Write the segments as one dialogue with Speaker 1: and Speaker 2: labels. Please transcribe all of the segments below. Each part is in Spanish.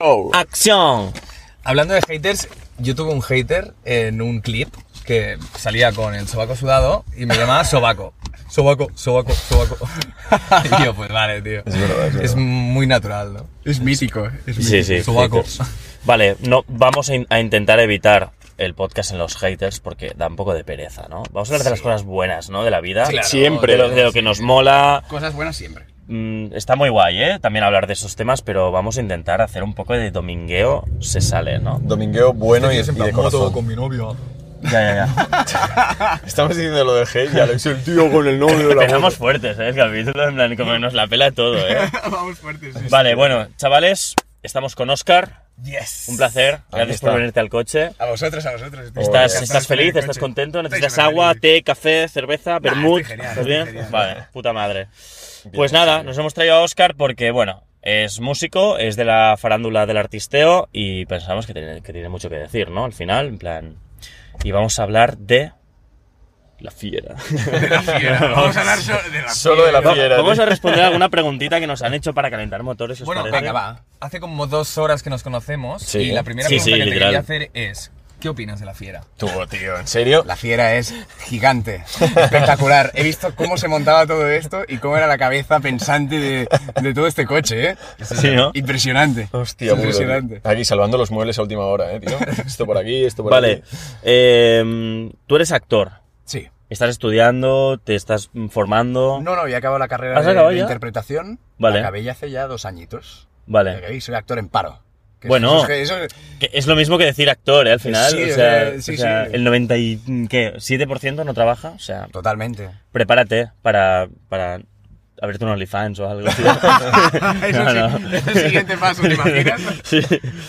Speaker 1: Oh.
Speaker 2: ¡Acción!
Speaker 1: Hablando de haters, yo tuve un hater en un clip que salía con el sobaco sudado y me llamaba sobaco. Sobaco, sobaco, sobaco. y yo, pues vale, tío. Es, muy natural, ¿no?
Speaker 3: Es mítico. eh, Es
Speaker 2: Sí, sí.
Speaker 1: Sobaco.
Speaker 2: haters. Vale, no, vamos a, in- a intentar evitar el podcast en los haters porque da un poco de pereza, ¿no? Vamos a hablar de las cosas buenas, ¿no? De la vida.
Speaker 3: Claro,
Speaker 2: De
Speaker 3: Siempre.
Speaker 2: lo, de lo que nos mola.
Speaker 3: Cosas buenas siempre.
Speaker 2: Mm, está muy guay, ¿eh? También hablar de esos temas, pero vamos a intentar hacer un poco de domingueo, se sale, ¿no?
Speaker 4: Domingueo bueno y,
Speaker 1: Yo
Speaker 3: Este
Speaker 4: y
Speaker 1: siempre
Speaker 4: de
Speaker 1: en moto
Speaker 4: corazón.
Speaker 1: con mi novio.
Speaker 2: Ya, ya, ya.
Speaker 4: Estamos diciendo lo del hate y Alex, el tío con el novio. la
Speaker 2: Empezamos fuertes, ¿eh? El capítulo, en plan, como que nos la pela todo, ¿eh?
Speaker 3: Vamos fuertes. sí.
Speaker 2: Vale, bueno, chavales, estamos con Oscar.
Speaker 3: Yes.
Speaker 2: Un placer. Gracias por
Speaker 4: está.
Speaker 2: venirte al coche.
Speaker 3: A vosotros, a vosotros. tío.
Speaker 2: Pues ¿Estás,
Speaker 3: Encantados
Speaker 2: estás
Speaker 3: de
Speaker 2: feliz?
Speaker 3: venir en
Speaker 2: ¿Estás
Speaker 3: coche.
Speaker 2: contento?
Speaker 3: Estoy
Speaker 2: ¿Necesitas
Speaker 3: súper
Speaker 2: agua,
Speaker 3: feliz.
Speaker 2: té, café, cerveza, vermut?
Speaker 3: estoy genial,
Speaker 2: ¿Estás
Speaker 3: estoy
Speaker 2: bien?
Speaker 3: genial.
Speaker 2: Vale, puta madre. Pues nada, nos hemos traído a Oscar porque, bueno, es músico, es de la farándula del artisteo y pensamos que tiene, que tiene mucho que decir, ¿no? Al final, en plan. Y vamos a hablar de. La fiera.
Speaker 3: De la fiera. Vamos a hablar solo de la
Speaker 4: Solo de la
Speaker 3: fiera.
Speaker 4: fiera.
Speaker 2: Vamos a responder alguna preguntita que nos han hecho para calentar motores. ¿os
Speaker 1: Bueno,
Speaker 2: parece?
Speaker 1: venga, va. Hace como dos horas que nos conocemos
Speaker 4: Sí.
Speaker 1: y la primera
Speaker 2: Sí,
Speaker 1: pregunta
Speaker 2: sí,
Speaker 1: que
Speaker 2: literal.
Speaker 1: te quería hacer es: ¿Qué opinas de la fiera?
Speaker 4: Tú, tío, en serio.
Speaker 5: La fiera es gigante, espectacular. He visto cómo se montaba todo esto y cómo era la cabeza pensante de, de todo este coche, ¿eh?
Speaker 2: Sí, ¿no?
Speaker 5: Impresionante.
Speaker 4: Hostia, muy duro, tío.
Speaker 5: impresionante.
Speaker 4: Aquí salvando los muebles a última hora, eh, tío. Esto por aquí, esto por
Speaker 2: Vale.
Speaker 4: aquí.
Speaker 2: eh, tú eres actor.
Speaker 5: Sí.
Speaker 2: Estás estudiando, te estás formando.
Speaker 5: No, no, ya acabado la carrera
Speaker 2: ¿Has
Speaker 5: de,
Speaker 2: acabado
Speaker 5: de
Speaker 2: ya?
Speaker 5: interpretación.
Speaker 2: Vale.
Speaker 5: La acabé ya hace ya dos añitos.
Speaker 2: Vale.
Speaker 5: Y soy actor en paro. Que
Speaker 2: Bueno.
Speaker 5: eso es- eso es-
Speaker 2: Que es lo mismo que decir actor, ¿eh? Al final.
Speaker 5: Sí,
Speaker 2: o sea,
Speaker 5: eh, sí,
Speaker 2: o sea,
Speaker 5: sí.
Speaker 2: el 90 y, ¿qué? 7% no trabaja. O sea,
Speaker 5: totalmente.
Speaker 2: prepárate para, para abrirte un OnlyFans o algo. tío.
Speaker 3: Eso
Speaker 2: No,
Speaker 3: sí,
Speaker 2: no.
Speaker 3: es el siguiente paso, ¿te imaginas?
Speaker 2: Sí.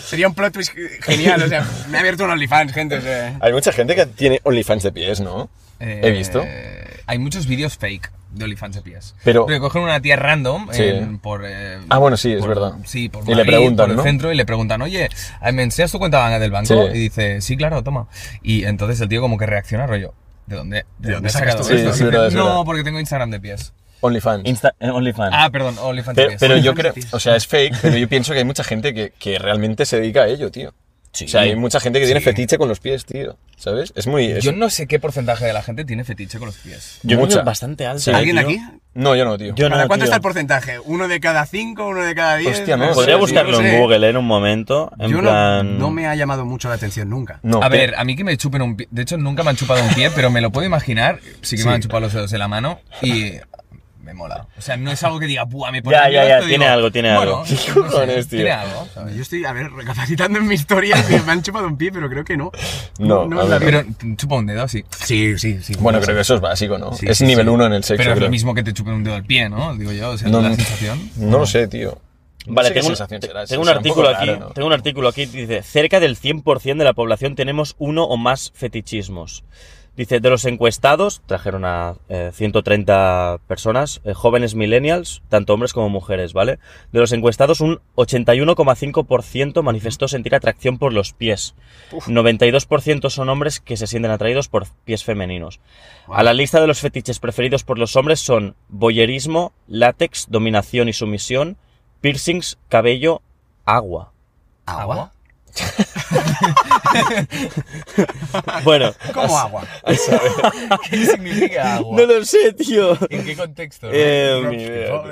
Speaker 5: Sería un plot twist genial. O sea, me ha abierto un OnlyFans, gente. o sea.
Speaker 4: Hay mucha gente que tiene OnlyFans de pies, ¿no? He visto.
Speaker 1: Eh, Hay muchos vídeos fake de OnlyFans de pies.
Speaker 4: Pero-
Speaker 1: cogen una tía random
Speaker 4: Sí.
Speaker 1: en- por. eh,
Speaker 4: Ah, bueno, sí, es
Speaker 1: por-
Speaker 4: verdad.
Speaker 1: Sí, por
Speaker 4: Y
Speaker 1: Madrid,
Speaker 4: le preguntan,
Speaker 1: por el
Speaker 4: ¿no?
Speaker 1: centro y le preguntan, oye, eh, ¿me enseñas tu cuenta banca del banco?
Speaker 4: Sí.
Speaker 1: Y dice, sí, claro, toma. Y entonces el tío como que reacciona, rollo, ¿de dónde, de dónde has
Speaker 3: sacas
Speaker 1: sacado
Speaker 4: todo
Speaker 1: esto?
Speaker 4: esto? Sí,
Speaker 1: Y
Speaker 4: es
Speaker 1: dice,
Speaker 4: verdad, es
Speaker 1: no,
Speaker 4: verdad".
Speaker 1: porque tengo Instagram de pies.
Speaker 4: OnlyFans.
Speaker 2: Insta- eh, OnlyFans.
Speaker 1: Ah, perdón, OnlyFans de
Speaker 4: Pero,
Speaker 1: pies.
Speaker 4: pero yo
Speaker 3: OnlyFans
Speaker 4: creo,
Speaker 3: de pies.
Speaker 4: o sea, es fake, pero yo pienso que hay mucha gente que, que realmente se dedica a ello, tío.
Speaker 2: Sí.
Speaker 4: O sea, hay mucha gente que tiene
Speaker 1: Sí.
Speaker 4: fetiche con los pies, tío. ¿Sabes? Es muy... es-
Speaker 1: Yo no sé qué porcentaje de la gente tiene fetiche con los pies.
Speaker 2: Yo creo que
Speaker 4: mucha.
Speaker 2: es bastante alto. eh,
Speaker 4: Sí.
Speaker 3: ¿Alguien
Speaker 2: tío.
Speaker 3: aquí?
Speaker 4: No, yo no, tío.
Speaker 2: Yo no,
Speaker 3: ¿Para
Speaker 2: tío.
Speaker 3: cuánto está el porcentaje? ¿Uno de cada cinco? ¿Uno de cada diez?
Speaker 4: Hostia, no,
Speaker 2: Podría
Speaker 4: Sí, sí,
Speaker 2: buscarlo
Speaker 3: no sé.
Speaker 2: en Google ¿eh? en un momento. En
Speaker 5: Yo no-
Speaker 2: plan.
Speaker 5: no me ha llamado mucho la atención nunca.
Speaker 4: No,
Speaker 1: a
Speaker 4: pero-
Speaker 1: ver, a mí que me chupen un pie. De hecho, nunca me han chupado un pie, pero me lo puedo imaginar. Sí que me han chupado los dedos de la mano y me mola. O sea, no es algo que diga, ¡buah, me pone
Speaker 2: Ya,
Speaker 1: el
Speaker 2: ya,
Speaker 1: brazo",
Speaker 2: ya,
Speaker 1: y
Speaker 2: tiene algo, tiene
Speaker 1: bueno,
Speaker 2: algo.
Speaker 1: no sé,
Speaker 4: cojones, tío?
Speaker 1: Tiene algo. ¿sabes?
Speaker 3: Yo estoy, a ver, recapacitando en mi historia y me han chupado un pie, pero creo que no.
Speaker 4: No,
Speaker 3: no
Speaker 4: a
Speaker 3: es
Speaker 4: ver.
Speaker 3: la
Speaker 1: Pero chupa un dedo, sí.
Speaker 5: Sí, sí, sí.
Speaker 4: Bueno, creo que eso es básico, ¿no?
Speaker 5: Sí,
Speaker 4: es
Speaker 5: sí,
Speaker 4: nivel
Speaker 5: sí.
Speaker 4: 1 en el sexo,
Speaker 1: Pero es lo
Speaker 4: creo.
Speaker 1: mismo que te chupen un dedo al pie, ¿no? Digo yo, o sea,
Speaker 4: No,
Speaker 1: la
Speaker 4: no.
Speaker 1: sensación.
Speaker 4: No lo sé, tío. No
Speaker 2: Vale,
Speaker 4: sé qué
Speaker 2: tengo, un,
Speaker 4: sensación
Speaker 2: te-
Speaker 4: será,
Speaker 2: tengo un
Speaker 4: será poco
Speaker 2: artículo aquí,
Speaker 4: raro, ¿no?
Speaker 2: tengo un artículo aquí que dice, cerca del 100% de la población tenemos uno o más fetichismos. Dice, de los encuestados, trajeron a eh, 130 personas, eh, jóvenes millennials, tanto hombres como mujeres, ¿vale? De los encuestados, un 81,5% manifestó sentir atracción por los pies. 92% son hombres que se sienten atraídos por pies femeninos. A la lista de los fetiches preferidos por los hombres son boyerismo, látex, dominación y sumisión, piercings, cabello, agua.
Speaker 5: ¿Agua?
Speaker 2: Bueno,
Speaker 5: ¿Cómo agua?
Speaker 1: ¿Qué significa agua?
Speaker 2: no lo sé, tío.
Speaker 1: ¿En qué contexto? no?
Speaker 2: Eh,
Speaker 4: Ni idea, tío.
Speaker 2: no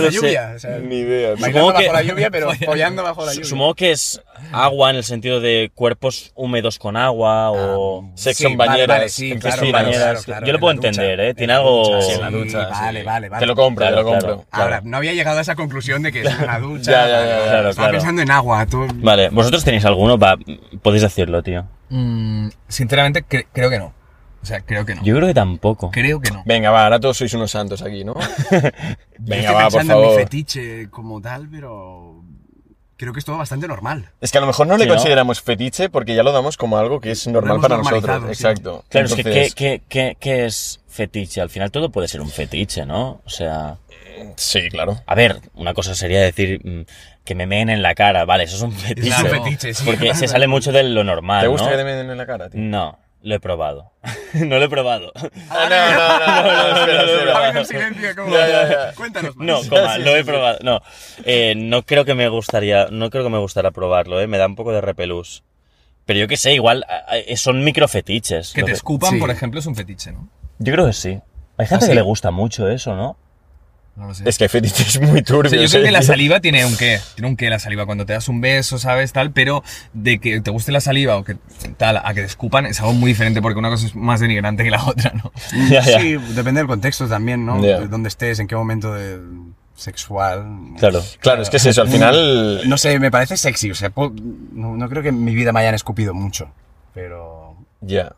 Speaker 5: la
Speaker 2: lo sé.
Speaker 5: lluvia, o sea,
Speaker 4: Ni idea. tío.
Speaker 5: bailando
Speaker 2: Supongo que-
Speaker 5: bajo la lluvia, pero follando bajo la
Speaker 2: Su-
Speaker 5: lluvia.
Speaker 2: Supongo que es agua en el sentido de cuerpos húmedos con agua o...
Speaker 4: Sexo en
Speaker 5: vale,
Speaker 4: bañeras.
Speaker 5: vale, Ah, mm, sí,
Speaker 4: en
Speaker 5: claro,
Speaker 4: piscinas.
Speaker 5: claro, claro,
Speaker 2: bañeras. Yo lo
Speaker 5: en
Speaker 2: puedo
Speaker 5: la ducha,
Speaker 2: entender, ¿eh?
Speaker 5: en
Speaker 2: Tiene
Speaker 5: la
Speaker 2: algo-
Speaker 5: ducha, sí,
Speaker 4: en la ducha,
Speaker 5: Vale,
Speaker 4: sí.
Speaker 5: vale, vale.
Speaker 4: Te lo compro,
Speaker 2: Claro,
Speaker 4: te lo compro.
Speaker 2: claro.
Speaker 5: Ahora, no había llegado a esa conclusión de que es una ducha.
Speaker 4: Ya, ya, ya, ya.
Speaker 2: Claro,
Speaker 5: Estaba
Speaker 2: claro.
Speaker 5: pensando en agua, tú.
Speaker 2: Vale, ¿vosotros tenéis alguno? Va, podéis decirlo, tío.
Speaker 1: Mm, sinceramente, cre- creo que no. O sea, creo que no.
Speaker 2: Yo creo que tampoco.
Speaker 1: Creo que no.
Speaker 4: Venga, va, ahora todos sois unos santos aquí, ¿no?
Speaker 5: Yo
Speaker 4: Venga,
Speaker 5: estoy
Speaker 4: va, por
Speaker 5: pensando en mi
Speaker 4: favor.
Speaker 5: fetiche como tal, pero creo que es todo bastante normal.
Speaker 4: Es que a lo mejor no le
Speaker 2: Sí, ¿no?
Speaker 4: consideramos fetiche porque ya lo damos como algo que es normal
Speaker 5: hemos
Speaker 4: para
Speaker 5: normalizado,
Speaker 4: nosotros.
Speaker 5: sí.
Speaker 4: Exacto.
Speaker 2: Claro, es que ¿qué,
Speaker 4: Entonces,
Speaker 2: qué- qué- qué es fetiche? Al final todo puede ser un fetiche, ¿no? O sea...
Speaker 4: Sí, claro.
Speaker 2: A ver, una cosa sería decir mm, que me meen en la cara, vale, eso es un fetiche.
Speaker 1: un
Speaker 2: ¿no?
Speaker 1: fetiche, sí.
Speaker 2: Porque se sale mucho de lo normal.
Speaker 4: ¿Te gusta
Speaker 2: Ah, ¿no? Mm.
Speaker 4: que te meten en la cara, tío?
Speaker 2: No. Lo he probado. no lo he probado.
Speaker 4: Ah, no, no, no, no, no, espera, espera.
Speaker 3: A ver, en silencio, como.
Speaker 4: Ya, ya, ya.
Speaker 3: Cuéntanos más.
Speaker 2: No, coma, lo he probado. No, Eh, no creo que me gustaría, no creo que me gustara probarlo, eh. Me da un poco de repelús. Pero yo qué sé, igual ah, ah, son microfetiches.
Speaker 1: Que
Speaker 2: lo
Speaker 1: te
Speaker 2: que-
Speaker 1: escupan,
Speaker 5: Sí.
Speaker 1: por ejemplo, es un fetiche, ¿no?
Speaker 2: Yo creo que sí. Hay gente
Speaker 1: ¿Ah,
Speaker 2: que
Speaker 1: sí?
Speaker 2: le gusta mucho eso, ¿no?
Speaker 1: No lo sé.
Speaker 4: Es que hay fetiches muy turbios.
Speaker 1: O sea, yo creo
Speaker 4: eh,
Speaker 1: que la
Speaker 4: tío.
Speaker 1: saliva tiene un qué, tiene un qué la saliva cuando te das un beso, ¿sabes? Tal, pero de que te guste la saliva o que tal, a que te escupan es algo muy diferente porque una cosa es más denigrante que la otra, ¿no?
Speaker 2: Ya, ya.
Speaker 5: Sí, depende del contexto también, ¿no?
Speaker 4: Ya.
Speaker 5: De dónde estés, en qué momento de- sexual.
Speaker 2: Claro.
Speaker 4: Claro, es que es eso,
Speaker 2: Mm.
Speaker 4: al final.
Speaker 5: No sé, me parece sexy. O sea, po- no, no creo que en mi vida me hayan escupido mucho. Pero.
Speaker 4: Ya.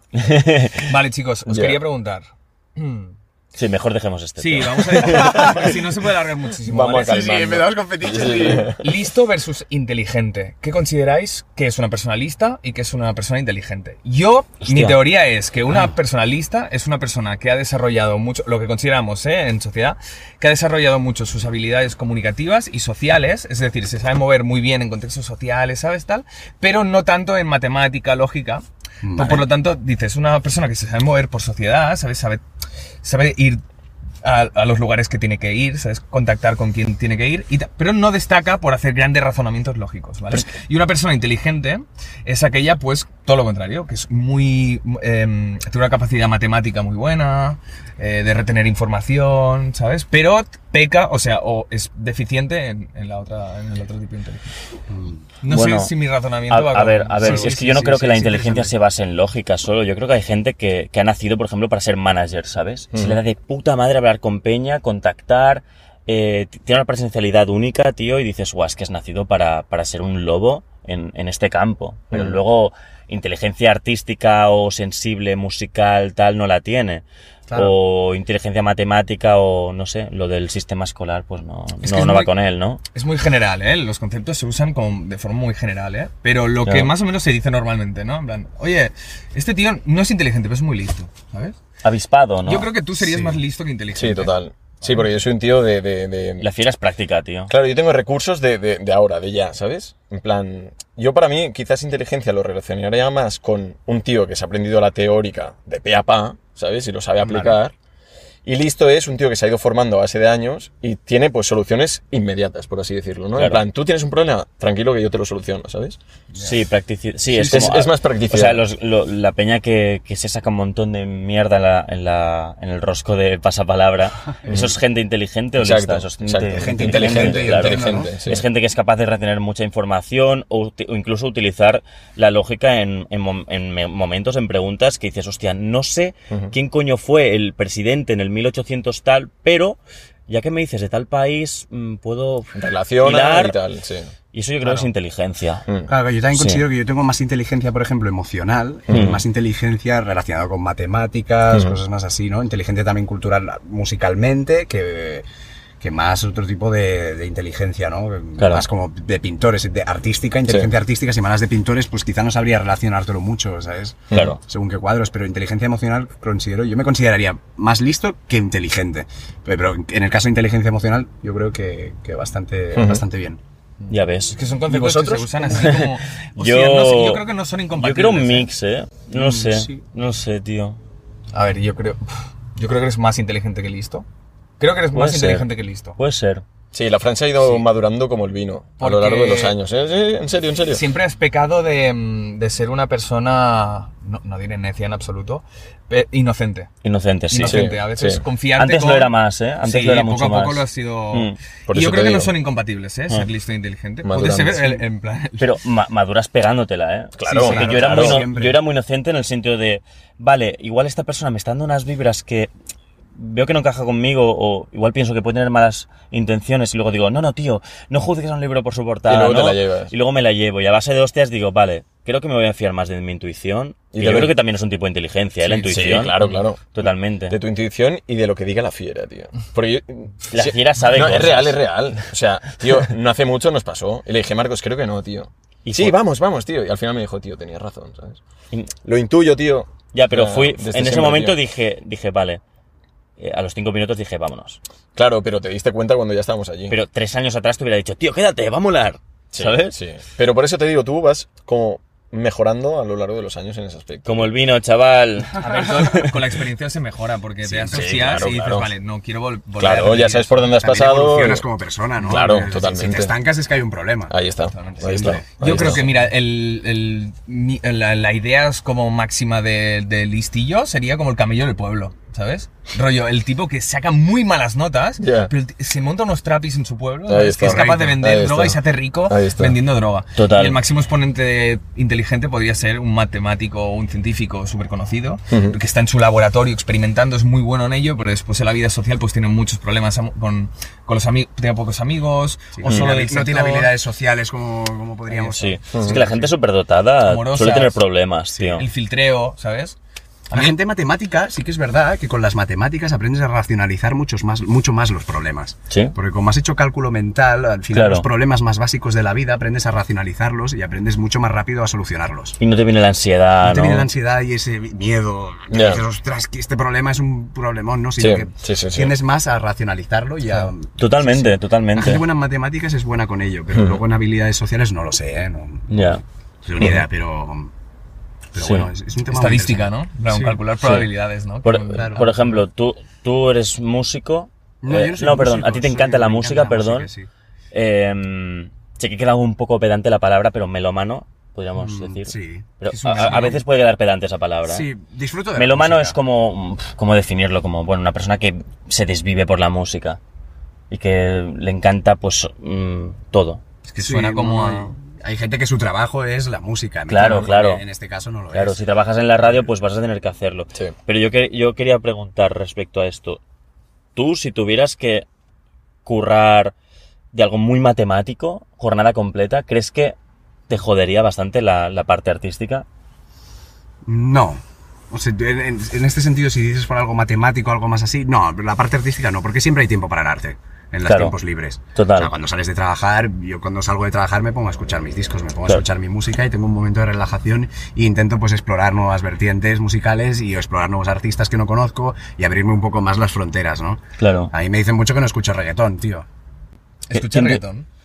Speaker 1: Vale, chicos, os
Speaker 4: Ya.
Speaker 1: quería preguntar.
Speaker 2: Sí, mejor dejemos este.
Speaker 1: Sí,
Speaker 2: tema.
Speaker 1: vamos a porque si no se puede alargar muchísimo.
Speaker 4: Vamos
Speaker 1: ¿vale?
Speaker 4: a calmar.
Speaker 5: con
Speaker 1: Listo versus inteligente. ¿Qué consideráis que es una persona lista y que es una persona inteligente? Yo, mi
Speaker 2: Hostia.
Speaker 1: teoría es que
Speaker 4: Ah.
Speaker 1: una persona lista es una persona que ha desarrollado mucho, lo que consideramos ¿eh? en sociedad, que ha desarrollado mucho sus habilidades comunicativas y sociales, es decir, se sabe mover muy bien en contextos sociales, ¿sabes tal? Pero no tanto en matemática, lógica. Por- Por lo tanto, dices, una persona que se sabe mover por sociedad, ¿sabes? Sabe, sabe ir a, a los lugares que tiene que ir, ¿sabes? Contactar con quien tiene que ir, y ta- pero no destaca por hacer grandes razonamientos lógicos, ¿vale?
Speaker 2: Pues
Speaker 1: Y una persona inteligente es aquella, pues, todo lo contrario, que es muy... em, tiene una capacidad matemática muy buena, eh, de retener información, ¿sabes? Pero peca, o sea, o es deficiente en, en la otra, en el otro tipo de inteligencia. No
Speaker 2: Bueno,
Speaker 1: sé si mi razonamiento va
Speaker 2: A, a
Speaker 1: con-
Speaker 2: ver, a ver,
Speaker 1: Sí,
Speaker 2: es
Speaker 1: sí,
Speaker 2: que yo no
Speaker 1: sí,
Speaker 2: creo
Speaker 1: sí,
Speaker 2: que la
Speaker 1: sí,
Speaker 2: inteligencia
Speaker 1: sí,
Speaker 2: se base en lógica solo. Yo creo que hay gente que, que ha nacido, por ejemplo, para ser manager, ¿sabes? Se le da de puta madre hablar con Peña, contactar. eh, t- tiene una presencialidad única, tío, y dices, guau, es que has nacido para, para ser un lobo en, en este campo. Pero
Speaker 4: Mm.
Speaker 2: luego, inteligencia artística o sensible, musical, tal, no la tiene.
Speaker 1: Claro.
Speaker 2: O inteligencia matemática o, no sé, lo del sistema escolar, pues no,
Speaker 1: Es que
Speaker 2: no,
Speaker 1: es
Speaker 2: no va
Speaker 1: muy-
Speaker 2: con él, ¿no?
Speaker 1: Es muy general, ¿eh? Los conceptos se usan como de forma muy general, ¿eh? Pero lo que
Speaker 2: Claro.
Speaker 1: más o menos se dice normalmente, ¿no? En plan, oye, este tío no es inteligente, pero es muy listo, ¿sabes?
Speaker 2: Avispado, ¿no?
Speaker 1: Yo creo que tú serías más listo que inteligente.
Speaker 4: Sí, total. Sí, porque yo soy un tío de. de- de-
Speaker 2: La fiera es práctica, tío.
Speaker 4: Claro, yo tengo recursos de, de- de ahora, de ya, ¿sabes? En plan, yo para mí quizás inteligencia lo relacionaría más con un tío que se ha aprendido la teórica de pe a pa, ¿sabes? Y lo sabe aplicar. Y listo es un tío que se ha ido formando a base de años y tiene pues soluciones inmediatas, por así decirlo, ¿no?
Speaker 2: Claro.
Speaker 4: En plan, tú tienes un problema, tranquilo que yo te lo soluciono, ¿sabes?
Speaker 2: Sí, practici- sí, es,
Speaker 4: es-
Speaker 2: como-
Speaker 4: es más
Speaker 2: O
Speaker 4: practicidad.
Speaker 2: sea, los- lo- la peña que, que se saca un montón de mierda en, la- en la- en el rosco de pasapalabra. ¿Eso es gente inteligente o lista? Eso es
Speaker 4: exacto.
Speaker 5: Gente inteligente,
Speaker 2: claro.
Speaker 4: inteligente, sí.
Speaker 2: Es gente que es capaz de retener mucha información o, uti- o incluso utilizar la lógica en, en mom- en me- momentos, en preguntas que dices, hostia, no sé quién coño fue el presidente en el 1800 tal, pero ya que me dices de tal país, mm, puedo...
Speaker 4: Relaciona
Speaker 2: hilar".
Speaker 4: y tal, sí.
Speaker 2: Y eso yo creo que es inteligencia.
Speaker 4: Mm.
Speaker 5: Claro, yo también
Speaker 2: Sí.
Speaker 5: considero que yo tengo más inteligencia, por ejemplo, emocional, y
Speaker 2: Mm.
Speaker 5: más inteligencia relacionada con matemáticas,
Speaker 4: Mm.
Speaker 5: cosas más así, ¿no? Inteligencia también cultural ah, musicalmente, que, que más otro tipo de, de inteligencia, ¿no?
Speaker 2: Claro.
Speaker 5: Más como de pintores, de artística, inteligencia artística, si malas de pintores, pues quizá no sabría relacionártelo mucho, ¿sabes?
Speaker 2: Claro.
Speaker 5: Según qué cuadros, pero inteligencia emocional considero, yo me consideraría más listo que inteligente. Pero en el caso de inteligencia emocional, yo creo que, que bastante,
Speaker 4: Ujú.
Speaker 5: bastante bien.
Speaker 4: Mm.
Speaker 2: Ya ves.
Speaker 1: Es que son conceptos que se
Speaker 5: vosotros?
Speaker 1: usan así como... o
Speaker 2: Yo-
Speaker 1: sea, no sé, yo creo que no son
Speaker 2: Yo
Speaker 1: incompatibles.
Speaker 2: creo un
Speaker 1: ¿eh?
Speaker 2: mix, ¿eh? No sé.
Speaker 5: sí.
Speaker 2: No sé, tío.
Speaker 1: A ver, yo creo... Yo creo que eres más inteligente que listo. Creo que eres
Speaker 2: Puede
Speaker 1: más
Speaker 2: ser.
Speaker 1: inteligente que listo.
Speaker 2: Puede ser.
Speaker 4: Sí, la Francia ha ido madurando como el vino a lo
Speaker 1: Porque-
Speaker 4: largo de los años. ¿eh? Sí, en serio, en serio.
Speaker 1: Siempre has pecado de, mm, de ser una persona, no, no diré necia en absoluto, pe- inocente.
Speaker 2: Inocente, sí.
Speaker 1: inocente.
Speaker 4: Sí,
Speaker 1: A veces
Speaker 4: sí.
Speaker 1: confiante
Speaker 2: Antes
Speaker 1: con-
Speaker 2: lo era más, ¿eh? Antes
Speaker 1: sí,
Speaker 2: lo era
Speaker 1: poco
Speaker 2: mucho
Speaker 1: a poco
Speaker 2: más.
Speaker 1: lo ha sido...
Speaker 2: Mm.
Speaker 4: Por
Speaker 1: Y
Speaker 4: eso te
Speaker 1: yo creo que no
Speaker 4: digo. Mm.
Speaker 1: son incompatibles, ¿eh? Ser listo e inteligente. Puede
Speaker 4: Madurando.
Speaker 1: ser el- en plan...
Speaker 2: Pero ma- maduras pegándotela, ¿eh?
Speaker 4: Claro,
Speaker 2: Porque
Speaker 4: claro,
Speaker 2: yo, era
Speaker 4: claro.
Speaker 2: muy ino-
Speaker 5: Siempre.
Speaker 2: yo era muy inocente en el sentido de, vale, igual esta persona me está dando unas vibras que veo que no encaja conmigo o igual pienso que puede tener malas intenciones y luego digo, no, no, tío, no juzgues a un libro por su portada.
Speaker 4: Y luego te
Speaker 2: ¿no?
Speaker 4: la llevas.
Speaker 2: Y luego me la llevo y a base de hostias digo, vale, creo que me voy a fiar más de mi intuición. que
Speaker 4: Y de
Speaker 2: yo
Speaker 4: ver-
Speaker 2: creo que también es un tipo de inteligencia, ¿eh? La
Speaker 1: Sí, sí,
Speaker 2: intuición.
Speaker 4: Sí, claro, claro.
Speaker 2: Totalmente.
Speaker 4: De tu intuición y de lo que diga la fiera, tío. Porque yo-
Speaker 2: La
Speaker 4: sí-
Speaker 2: fiera sabe
Speaker 4: No,
Speaker 2: cosas.
Speaker 4: es real, es real. O sea, tío, no hace mucho nos pasó. Y le dije, Marcos, creo que no, tío.
Speaker 2: Y
Speaker 4: sí,
Speaker 2: fue-
Speaker 4: vamos, vamos, tío. Y al final me dijo, tío, tenías razón, ¿sabes?
Speaker 2: Y-
Speaker 4: Lo intuyo, tío.
Speaker 2: Ya, pero
Speaker 3: Ah,
Speaker 4: O sea,
Speaker 2: fui. En
Speaker 4: desde
Speaker 2: ese
Speaker 4: siempre,
Speaker 2: momento
Speaker 4: tío.
Speaker 2: dije, dije, vale. Eh, a los cinco minutos dije, vámonos.
Speaker 4: Claro, pero te diste cuenta cuando ya estábamos allí.
Speaker 2: Pero tres años atrás te hubiera dicho, tío, quédate, va a molar.
Speaker 4: Sí,
Speaker 2: ¿Sabes?
Speaker 4: Sí. Pero por eso te digo, tú vas como mejorando a lo largo de los años en ese aspecto.
Speaker 2: Como el vino, chaval.
Speaker 1: A ver, con, con la experiencia se mejora porque
Speaker 4: Sí,
Speaker 1: te
Speaker 4: sí,
Speaker 1: asocias
Speaker 4: claro,
Speaker 1: y dices,
Speaker 4: claro.
Speaker 1: vale, no quiero vol- volver a
Speaker 4: Claro,
Speaker 1: repetir
Speaker 4: ya sabes
Speaker 1: esto".
Speaker 4: por dónde has
Speaker 3: También
Speaker 4: pasado.
Speaker 3: evolucionas como persona, ¿no?
Speaker 4: Claro,
Speaker 3: Porque si- Si
Speaker 4: totalmente.
Speaker 3: te estancas es que hay un problema.
Speaker 4: Ahí está.
Speaker 1: Totalmente.
Speaker 4: Ahí está. ahí
Speaker 1: Yo creo
Speaker 4: está.
Speaker 1: que, mira, el, el- mi- la, la idea es como máxima de, de listillo sería como el camello del pueblo, ¿sabes? Rollo, el tipo que saca muy malas notas,
Speaker 4: Ya.
Speaker 1: pero el t- se monta unos trapis en su pueblo,
Speaker 4: Ahí
Speaker 1: es que es
Speaker 4: está.
Speaker 1: capaz de
Speaker 4: Ahí
Speaker 1: vender
Speaker 4: está.
Speaker 1: droga y se hace rico
Speaker 4: Ahí está.
Speaker 1: vendiendo droga.
Speaker 4: Total.
Speaker 1: Y el máximo exponente inteligente podría ser un matemático o un científico súper conocido,
Speaker 4: Ujú.
Speaker 1: que está en su laboratorio experimentando, es muy bueno en ello, pero después en la vida social pues tiene muchos problemas am- con, con los amigos, tiene pocos amigos, o
Speaker 3: No
Speaker 1: solo
Speaker 3: tiene-
Speaker 1: del
Speaker 3: no tiene
Speaker 1: sector.
Speaker 3: habilidades sociales como, como podríamos.
Speaker 2: Sí. Es que la gente superdotada
Speaker 1: Amorosas.
Speaker 2: suele tener problemas, tío.
Speaker 1: el filtreo, ¿sabes?
Speaker 3: La gente matemática, sí que es verdad que con las matemáticas aprendes a racionalizar muchos más, mucho más los problemas.
Speaker 2: Sí.
Speaker 3: Porque como has hecho cálculo mental, al final
Speaker 2: Claro.
Speaker 3: los problemas más básicos de la vida aprendes a racionalizarlos y aprendes mucho más rápido a solucionarlos.
Speaker 2: Y no te viene la ansiedad,
Speaker 3: no te
Speaker 2: ¿no?
Speaker 3: viene la ansiedad y ese miedo. que
Speaker 4: Ah, Ya.
Speaker 3: Dices, ostras, que este problema es un problemón, ¿no?
Speaker 4: Sí,
Speaker 3: Sino que
Speaker 4: sí, sí, sí.
Speaker 3: tiendes más a racionalizarlo y a...
Speaker 2: Totalmente,
Speaker 3: La
Speaker 2: totalmente.
Speaker 3: gente Ah, buena en matemáticas es buena con ello,
Speaker 1: Hmm.
Speaker 3: pero luego en habilidades sociales no lo sé, ¿eh? No,
Speaker 2: Ya.
Speaker 3: no tengo ni idea, pero... Pero
Speaker 2: Sí.
Speaker 3: bueno, es, es un tema muy
Speaker 1: Hmm. Estadística,
Speaker 3: interesante.
Speaker 1: ¿no? Claro,
Speaker 3: Sí.
Speaker 1: calcular probabilidades, ¿no?
Speaker 2: Por, eh,
Speaker 1: Como-
Speaker 3: Claro.
Speaker 2: por ejemplo, tú, tú eres músico.
Speaker 3: No,
Speaker 2: Eh,
Speaker 3: yo no soy
Speaker 2: perdón,
Speaker 3: músico,
Speaker 2: a ti te
Speaker 3: soy-
Speaker 2: encanta la
Speaker 3: me
Speaker 2: música,
Speaker 3: encanta la
Speaker 2: perdón.
Speaker 3: música,
Speaker 2: Eh, sé que queda un poco pedante la palabra, pero melomano, podríamos
Speaker 3: Mm,
Speaker 2: decir.
Speaker 3: sí.
Speaker 2: Pero
Speaker 3: Es
Speaker 2: a,
Speaker 3: un
Speaker 2: a- a veces puede quedar pedante esa palabra. ¿eh?
Speaker 3: Sí, disfruto de la
Speaker 2: Melomano
Speaker 3: música.
Speaker 2: es como. pf, ¿Cómo definirlo? Como, bueno, una persona que se desvive por la música. Y que le encanta, pues, mm, todo.
Speaker 1: Es que
Speaker 3: Sí,
Speaker 1: suena como
Speaker 3: no,
Speaker 1: a...
Speaker 3: Hay gente que su trabajo es la música. ¿no?
Speaker 2: Claro,
Speaker 3: No,
Speaker 2: claro.
Speaker 3: En este caso no lo
Speaker 2: Claro,
Speaker 3: es.
Speaker 2: si trabajas en la radio, pues vas a tener que hacerlo.
Speaker 4: Sí.
Speaker 2: Pero yo, que- yo quería preguntar respecto a esto. Tú, si tuvieras que currar de algo muy matemático, jornada completa, ¿crees que te jodería bastante la, la parte artística?
Speaker 3: No. O sea, en, en- en este sentido, si dices por algo matemático, algo más así, no, la parte artística no, porque siempre hay tiempo para el arte. En los
Speaker 2: Claro.
Speaker 3: tiempos libres.
Speaker 2: Total.
Speaker 3: O sea, cuando sales de trabajar, yo cuando salgo de trabajar me pongo a escuchar mis discos, me pongo
Speaker 2: Claro.
Speaker 3: a escuchar mi música y tengo un momento de relajación e intento pues explorar nuevas vertientes musicales y explorar nuevos artistas que no conozco y abrirme un poco más las fronteras, ¿no?
Speaker 2: Claro.
Speaker 3: A mí me dicen mucho que no escucho reggaetón, tío.
Speaker 1: Escuchar
Speaker 2: ¿Quién-
Speaker 1: reggaetón.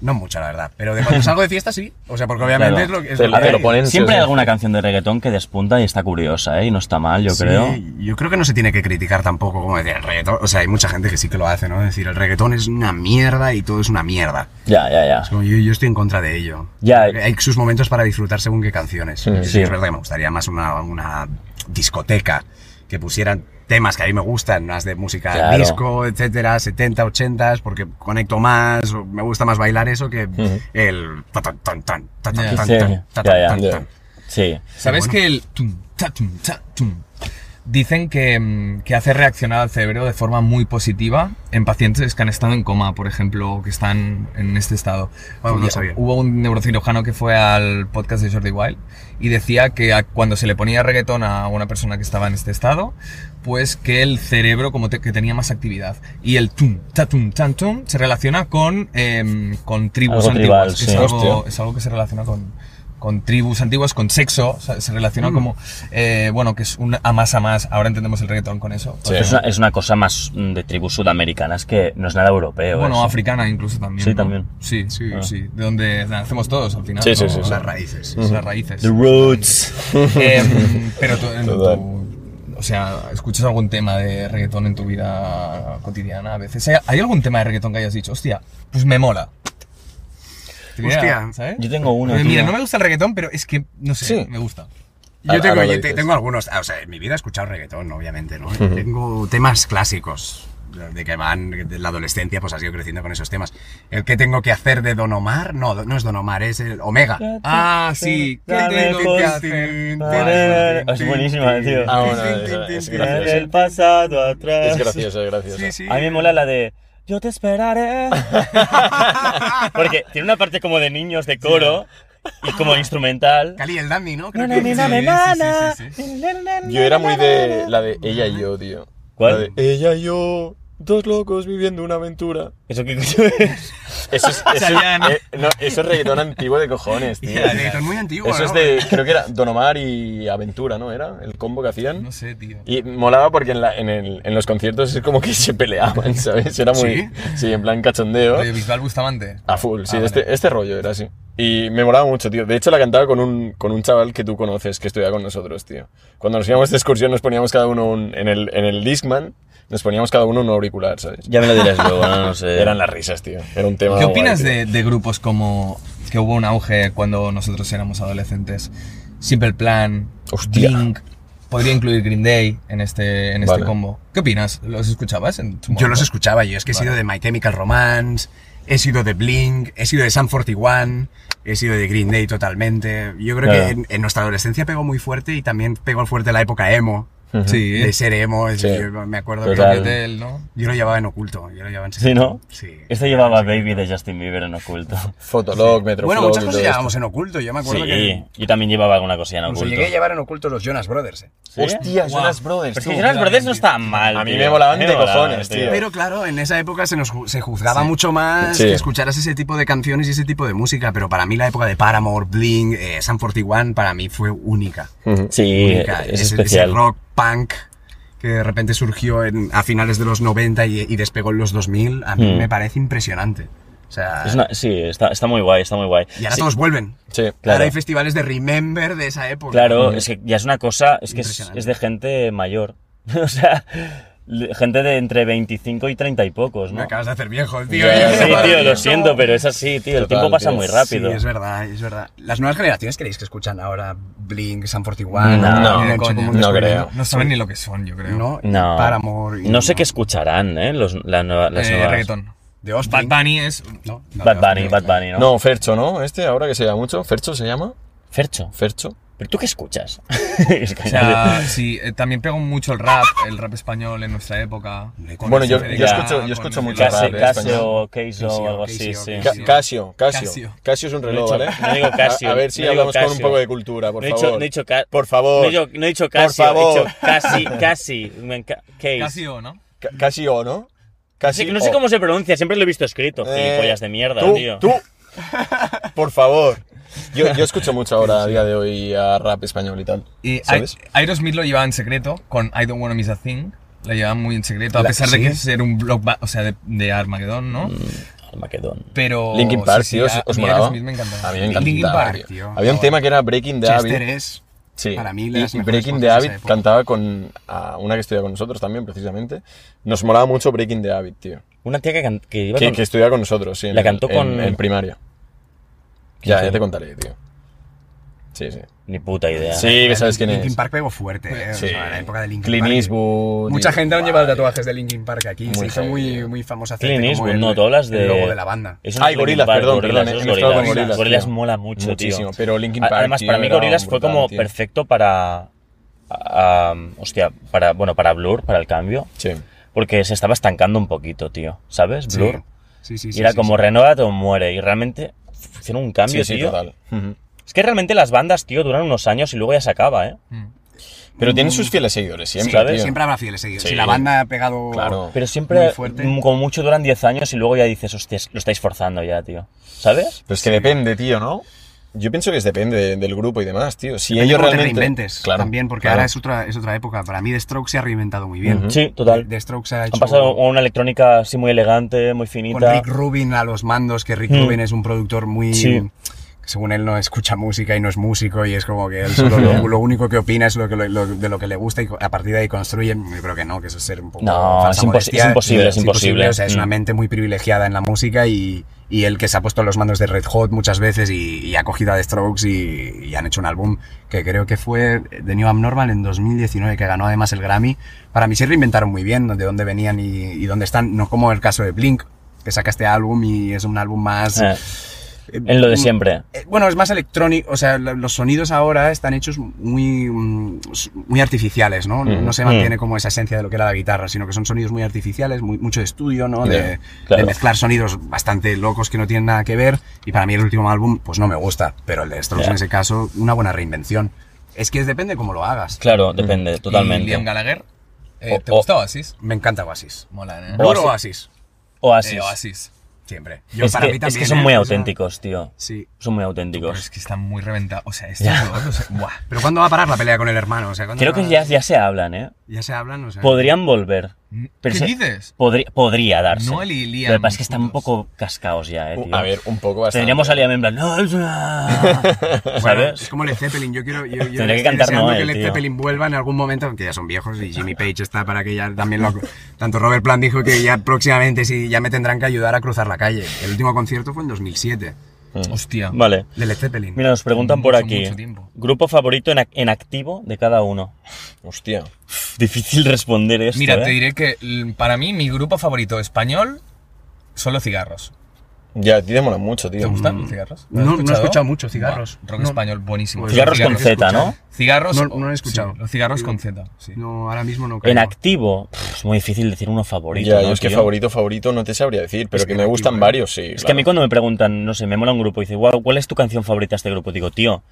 Speaker 3: No mucho, la verdad. Pero de cuando salgo de fiesta, sí. O sea, porque obviamente
Speaker 2: Claro.
Speaker 3: es lo que... Es
Speaker 4: Te-
Speaker 3: lo que
Speaker 4: te
Speaker 3: hay.
Speaker 4: lo ponen, sí,
Speaker 2: Siempre
Speaker 4: o
Speaker 2: hay
Speaker 4: sea.
Speaker 2: alguna canción de reggaetón que despunta y está curiosa, ¿eh? Y no está mal, yo
Speaker 3: Sí,
Speaker 2: creo.
Speaker 3: yo creo que no se tiene que criticar tampoco, como decir, el reggaetón... O sea, hay mucha gente que sí que lo hace, ¿no? Es decir, el reggaetón es una mierda y todo es una mierda.
Speaker 2: Ya, ya, ya.
Speaker 3: Es como, yo, yo estoy en contra de ello.
Speaker 2: Ya.
Speaker 3: Hay sus momentos para disfrutar según qué canciones.
Speaker 4: Sí.
Speaker 3: Sí,
Speaker 2: Sí.
Speaker 3: Es verdad que me gustaría más una, una discoteca que pusieran temas que a mí me gustan, más de música
Speaker 2: Claro.
Speaker 3: disco, etcétera, 70, 80, porque conecto más, o me gusta más bailar eso que
Speaker 4: Ujú.
Speaker 3: el... ta, tan, tan, tan, ta, tan,
Speaker 1: Ya.
Speaker 3: tan,
Speaker 2: Sí,
Speaker 3: tan, ta,
Speaker 2: ya,
Speaker 3: tan,
Speaker 2: ya.
Speaker 3: tan,
Speaker 4: Ya.
Speaker 3: tan.
Speaker 2: Sí.
Speaker 1: ¿Sabes
Speaker 3: bueno.
Speaker 1: que el... tum, ta, tum, ta, tum, dicen que, mm, que hace reaccionar al cerebro de forma muy positiva en pacientes que han estado en coma, por ejemplo, o que están en este estado.
Speaker 3: Bueno, no
Speaker 1: Hubo-
Speaker 3: sabía.
Speaker 1: Hubo un neurocirujano que fue al podcast de Jordi Wild y decía que a- cuando se le ponía reggaetón a una persona que estaba en este estado, pues que el cerebro como te- que tenía más actividad. Y el tum, ta, tum, tan, tum se relaciona con, em, con tribus
Speaker 2: Algo tribal,
Speaker 1: antiguas. que
Speaker 2: sí.
Speaker 1: es, algo,
Speaker 4: Hostia.
Speaker 1: es algo que se relaciona con, con tribus antiguas, con sexo. o sea, se
Speaker 2: Mm.
Speaker 1: relaciona como, eh, bueno, que es un a más a más. Ahora entendemos el reggaetón con eso.
Speaker 4: Sí.
Speaker 2: Es, una, es una cosa más mm, de tribus sudamericanas que no es nada europeo.
Speaker 1: Bueno,
Speaker 2: eso.
Speaker 1: africana incluso también.
Speaker 2: Sí,
Speaker 1: ¿no?
Speaker 2: también.
Speaker 1: Sí, sí,
Speaker 2: Ah.
Speaker 1: sí. De donde nacemos todos al final.
Speaker 2: Sí, sí,
Speaker 1: ¿no?
Speaker 2: sí, sí.
Speaker 3: Las raíces.
Speaker 1: Es las raíces.
Speaker 2: The Roots.
Speaker 1: Em, pero tú, en
Speaker 4: Total.
Speaker 1: tu- o sea, ¿escuchas algún tema de reggaetón en tu vida cotidiana a veces? ¿Hay, hay algún tema de reggaetón que hayas dicho, hostia, pues me mola? Te diría,
Speaker 3: Hostia.
Speaker 1: ¿sabes?
Speaker 2: Yo tengo uno.
Speaker 1: Eh, Mira,
Speaker 2: tío.
Speaker 1: no me gusta el reggaetón, pero es que, no sé,
Speaker 4: Sí.
Speaker 1: me gusta.
Speaker 3: Yo
Speaker 4: Ahora-
Speaker 3: tengo,
Speaker 4: ahora lo
Speaker 3: yo te-
Speaker 4: dices.
Speaker 3: tengo algunos, ah, o sea, en mi vida he escuchado reggaetón, obviamente, ¿no? Tengo temas clásicos de que van de la adolescencia, pues has ido creciendo con esos temas. El que tengo que hacer de Don Omar, no, no es Don Omar, es el Omega.
Speaker 1: Ah, pues, sí. ¿Qué
Speaker 2: Dame
Speaker 1: tengo que
Speaker 2: cosas.
Speaker 1: hacer?
Speaker 2: Es buenísima, tío.
Speaker 4: Ah, bueno, es- es
Speaker 2: En el
Speaker 4: gracioso.
Speaker 2: pasado atrás.
Speaker 4: Es gracioso, es gracioso.
Speaker 3: Sí, sí.
Speaker 2: A mí me mola la de Yo te esperaré. Porque tiene una parte como de niños de coro y como instrumental.
Speaker 3: Cali el Dandy, ¿no? Creo
Speaker 2: Na,
Speaker 3: que-
Speaker 2: na, na, na,
Speaker 3: sí,
Speaker 2: na,
Speaker 3: sí,
Speaker 2: na.
Speaker 3: sí, sí, sí.
Speaker 2: Na, na, na,
Speaker 4: Yo era muy
Speaker 2: na, na,
Speaker 4: de
Speaker 2: na.
Speaker 4: la de ella y yo, tío.
Speaker 2: ¿Cuál?
Speaker 4: La de ella y yo. Dos locos viviendo una aventura.
Speaker 2: ¿Eso qué coño es?
Speaker 4: Eso es, eso,
Speaker 1: Chayanne.
Speaker 4: eh, no, eso es reggaetón antiguo de cojones, tío.
Speaker 1: Ya,
Speaker 3: Reggaetón muy antiguo,
Speaker 4: Eso
Speaker 3: ¿no?
Speaker 4: es de, creo que era Don Omar y Aventura, ¿no? Era el combo que hacían.
Speaker 1: No sé, tío.
Speaker 4: Y molaba porque en, la- en el- en los conciertos es como que se peleaban, ¿sabes? Era muy... ¿Sí? en plan cachondeo.
Speaker 1: Oye, Bisbal Bustamante.
Speaker 4: A full, sí,
Speaker 1: Ah, vale.
Speaker 4: este, este rollo era así. Y me molaba mucho, tío. De hecho, la cantaba con un, con un chaval que tú conoces, que estudiaba con nosotros, tío. Cuando nos íbamos de excursión nos poníamos cada uno un- en, el, en el Discman, nos poníamos cada uno un auricular, ¿sabes?
Speaker 2: Ya me lo dirás luego, no, no sé.
Speaker 4: Eran las risas, tío. Era un tema
Speaker 1: ¿Qué opinas
Speaker 4: guay, tío.
Speaker 1: de, de grupos como que hubo un auge cuando nosotros éramos adolescentes? Simple Plan,
Speaker 4: Hostia.
Speaker 1: Blink. Podría incluir Green Day en este, en este
Speaker 4: Vale.
Speaker 1: combo. ¿Qué opinas? ¿Los escuchabas en su
Speaker 3: Yo los
Speaker 1: momento?
Speaker 3: escuchaba, yo es que he sido de My Chemical Romance, he sido de Blink, he sido de Sam 41, he sido de Green Day totalmente. Yo creo
Speaker 4: Claro.
Speaker 3: que en, en nuestra adolescencia pegó muy fuerte y también pegó fuerte la época emo,
Speaker 4: Ujú.
Speaker 1: Sí,
Speaker 3: de ser emo. es-
Speaker 4: Sí.
Speaker 3: Yo me acuerdo que
Speaker 4: Total.
Speaker 1: de él, ¿no?
Speaker 3: yo lo llevaba en oculto, yo lo llevaba en
Speaker 2: ¿Sí, no?
Speaker 3: Sí.
Speaker 2: Este llevaba Baby de Justin Bieber en oculto.
Speaker 4: Fotolog, Metroflog
Speaker 3: Bueno, muchas
Speaker 4: y
Speaker 3: cosas
Speaker 4: todo
Speaker 3: llevábamos en oculto, yo me acuerdo
Speaker 2: Sí,
Speaker 3: que...
Speaker 2: yo también llevaba alguna cosilla en
Speaker 5: Incluso
Speaker 2: oculto.
Speaker 5: llegué a llevar en oculto los Jonas Brothers. eh.
Speaker 4: esto. Hostia, son las Brothers,
Speaker 2: Pero es que
Speaker 4: tú.
Speaker 2: Jonas Brothers no estaban mal.
Speaker 4: A mí
Speaker 2: tío.
Speaker 4: me molaban de
Speaker 2: molaban,
Speaker 4: cojones, tío.
Speaker 3: Pero claro, en esa época se nos ju- se juzgaba mucho más
Speaker 4: Sí.
Speaker 3: que escucharas ese tipo de canciones y ese tipo de música, pero para mí la época de Paramore, Blink, eh, Sam 41, para mí fue única.
Speaker 4: Ujú.
Speaker 2: Sí,
Speaker 3: única.
Speaker 2: es
Speaker 3: Ese-
Speaker 2: especial.
Speaker 3: Ese rock punk que de repente surgió en- a finales de los 90 y, y despegó en los 2000, a mí
Speaker 2: Mm.
Speaker 3: me parece impresionante. O sea,
Speaker 2: Es una- sí, está, está muy guay, está muy guay.
Speaker 3: y ahora
Speaker 2: Sí,
Speaker 3: todos vuelven.
Speaker 4: Sí,
Speaker 3: Ahora
Speaker 2: claro.
Speaker 3: hay festivales de Remember de esa época.
Speaker 2: Claro, es que ya es una cosa, es que es,
Speaker 3: Impresionante.
Speaker 2: es de gente mayor. o sea, le- gente de entre 25 y 30 y pocos,
Speaker 3: Me
Speaker 2: ¿no?
Speaker 3: acabas de hacer viejo, tío.
Speaker 4: Ya,
Speaker 2: Sí, tío, lo
Speaker 3: Maldito.
Speaker 2: siento, pero es así, tío. El
Speaker 4: Total,
Speaker 2: tiempo pasa
Speaker 4: tío.
Speaker 2: muy
Speaker 3: Sí,
Speaker 2: rápido.
Speaker 3: es verdad, es verdad.
Speaker 5: Las nuevas generaciones creéis que escuchan ahora Blink, Sam 41,
Speaker 2: No,
Speaker 5: Blue Noche
Speaker 1: coño,
Speaker 5: como un
Speaker 4: no
Speaker 5: descubrimiento?
Speaker 4: creo.
Speaker 1: No saben ni lo que son, yo creo.
Speaker 3: No, y
Speaker 2: No.
Speaker 3: Paramore y-
Speaker 2: no sé qué escucharán, ¿eh? Los, la nueva- las
Speaker 1: Eh,
Speaker 2: nuevas-
Speaker 1: reggaetón.
Speaker 5: De Offspring.
Speaker 1: Bad Bunny es...
Speaker 3: No, no,
Speaker 2: Bad
Speaker 3: no,
Speaker 2: Bunny,
Speaker 3: no,
Speaker 2: Bad
Speaker 3: no.
Speaker 2: Bunny, ¿no?
Speaker 4: No, Fercho, ¿no? Este, ahora que se llama mucho. ¿Fercho se llama?
Speaker 2: Fercho.
Speaker 4: ¿Fercho?
Speaker 2: ¿Pero tú qué escuchas? Es que-
Speaker 1: O sea, sí, eh, también pegó mucho el rap, el rap español en nuestra época. Con
Speaker 4: Bueno, yo- yo
Speaker 1: Federica,
Speaker 4: escucho- yo
Speaker 1: con
Speaker 4: escucho
Speaker 1: el-
Speaker 4: mucho
Speaker 2: Case,
Speaker 4: rap, eh,
Speaker 2: Casio, Casio o
Speaker 3: Casio,
Speaker 2: algo así,
Speaker 3: Casio,
Speaker 2: sí.
Speaker 3: Casio.
Speaker 4: Ca- Casio, Casio.
Speaker 1: Casio.
Speaker 4: Casio. es un
Speaker 2: he
Speaker 4: reloj,
Speaker 2: dicho-
Speaker 4: ¿vale?
Speaker 2: no digo
Speaker 4: A-
Speaker 2: Casio,
Speaker 4: A, ver si
Speaker 2: no digo
Speaker 4: hablamos con un
Speaker 2: Casio.
Speaker 4: poco de cultura, por
Speaker 2: No he
Speaker 4: favor.
Speaker 2: dicho, no he dicho ca-
Speaker 4: Por favor.
Speaker 2: No he dicho, no he dicho
Speaker 4: Por
Speaker 2: Casio, he
Speaker 4: favor.
Speaker 2: dicho casi, casi. Me enca- Case.
Speaker 1: Casio, ¿no?
Speaker 4: Ca- Casio, ¿no? Casio.
Speaker 2: Sí, que no sé cómo se pronuncia, siempre lo he visto escrito. Gilipollas de mierda,
Speaker 4: Oh. Eh, tú,
Speaker 2: tío.
Speaker 4: Tú, por favor. Yo, yo escucho mucho ahora, a día de hoy, a rap español y tal.
Speaker 1: Y
Speaker 4: ¿Sabes?
Speaker 1: Ai- Aerosmith lo llevaba en secreto, con I Don't Wanna Miss a Thing. Lo llevaban muy en secreto, a
Speaker 3: La-
Speaker 1: pesar de
Speaker 3: ¿sí?
Speaker 1: que es ser un blog, o sea, de, de Armageddon, ¿no?
Speaker 2: Armagedón.
Speaker 3: Oh,
Speaker 1: Pero.
Speaker 4: Linkin Park, tío, ¿os,
Speaker 1: a-
Speaker 4: os
Speaker 1: a mí
Speaker 4: molaba?
Speaker 1: Aerosmith me encantaba.
Speaker 4: A mí me encantaba,
Speaker 1: Linkin Park.
Speaker 4: tío.
Speaker 3: tío. Oh.
Speaker 4: Había un tema que era Breaking the
Speaker 3: Chester
Speaker 4: Habit.
Speaker 3: es
Speaker 4: Sí.
Speaker 3: para mí
Speaker 4: y,
Speaker 3: las
Speaker 4: y
Speaker 3: mejores
Speaker 4: Breaking
Speaker 3: voces de
Speaker 4: the
Speaker 3: esa
Speaker 4: Habit
Speaker 3: época.
Speaker 4: cantaba con a una que estudia con nosotros también, precisamente. Nos molaba mucho Breaking the Habit, tío.
Speaker 2: Una tía que, can- que iba
Speaker 4: Que,
Speaker 2: con-
Speaker 4: que estudiaba con nosotros, sí. en
Speaker 2: La
Speaker 4: el-
Speaker 2: cantó
Speaker 4: en-
Speaker 2: con-
Speaker 4: En primaria. Ya,
Speaker 2: fue?
Speaker 4: ya te contaré, tío. Sí, sí.
Speaker 2: Ni puta idea.
Speaker 4: Sí, que sabes quién
Speaker 3: Linkin
Speaker 4: es.
Speaker 3: Park pegó fuerte, eh, o
Speaker 4: Sí.
Speaker 3: sea, la época de Linkin
Speaker 4: Clint
Speaker 3: Park.
Speaker 4: Eastwood.
Speaker 5: Mucha
Speaker 4: y-
Speaker 5: gente aún lleva tatuajes de Linkin Park aquí.
Speaker 4: Muy
Speaker 5: se hizo
Speaker 4: heavy,
Speaker 5: muy,
Speaker 4: tío.
Speaker 5: muy famosa. hace
Speaker 2: Clint
Speaker 5: como
Speaker 2: Eastwood,
Speaker 5: el-
Speaker 2: no, tú hablas de.
Speaker 5: El logo de la banda.
Speaker 2: Eso
Speaker 4: Ay,
Speaker 2: es
Speaker 4: Gorilas,
Speaker 2: Linkin Park,
Speaker 4: perdón,
Speaker 2: gorilas,
Speaker 4: perdón,
Speaker 2: eso es
Speaker 4: he mezclado
Speaker 2: gorilas.
Speaker 4: con
Speaker 2: Gorilas,
Speaker 4: Gorilas, tío.
Speaker 2: mola mucho,
Speaker 4: Muchísimo,
Speaker 2: tío.
Speaker 4: pero Linkin
Speaker 2: A-
Speaker 4: Park,
Speaker 2: Además,
Speaker 4: tío,
Speaker 2: para mí
Speaker 4: era
Speaker 2: Gorilas fue
Speaker 4: brutal,
Speaker 2: como
Speaker 4: tío.
Speaker 2: perfecto para. ah, hostia, para. Bueno, para Blur, para el cambio.
Speaker 4: Sí.
Speaker 2: Porque se estaba estancando un poquito, tío. ¿Sabes?
Speaker 3: Sí.
Speaker 2: Blur.
Speaker 3: Sí, sí,
Speaker 2: y
Speaker 3: sí,
Speaker 2: era
Speaker 3: sí,
Speaker 2: como
Speaker 3: sí.
Speaker 2: renóvate o muere. Y realmente hicieron un cambio,
Speaker 4: Sí, sí,
Speaker 2: tío.
Speaker 4: total. Ujú.
Speaker 2: Es que realmente las bandas, tío, duran unos años y luego ya se acaba, ¿eh?
Speaker 4: Mm. Pero tienen sus fieles seguidores siempre,
Speaker 2: ¿sabes?
Speaker 4: tío.
Speaker 3: Mm. Siempre habrá fieles seguidores.
Speaker 4: E Sí.
Speaker 3: Si la banda ha pegado...
Speaker 4: Claro.
Speaker 2: Pero siempre,
Speaker 3: Muy fuerte.
Speaker 2: mm, como mucho, duran 10 años y luego ya dices, hostia, lo estáis forzando ya, tío. ¿Sabes?
Speaker 4: Pero es que depende, tío, ¿no? Yo pienso que es depende de- del grupo y demás, tío. Si
Speaker 3: Depende
Speaker 4: ellos
Speaker 3: cómo te
Speaker 4: realmente.
Speaker 3: reinventes
Speaker 4: Claro,
Speaker 3: también, porque
Speaker 4: claro.
Speaker 3: ahora es otra, es otra época. Para mí The Strokes se ha reinventado muy bien.
Speaker 4: Ujú.
Speaker 2: Sí, total.
Speaker 3: The Strokes ha hecho...
Speaker 2: Han pasado a una electrónica así muy elegante, muy
Speaker 3: con
Speaker 2: finita.
Speaker 3: Rick Rubin a los mandos, que Rick
Speaker 2: Mm.
Speaker 3: Rubin es un productor muy...
Speaker 2: Sí.
Speaker 3: que Según él no escucha música y no es músico y es como que él solo lo, lo único que opina es lo que, lo- lo- de lo que le gusta y co- a partir de ahí construye. Yo creo que no, que eso es ser un poco...
Speaker 2: No,
Speaker 3: falsa
Speaker 2: es impos-
Speaker 3: modestia.
Speaker 2: es imposible, es imposible.
Speaker 3: O sea, es una
Speaker 2: Mm.
Speaker 3: mente muy privilegiada en la música y, y él que se ha puesto los mandos de Red Hot muchas veces y, y ha cogido a The Strokes y, y han hecho un álbum que creo que fue The New Abnormal en 2019, que ganó además el Grammy. Para mí se reinventaron muy bien de dónde venían y, y dónde están, no como el caso de Blink, que saca este álbum y es un álbum más...
Speaker 2: Eh, en lo de siempre.
Speaker 3: Eh, Bueno, es más electrónico, o sea, lo- los sonidos ahora están hechos muy, mm, s- muy artificiales, ¿no?
Speaker 2: Mm,
Speaker 3: No- No se mantiene como esa esencia de lo que era la guitarra, sino que son sonidos muy artificiales, muy, mucho de estudio, ¿no? De,
Speaker 4: Ya, claro.
Speaker 3: de mezclar sonidos bastante locos que no tienen nada que ver. Y para mí el último álbum, pues no me gusta, pero el de Strokes
Speaker 2: Ya.
Speaker 3: en ese caso, una buena reinvención. Es que depende cómo lo hagas.
Speaker 2: Claro, depende,
Speaker 1: Y Liam
Speaker 2: totalmente.
Speaker 1: Gallagher. Eh,
Speaker 4: O-
Speaker 1: ¿Te
Speaker 4: o-
Speaker 1: gusta Oasis?
Speaker 3: Me encanta Oasis.
Speaker 1: Mola, ¿eh?
Speaker 3: Oro
Speaker 4: Oasis.
Speaker 3: Oh, Oasis.
Speaker 2: Oasis.
Speaker 1: Eh, Oasis.
Speaker 3: Siempre. Yo,
Speaker 2: Es,
Speaker 3: para
Speaker 2: que,
Speaker 3: mí
Speaker 2: es
Speaker 3: también,
Speaker 2: que son
Speaker 3: ¿eh?
Speaker 2: muy
Speaker 3: O sea,
Speaker 2: auténticos, tío.
Speaker 3: Sí.
Speaker 2: Son muy
Speaker 1: Pero
Speaker 2: auténticos.
Speaker 1: es que están muy reventados. O sea, este
Speaker 2: Ya.
Speaker 1: color, o sea, buah.
Speaker 3: Pero ¿cuándo va a parar la pelea con el hermano? O sea, ¿cuándo
Speaker 2: Creo
Speaker 3: va-
Speaker 2: que ya, ya se hablan, ¿eh?
Speaker 3: ya se hablan, o sea.
Speaker 2: Podrían volver. Pero
Speaker 1: ¿Qué
Speaker 2: se-
Speaker 1: dices?
Speaker 2: podri- podría darse.
Speaker 1: Noel y Liam
Speaker 2: Lo que pasa es que están un
Speaker 1: juntos.
Speaker 2: poco cascaos ya, eh, tío.
Speaker 4: Uh, A ver, un poco bastante.
Speaker 2: Tendríamos a Liam en plan. "No, es una-".
Speaker 3: Bueno,
Speaker 2: ¿Sabes?
Speaker 3: Es como Led Zeppelin, yo quiero. Yo, yo
Speaker 2: Tendría que
Speaker 3: estoy
Speaker 2: cantar
Speaker 3: deseando
Speaker 2: Noel,
Speaker 3: que Led
Speaker 2: tío.
Speaker 3: Zeppelin vuelva en algún momento, aunque ya son viejos y Jimmy Page está para que ya también lo. Tanto Robert Plant dijo que ya próximamente sí, ya me tendrán que ayudar a cruzar la calle. El último concierto fue en 2007,
Speaker 1: Hostia.
Speaker 2: Vale.
Speaker 3: de Led Zeppelin.
Speaker 2: Mira, nos preguntan por
Speaker 1: Mucho,
Speaker 2: aquí.
Speaker 1: mucho tiempo.
Speaker 2: Grupo favorito en, ac- en activo de cada uno.
Speaker 4: Hostia.
Speaker 2: Difícil responder esto.
Speaker 1: Mira,
Speaker 2: ¿eh?
Speaker 1: te diré que l- para mí mi grupo favorito español son los cigarros.
Speaker 4: Ya, a ti te mola mucho,
Speaker 1: ¿Te
Speaker 4: tío.
Speaker 1: gustan los cigarros?
Speaker 3: Mm, No, no he escuchado mucho cigarros.
Speaker 1: Buah, rock
Speaker 3: No.
Speaker 1: español, buenísimo.
Speaker 3: Pues
Speaker 2: Cigarros con
Speaker 3: Cigarros
Speaker 2: Z, ¿no?
Speaker 3: escuchar.
Speaker 1: Cigarros.
Speaker 3: No- no lo he escuchado.
Speaker 1: sí, los cigarros
Speaker 3: Digo,
Speaker 1: con Z, sí.
Speaker 3: No, ahora mismo no creo.
Speaker 2: En activo, pf, es muy difícil decir uno favorito.
Speaker 4: Ya,
Speaker 2: ¿no,
Speaker 4: yo es que
Speaker 2: tío?
Speaker 4: favorito, favorito no te sabría decir, pero
Speaker 3: Es
Speaker 4: que
Speaker 3: que
Speaker 4: me
Speaker 3: aquí,
Speaker 4: gustan
Speaker 3: bueno.
Speaker 4: varios, sí.
Speaker 2: Es que a mí
Speaker 4: claro.
Speaker 2: cuando me preguntan, no sé, me mola un grupo y dice, "Guau, ¿cuál es tu canción favorita de este grupo? Digo, tío,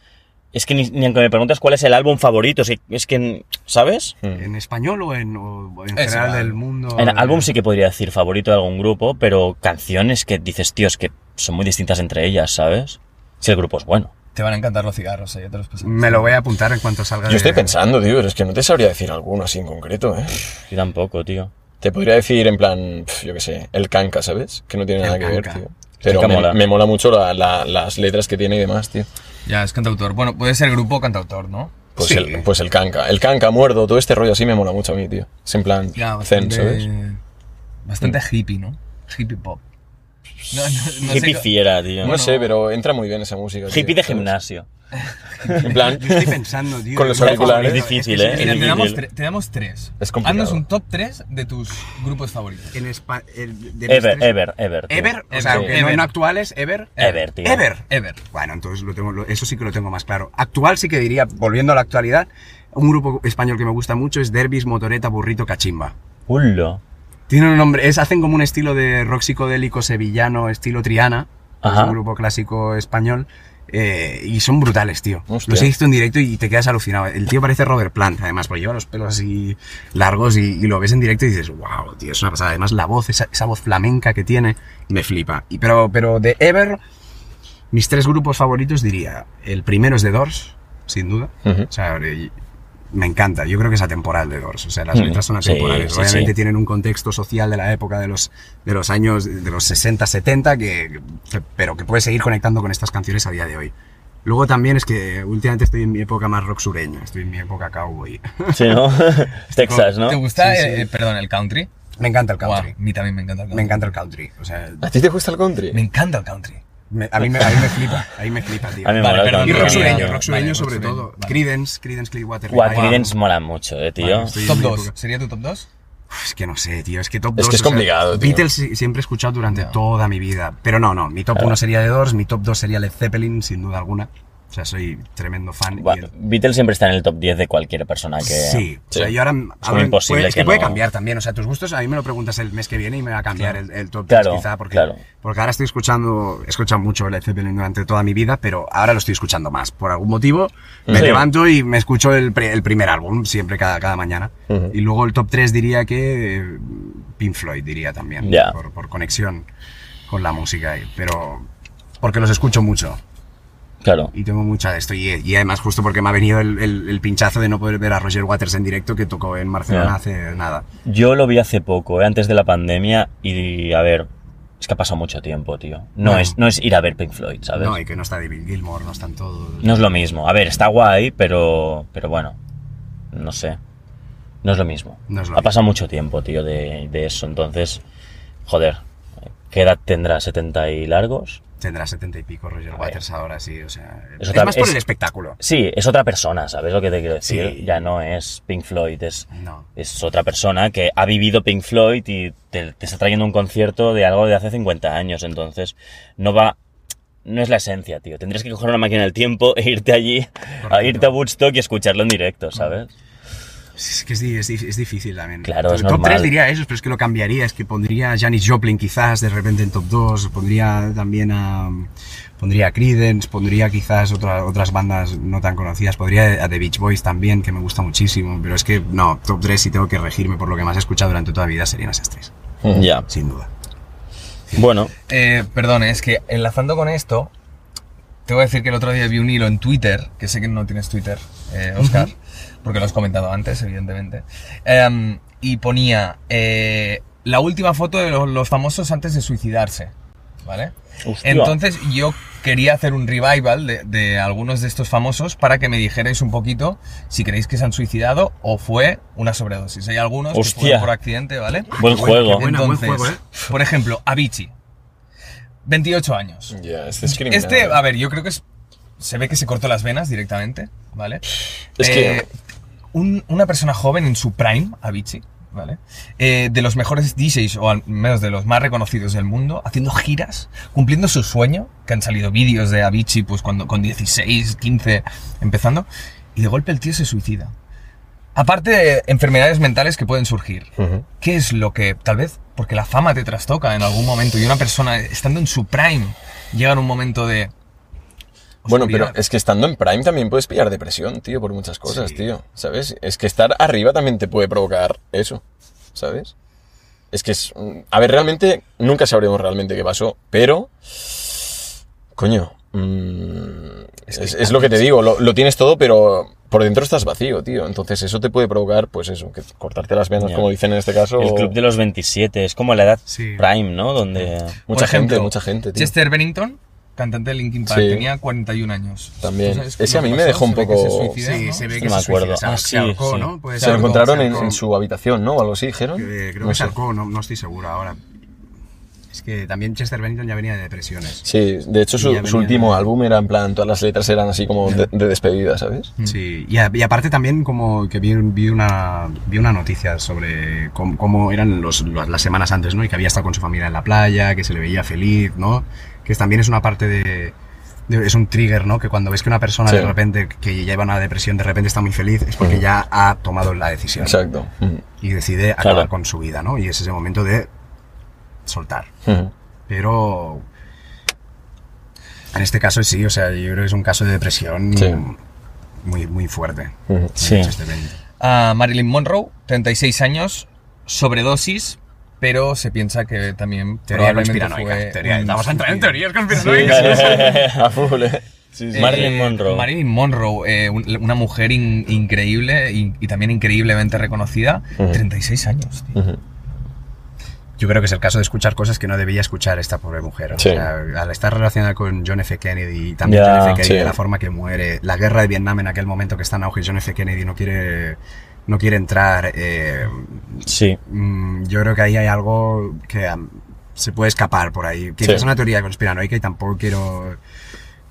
Speaker 2: es que ni, ni aunque me preguntas cuál es el álbum favorito, es que, es que ¿sabes?
Speaker 4: Mm.
Speaker 3: ¿En español o en, o en
Speaker 1: Es
Speaker 3: general
Speaker 1: igual.
Speaker 3: del mundo?
Speaker 2: En
Speaker 3: De-
Speaker 2: álbum sí que podría decir favorito de algún grupo, pero canciones que dices, tío, es que son muy distintas entre ellas, ¿sabes? Si el grupo es bueno.
Speaker 1: Te van a encantar los cigarros, eh, ya te los pasaré.
Speaker 3: Me lo voy a apuntar en cuanto salga.
Speaker 4: Yo
Speaker 3: de-
Speaker 4: estoy pensando, tío, pero es que no te sabría decir alguno así en concreto, ¿eh?
Speaker 2: Yo tampoco, tío.
Speaker 4: Te podría decir en plan, pf, yo qué sé, el canca, ¿sabes? Que no tiene
Speaker 3: El
Speaker 4: nada que ver,
Speaker 3: Kanka.
Speaker 4: tío. Pero
Speaker 2: Kanka
Speaker 4: me me
Speaker 2: mola.
Speaker 4: mola. mucho la- la- las letras que tiene y demás, tío.
Speaker 1: Ya, es cantautor. Bueno, puede ser grupo cantautor, ¿no?
Speaker 4: Pues,
Speaker 3: Sí.
Speaker 4: el, pues el canca. El canca, muerdo, todo este rollo así me mola mucho a mí, tío. Es en plan
Speaker 1: Ya,
Speaker 4: zen,
Speaker 1: bastante.
Speaker 4: ¿sabes?
Speaker 1: Bastante
Speaker 3: Mm.
Speaker 1: hippie, ¿no? Hippie pop. No, no, no sé
Speaker 2: Hippie
Speaker 1: co-
Speaker 2: fiera, tío.
Speaker 4: No sé, pero entra muy bien esa música. tío,
Speaker 2: Hippie de
Speaker 4: ¿sabes?
Speaker 2: gimnasio.
Speaker 4: En plan,
Speaker 3: Yo estoy pensando, tío.
Speaker 4: Con los
Speaker 3: Yo-
Speaker 4: auriculares.
Speaker 2: Es difícil,
Speaker 3: que sí,
Speaker 2: ¿eh?
Speaker 1: Mira,
Speaker 2: Es
Speaker 1: te damos,
Speaker 2: difícil.
Speaker 1: tre- te damos tres.
Speaker 4: Es complicado.
Speaker 1: Haznos un top tres de tus grupos favoritos.
Speaker 3: En espa- el- de mis
Speaker 2: Ever,
Speaker 3: tres-
Speaker 2: ever, ever. tío.
Speaker 3: Ever, o
Speaker 1: Ever,
Speaker 3: sea, aunque no
Speaker 1: Ever.
Speaker 3: en actuales, Ever.
Speaker 2: Ever, tío.
Speaker 3: Ever.
Speaker 1: Ever.
Speaker 3: Bueno, entonces lo tengo, lo- eso sí que lo tengo más claro. Actual sí que diría, volviendo a la actualidad, un grupo español que me gusta mucho es Derbis, Motoreta, Burrito, Cachimba.
Speaker 2: Pulo.
Speaker 3: Tienen un nombre, es, hacen como un estilo de rock psicodélico sevillano, estilo Triana, que
Speaker 2: Ajá.
Speaker 3: es un grupo clásico español, eh, y son brutales, tío.
Speaker 4: Hostia.
Speaker 3: Los he visto en directo y te quedas alucinado. El tío parece Robert Plant, además, porque lleva los pelos así largos y, y lo ves en directo y dices, wow, tío, es una pasada. Además, la voz, esa, esa voz flamenca que tiene, me flipa. Y, pero, pero de Ever, mis tres grupos favoritos diría, el primero es The Doors, sin duda.
Speaker 4: Ujú.
Speaker 3: O sea, y- me encanta. Yo creo que es atemporal de Doors. O sea, las
Speaker 2: Mm,
Speaker 3: letras son
Speaker 2: sí,
Speaker 3: atemporales.
Speaker 2: sí,
Speaker 3: Obviamente
Speaker 2: sí.
Speaker 3: tienen un contexto social de la época de los, de los años de los 60, 70, que, que- pero que puedes seguir conectando con estas canciones a día de hoy. Luego también es que últimamente estoy en mi época más rock sureño, estoy en mi época cowboy.
Speaker 2: Sí, ¿no? Texas, ¿no?
Speaker 1: ¿Te gusta,
Speaker 3: Sí, sí.
Speaker 1: eh, eh, perdón, el country?
Speaker 3: Me encanta el
Speaker 1: Guau,
Speaker 3: country.
Speaker 1: a mí también me encanta el country.
Speaker 3: Me encanta el country. O sea,
Speaker 4: ¿A ti te gusta el country?
Speaker 1: Me encanta el country.
Speaker 3: me- a, mí me, a mí me flipa, a mí me flipa, tío.
Speaker 2: A mí me
Speaker 1: Vale,
Speaker 2: mola
Speaker 1: perdón,
Speaker 2: tanto,
Speaker 3: Y rock
Speaker 1: Vale,
Speaker 3: sureño,
Speaker 2: tío.
Speaker 3: rock sureño
Speaker 1: vale,
Speaker 3: sobre
Speaker 1: rock
Speaker 3: todo.
Speaker 1: sureño, vale.
Speaker 3: Creedence, Creedence Clearwater
Speaker 2: Guau,
Speaker 3: Revival.
Speaker 2: Creedence mola mucho, eh, tío.
Speaker 3: Vale, estoy en
Speaker 1: Top
Speaker 3: mi
Speaker 1: 2.
Speaker 3: época.
Speaker 1: ¿Sería tu top 2?
Speaker 3: Uf, Es que no sé, tío. Es que top
Speaker 4: Es
Speaker 3: 2.
Speaker 4: que es complicado, tío.
Speaker 3: Beatles sí- siempre he escuchado durante toda mi vida. Pero no, no. Mi top 1 sería The Doors, mi top 2 sería Led Zeppelin, sin duda alguna. O sea, soy tremendo fan. y
Speaker 2: Buah,
Speaker 3: el-
Speaker 2: Beatles siempre está en el top 10 de cualquier persona que...
Speaker 3: Sí, o sea,
Speaker 4: Sí.
Speaker 3: yo ahora. ahora
Speaker 2: imposible
Speaker 3: puede- es que,
Speaker 2: que
Speaker 3: puede
Speaker 2: no-
Speaker 3: cambiar también. O sea, tus gustos a mí me lo preguntas el mes que viene y me va a cambiar el, el top 10,
Speaker 2: Claro,
Speaker 3: quizá. Porque,
Speaker 2: claro.
Speaker 3: porque ahora estoy escuchando. He escuchado mucho Led Zeppelin durante toda mi vida, pero ahora lo estoy escuchando más. Por algún motivo, me
Speaker 2: Sí.
Speaker 3: levanto y me escucho el, pre- el primer álbum, siempre cada, cada mañana.
Speaker 4: Ujú.
Speaker 3: Y luego el top 3 diría que. eh, Pink Floyd, diría también.
Speaker 2: Ya.
Speaker 3: Por, por conexión con la música. y- Pero. Porque los escucho mucho.
Speaker 2: Claro.
Speaker 3: Y tengo mucha de esto. Y, y además, justo porque me ha venido el, el- el pinchazo de no poder ver a Roger Waters en directo que tocó en Barcelona
Speaker 2: Ya.
Speaker 3: hace nada.
Speaker 2: Yo lo vi hace poco, eh, antes de la pandemia, y a ver, es que ha pasado mucho tiempo, tío. No,
Speaker 3: Bueno.
Speaker 2: es, no es ir a ver Pink Floyd, ¿sabes?
Speaker 3: No, y que no está David Gilmour, no están todos.
Speaker 2: No es lo mismo. A ver, está guay, pero, pero bueno, no sé. No es lo mismo.
Speaker 3: No es lo
Speaker 2: ha pasado mucho tiempo, tío, de, de eso. Entonces, joder, ¿qué edad tendrá? ¿70 y largos?
Speaker 3: Tendrá setenta y pico Roger Waters ahora, sí. O sea,
Speaker 2: Eso
Speaker 3: es
Speaker 2: tam-
Speaker 3: más por
Speaker 2: es-
Speaker 3: el espectáculo.
Speaker 2: Sí, es otra persona, ¿sabes lo que te quiero decir?
Speaker 3: Sí.
Speaker 2: Ya no es Pink Floyd, es,
Speaker 3: No.
Speaker 2: es otra persona que ha vivido Pink Floyd y te, te está trayendo un concierto de algo de hace 50 años, entonces no va... No es la esencia, tío. Tendrías que coger una máquina del tiempo e irte allí, a irte a Woodstock y escucharlo en directo, ¿sabes?
Speaker 3: Pues Es que es, di- es di- es difícil también.
Speaker 2: Claro, es
Speaker 3: top
Speaker 2: normal.
Speaker 3: 3 diría eso, pero es que lo cambiaría. Es que pondría a Janis Joplin quizás de repente en top 2. Pondría también a. Pondría a Creedence, pondría quizás otra- otras bandas no tan conocidas. Podría a The Beach Boys también, que me gusta muchísimo. Pero es que no, top 3 si tengo que regirme por lo que más he escuchado durante toda mi vida serían esas tres.
Speaker 4: Mm.
Speaker 2: Ya.
Speaker 3: Sin duda.
Speaker 2: Bueno,
Speaker 1: Eh, perdón, es que enlazando con esto, te voy a decir que el otro día vi un hilo en Twitter, que sé que no tienes Twitter, eh, Oscar, porque lo has comentado antes, evidentemente, em, y ponía eh, la última foto de los, los famosos antes de suicidarse, ¿vale?
Speaker 2: Hostia.
Speaker 1: Entonces yo quería hacer un revival de, de algunos de estos famosos para que me dijerais un poquito si creéis que se han suicidado o fue una sobredosis. Hay algunos que
Speaker 2: Hostia.
Speaker 1: fueron por accidente, ¿vale?
Speaker 2: buen juego.
Speaker 3: bueno. buen
Speaker 1: Entonces,
Speaker 3: juego, ¿eh?
Speaker 1: por ejemplo, Avicii, 28 años.
Speaker 4: Ya, este es criminal.
Speaker 1: Este, a ver, yo creo que es- se ve que se cortó las venas directamente, ¿vale?
Speaker 4: Es que-
Speaker 1: eh, un- una persona joven en su prime, Avicii, ¿vale? Eh, de los mejores DJs, o al menos de los más reconocidos del mundo, haciendo giras, cumpliendo su sueño, que han salido vídeos de Avicii pues cuando, con 16, 15, empezando, y de golpe el tío se suicida. Aparte de enfermedades mentales que pueden surgir,
Speaker 4: Ujú.
Speaker 1: ¿Qué es lo que, tal vez, porque la fama te trastoca en algún momento y una persona estando en su prime llega en un momento de...
Speaker 4: Bueno, pero
Speaker 1: oscuridad?
Speaker 4: es que estando en Prime también puedes pillar depresión, tío, por muchas cosas, tío. ¿Sabes? Es que estar arriba también te puede provocar eso, ¿sabes? Es que es... mm, A ver, realmente nunca sabremos realmente qué pasó, pero... Coño. mm, es, es lo que te digo, lo, lo tienes todo, pero por dentro estás vacío, tío. Entonces eso te puede provocar, pues eso, que cortarte las venas,
Speaker 2: Ya.
Speaker 4: como dicen en este caso.
Speaker 2: El
Speaker 4: o-
Speaker 2: club de los 27, es como la edad
Speaker 3: Sí.
Speaker 2: prime, ¿no? Donde...
Speaker 1: Por
Speaker 4: Mucha gente,
Speaker 1: ejemplo,
Speaker 4: mucha gente, tío.
Speaker 1: Chester Bennington, cantante de Linkin Park,
Speaker 4: Sí.
Speaker 1: tenía 41 años.
Speaker 4: También.
Speaker 1: ¿Tú sabes
Speaker 4: Ese
Speaker 1: qué
Speaker 4: a mí
Speaker 1: le
Speaker 4: me dejó un
Speaker 1: Se ve
Speaker 4: poco-
Speaker 1: que se suicidó,
Speaker 3: Sí,
Speaker 1: ¿no?
Speaker 3: se ve
Speaker 2: No
Speaker 3: que
Speaker 2: me
Speaker 3: se
Speaker 2: acuerdo.
Speaker 3: suicida, se-
Speaker 2: Ah,
Speaker 3: se
Speaker 2: sí,
Speaker 3: ahorcó,
Speaker 2: sí.
Speaker 3: ¿no? Puede
Speaker 4: Se
Speaker 3: ser,
Speaker 4: lo
Speaker 3: ¿no?
Speaker 4: encontraron
Speaker 3: Se
Speaker 4: en,
Speaker 3: ahorcó.
Speaker 4: en su habitación, ¿no? O algo así, dijeron.
Speaker 3: Eh, creo
Speaker 4: No
Speaker 3: que
Speaker 4: sé.
Speaker 3: sacó, no, no estoy seguro ahora. Es que también Chester Bennington ya venía de depresiones.
Speaker 4: Sí, de hecho
Speaker 3: Y
Speaker 4: su,
Speaker 3: ya
Speaker 4: su
Speaker 3: venía
Speaker 4: último
Speaker 3: de-
Speaker 4: álbum era en plan, todas las letras eran así como de, de despedida, ¿sabes?
Speaker 3: Sí, y, a- y aparte también como que vi, un- vi una, vi una noticia sobre cómo, cómo eran los, los- las semanas antes, ¿no? Y que había estado con su familia en la playa, que se le veía feliz, ¿no? Que también es una parte de... de- es un trigger, ¿no? Que cuando ves que una persona
Speaker 4: Sí. Mm.
Speaker 3: de repente, que ya lleva una depresión, de repente está muy feliz, es porque ya ha tomado la decisión.
Speaker 4: Exacto. Mm.
Speaker 3: Y decide acabar
Speaker 2: Claro.
Speaker 3: con su vida, ¿no? Y es ese momento de soltar.
Speaker 4: Mm.
Speaker 3: Pero en este caso sí, o sea, yo creo que es un caso de depresión
Speaker 4: Sí.
Speaker 3: muy, muy fuerte.
Speaker 4: Mm.
Speaker 2: Sí.
Speaker 1: A Marilyn Monroe, 36 años, sobredosis, pero se piensa que también
Speaker 3: Teoría
Speaker 1: probablemente
Speaker 3: conspiranoica.
Speaker 1: fue
Speaker 3: Teoría,
Speaker 1: un
Speaker 3: vamos a entrar en teorías
Speaker 1: suicidio.
Speaker 3: conspiranoicas.
Speaker 4: A full, ¿eh? Sí, sí.
Speaker 1: Eh,
Speaker 2: Marilyn Monroe.
Speaker 1: Marilyn Monroe, eh, un- una mujer in- increíble y, y también increíblemente reconocida, 36 años. tío.
Speaker 4: Ujú.
Speaker 3: Yo creo que es el caso de escuchar cosas que no debía escuchar esta pobre mujer. O
Speaker 4: Sí.
Speaker 3: sea, al estar relacionada con John F. Kennedy y también
Speaker 2: Ya,
Speaker 3: John F. Kennedy,
Speaker 4: sí.
Speaker 3: de la forma que muere, la guerra de Vietnam en aquel momento que está en auge, John F. Kennedy no quiere, no quiere entrar. eh,
Speaker 2: Sí.
Speaker 3: Mm, yo creo que ahí hay algo que am, se puede escapar por ahí. Quizás
Speaker 4: Sí.
Speaker 3: es una teoría conspiranoica y tampoco quiero,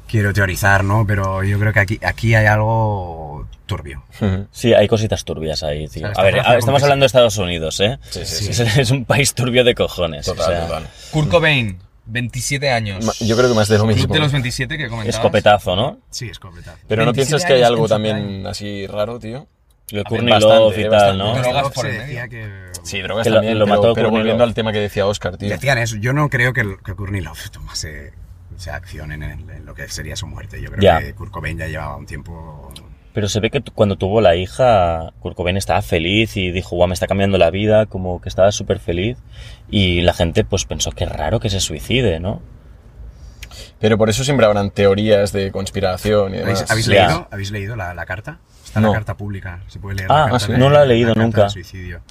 Speaker 3: quiero teorizar, ¿no? Pero yo creo que aquí, aquí hay algo turbio.
Speaker 4: Ujú.
Speaker 2: Sí, hay cositas turbias ahí, tío.
Speaker 3: O sea,
Speaker 2: a
Speaker 3: esta
Speaker 2: ver,
Speaker 3: frase
Speaker 2: a-
Speaker 3: con
Speaker 2: estamos
Speaker 3: que-
Speaker 2: hablando de Estados Unidos, ¿eh?
Speaker 4: Sí, sí,
Speaker 2: Es, es un país turbio de cojones. o sea,
Speaker 4: Total, total.
Speaker 1: Kurt Cobain, 27 años.
Speaker 4: Mm. Ma- Yo creo que más de lo
Speaker 1: Club
Speaker 4: mismo.
Speaker 1: de los 27 que comentabas.
Speaker 2: Escopetazo, ¿no?
Speaker 3: Sí, es completado.
Speaker 4: Pero no
Speaker 1: 27
Speaker 4: piensas que hay
Speaker 1: años
Speaker 4: algo
Speaker 1: en su
Speaker 4: también así raro, tío.
Speaker 2: Lo de
Speaker 4: A ver,
Speaker 2: Courtney
Speaker 4: bastante,
Speaker 2: Love y tal,
Speaker 4: bastante.
Speaker 2: ¿no?
Speaker 1: Pero- drogas
Speaker 3: Se
Speaker 1: por el
Speaker 3: decía que...
Speaker 4: Sí, drogas
Speaker 2: Que lo-
Speaker 4: también,
Speaker 2: lo
Speaker 4: pero-
Speaker 2: mató
Speaker 4: pero
Speaker 2: Courtney
Speaker 4: volviendo
Speaker 2: Love.
Speaker 4: al tema que decía Oscar, tío.
Speaker 3: Decían eso. Yo no creo que, el- que Courtney Love tomase o sea, acción en, el- en lo que sería su muerte. Yo creo
Speaker 2: Ya.
Speaker 3: que Kurt Cobain ya llevaba un tiempo...
Speaker 2: Pero se ve que tu- cuando tuvo la hija, Kurt Cobain estaba feliz y dijo, guau, me está cambiando la vida, como que estaba súper feliz. Y la gente pues pensó, qué raro que se suicide, ¿no?
Speaker 4: Pero por eso siempre habrán teorías de conspiración y demás.
Speaker 3: ¿Habéis, habéis
Speaker 2: Eh, Ya.
Speaker 3: leído, ¿habéis leído la, la carta? Está
Speaker 4: No.
Speaker 3: la carta pública, se puede leer.
Speaker 2: Ah,
Speaker 3: la carta
Speaker 2: sí. no la he leído
Speaker 3: carta
Speaker 2: nunca.
Speaker 3: del suicidio.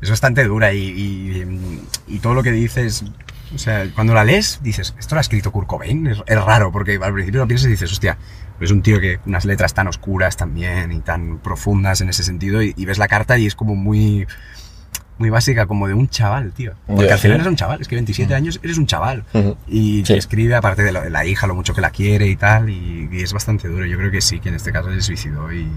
Speaker 3: Es bastante dura y, y- y- y todo lo que dices, o sea, cuando la lees dices, esto lo ha escrito Kurt Cobain, es, es raro, porque al principio lo piensas y dices, hostia, es un tío que unas letras tan oscuras también y tan profundas en ese sentido y, y ves la carta y es como muy... Muy básica, como de un chaval, tío. Porque
Speaker 4: Ya,
Speaker 3: al final
Speaker 4: sí.
Speaker 3: eres un chaval, es que 27
Speaker 2: Mm.
Speaker 3: años eres un chaval.
Speaker 4: Ujú.
Speaker 3: Y te
Speaker 4: Sí.
Speaker 3: escribe, aparte de, lo- de la hija, lo mucho que la quiere y tal, y, y es bastante duro. Yo creo que sí, que en este caso se suicidó y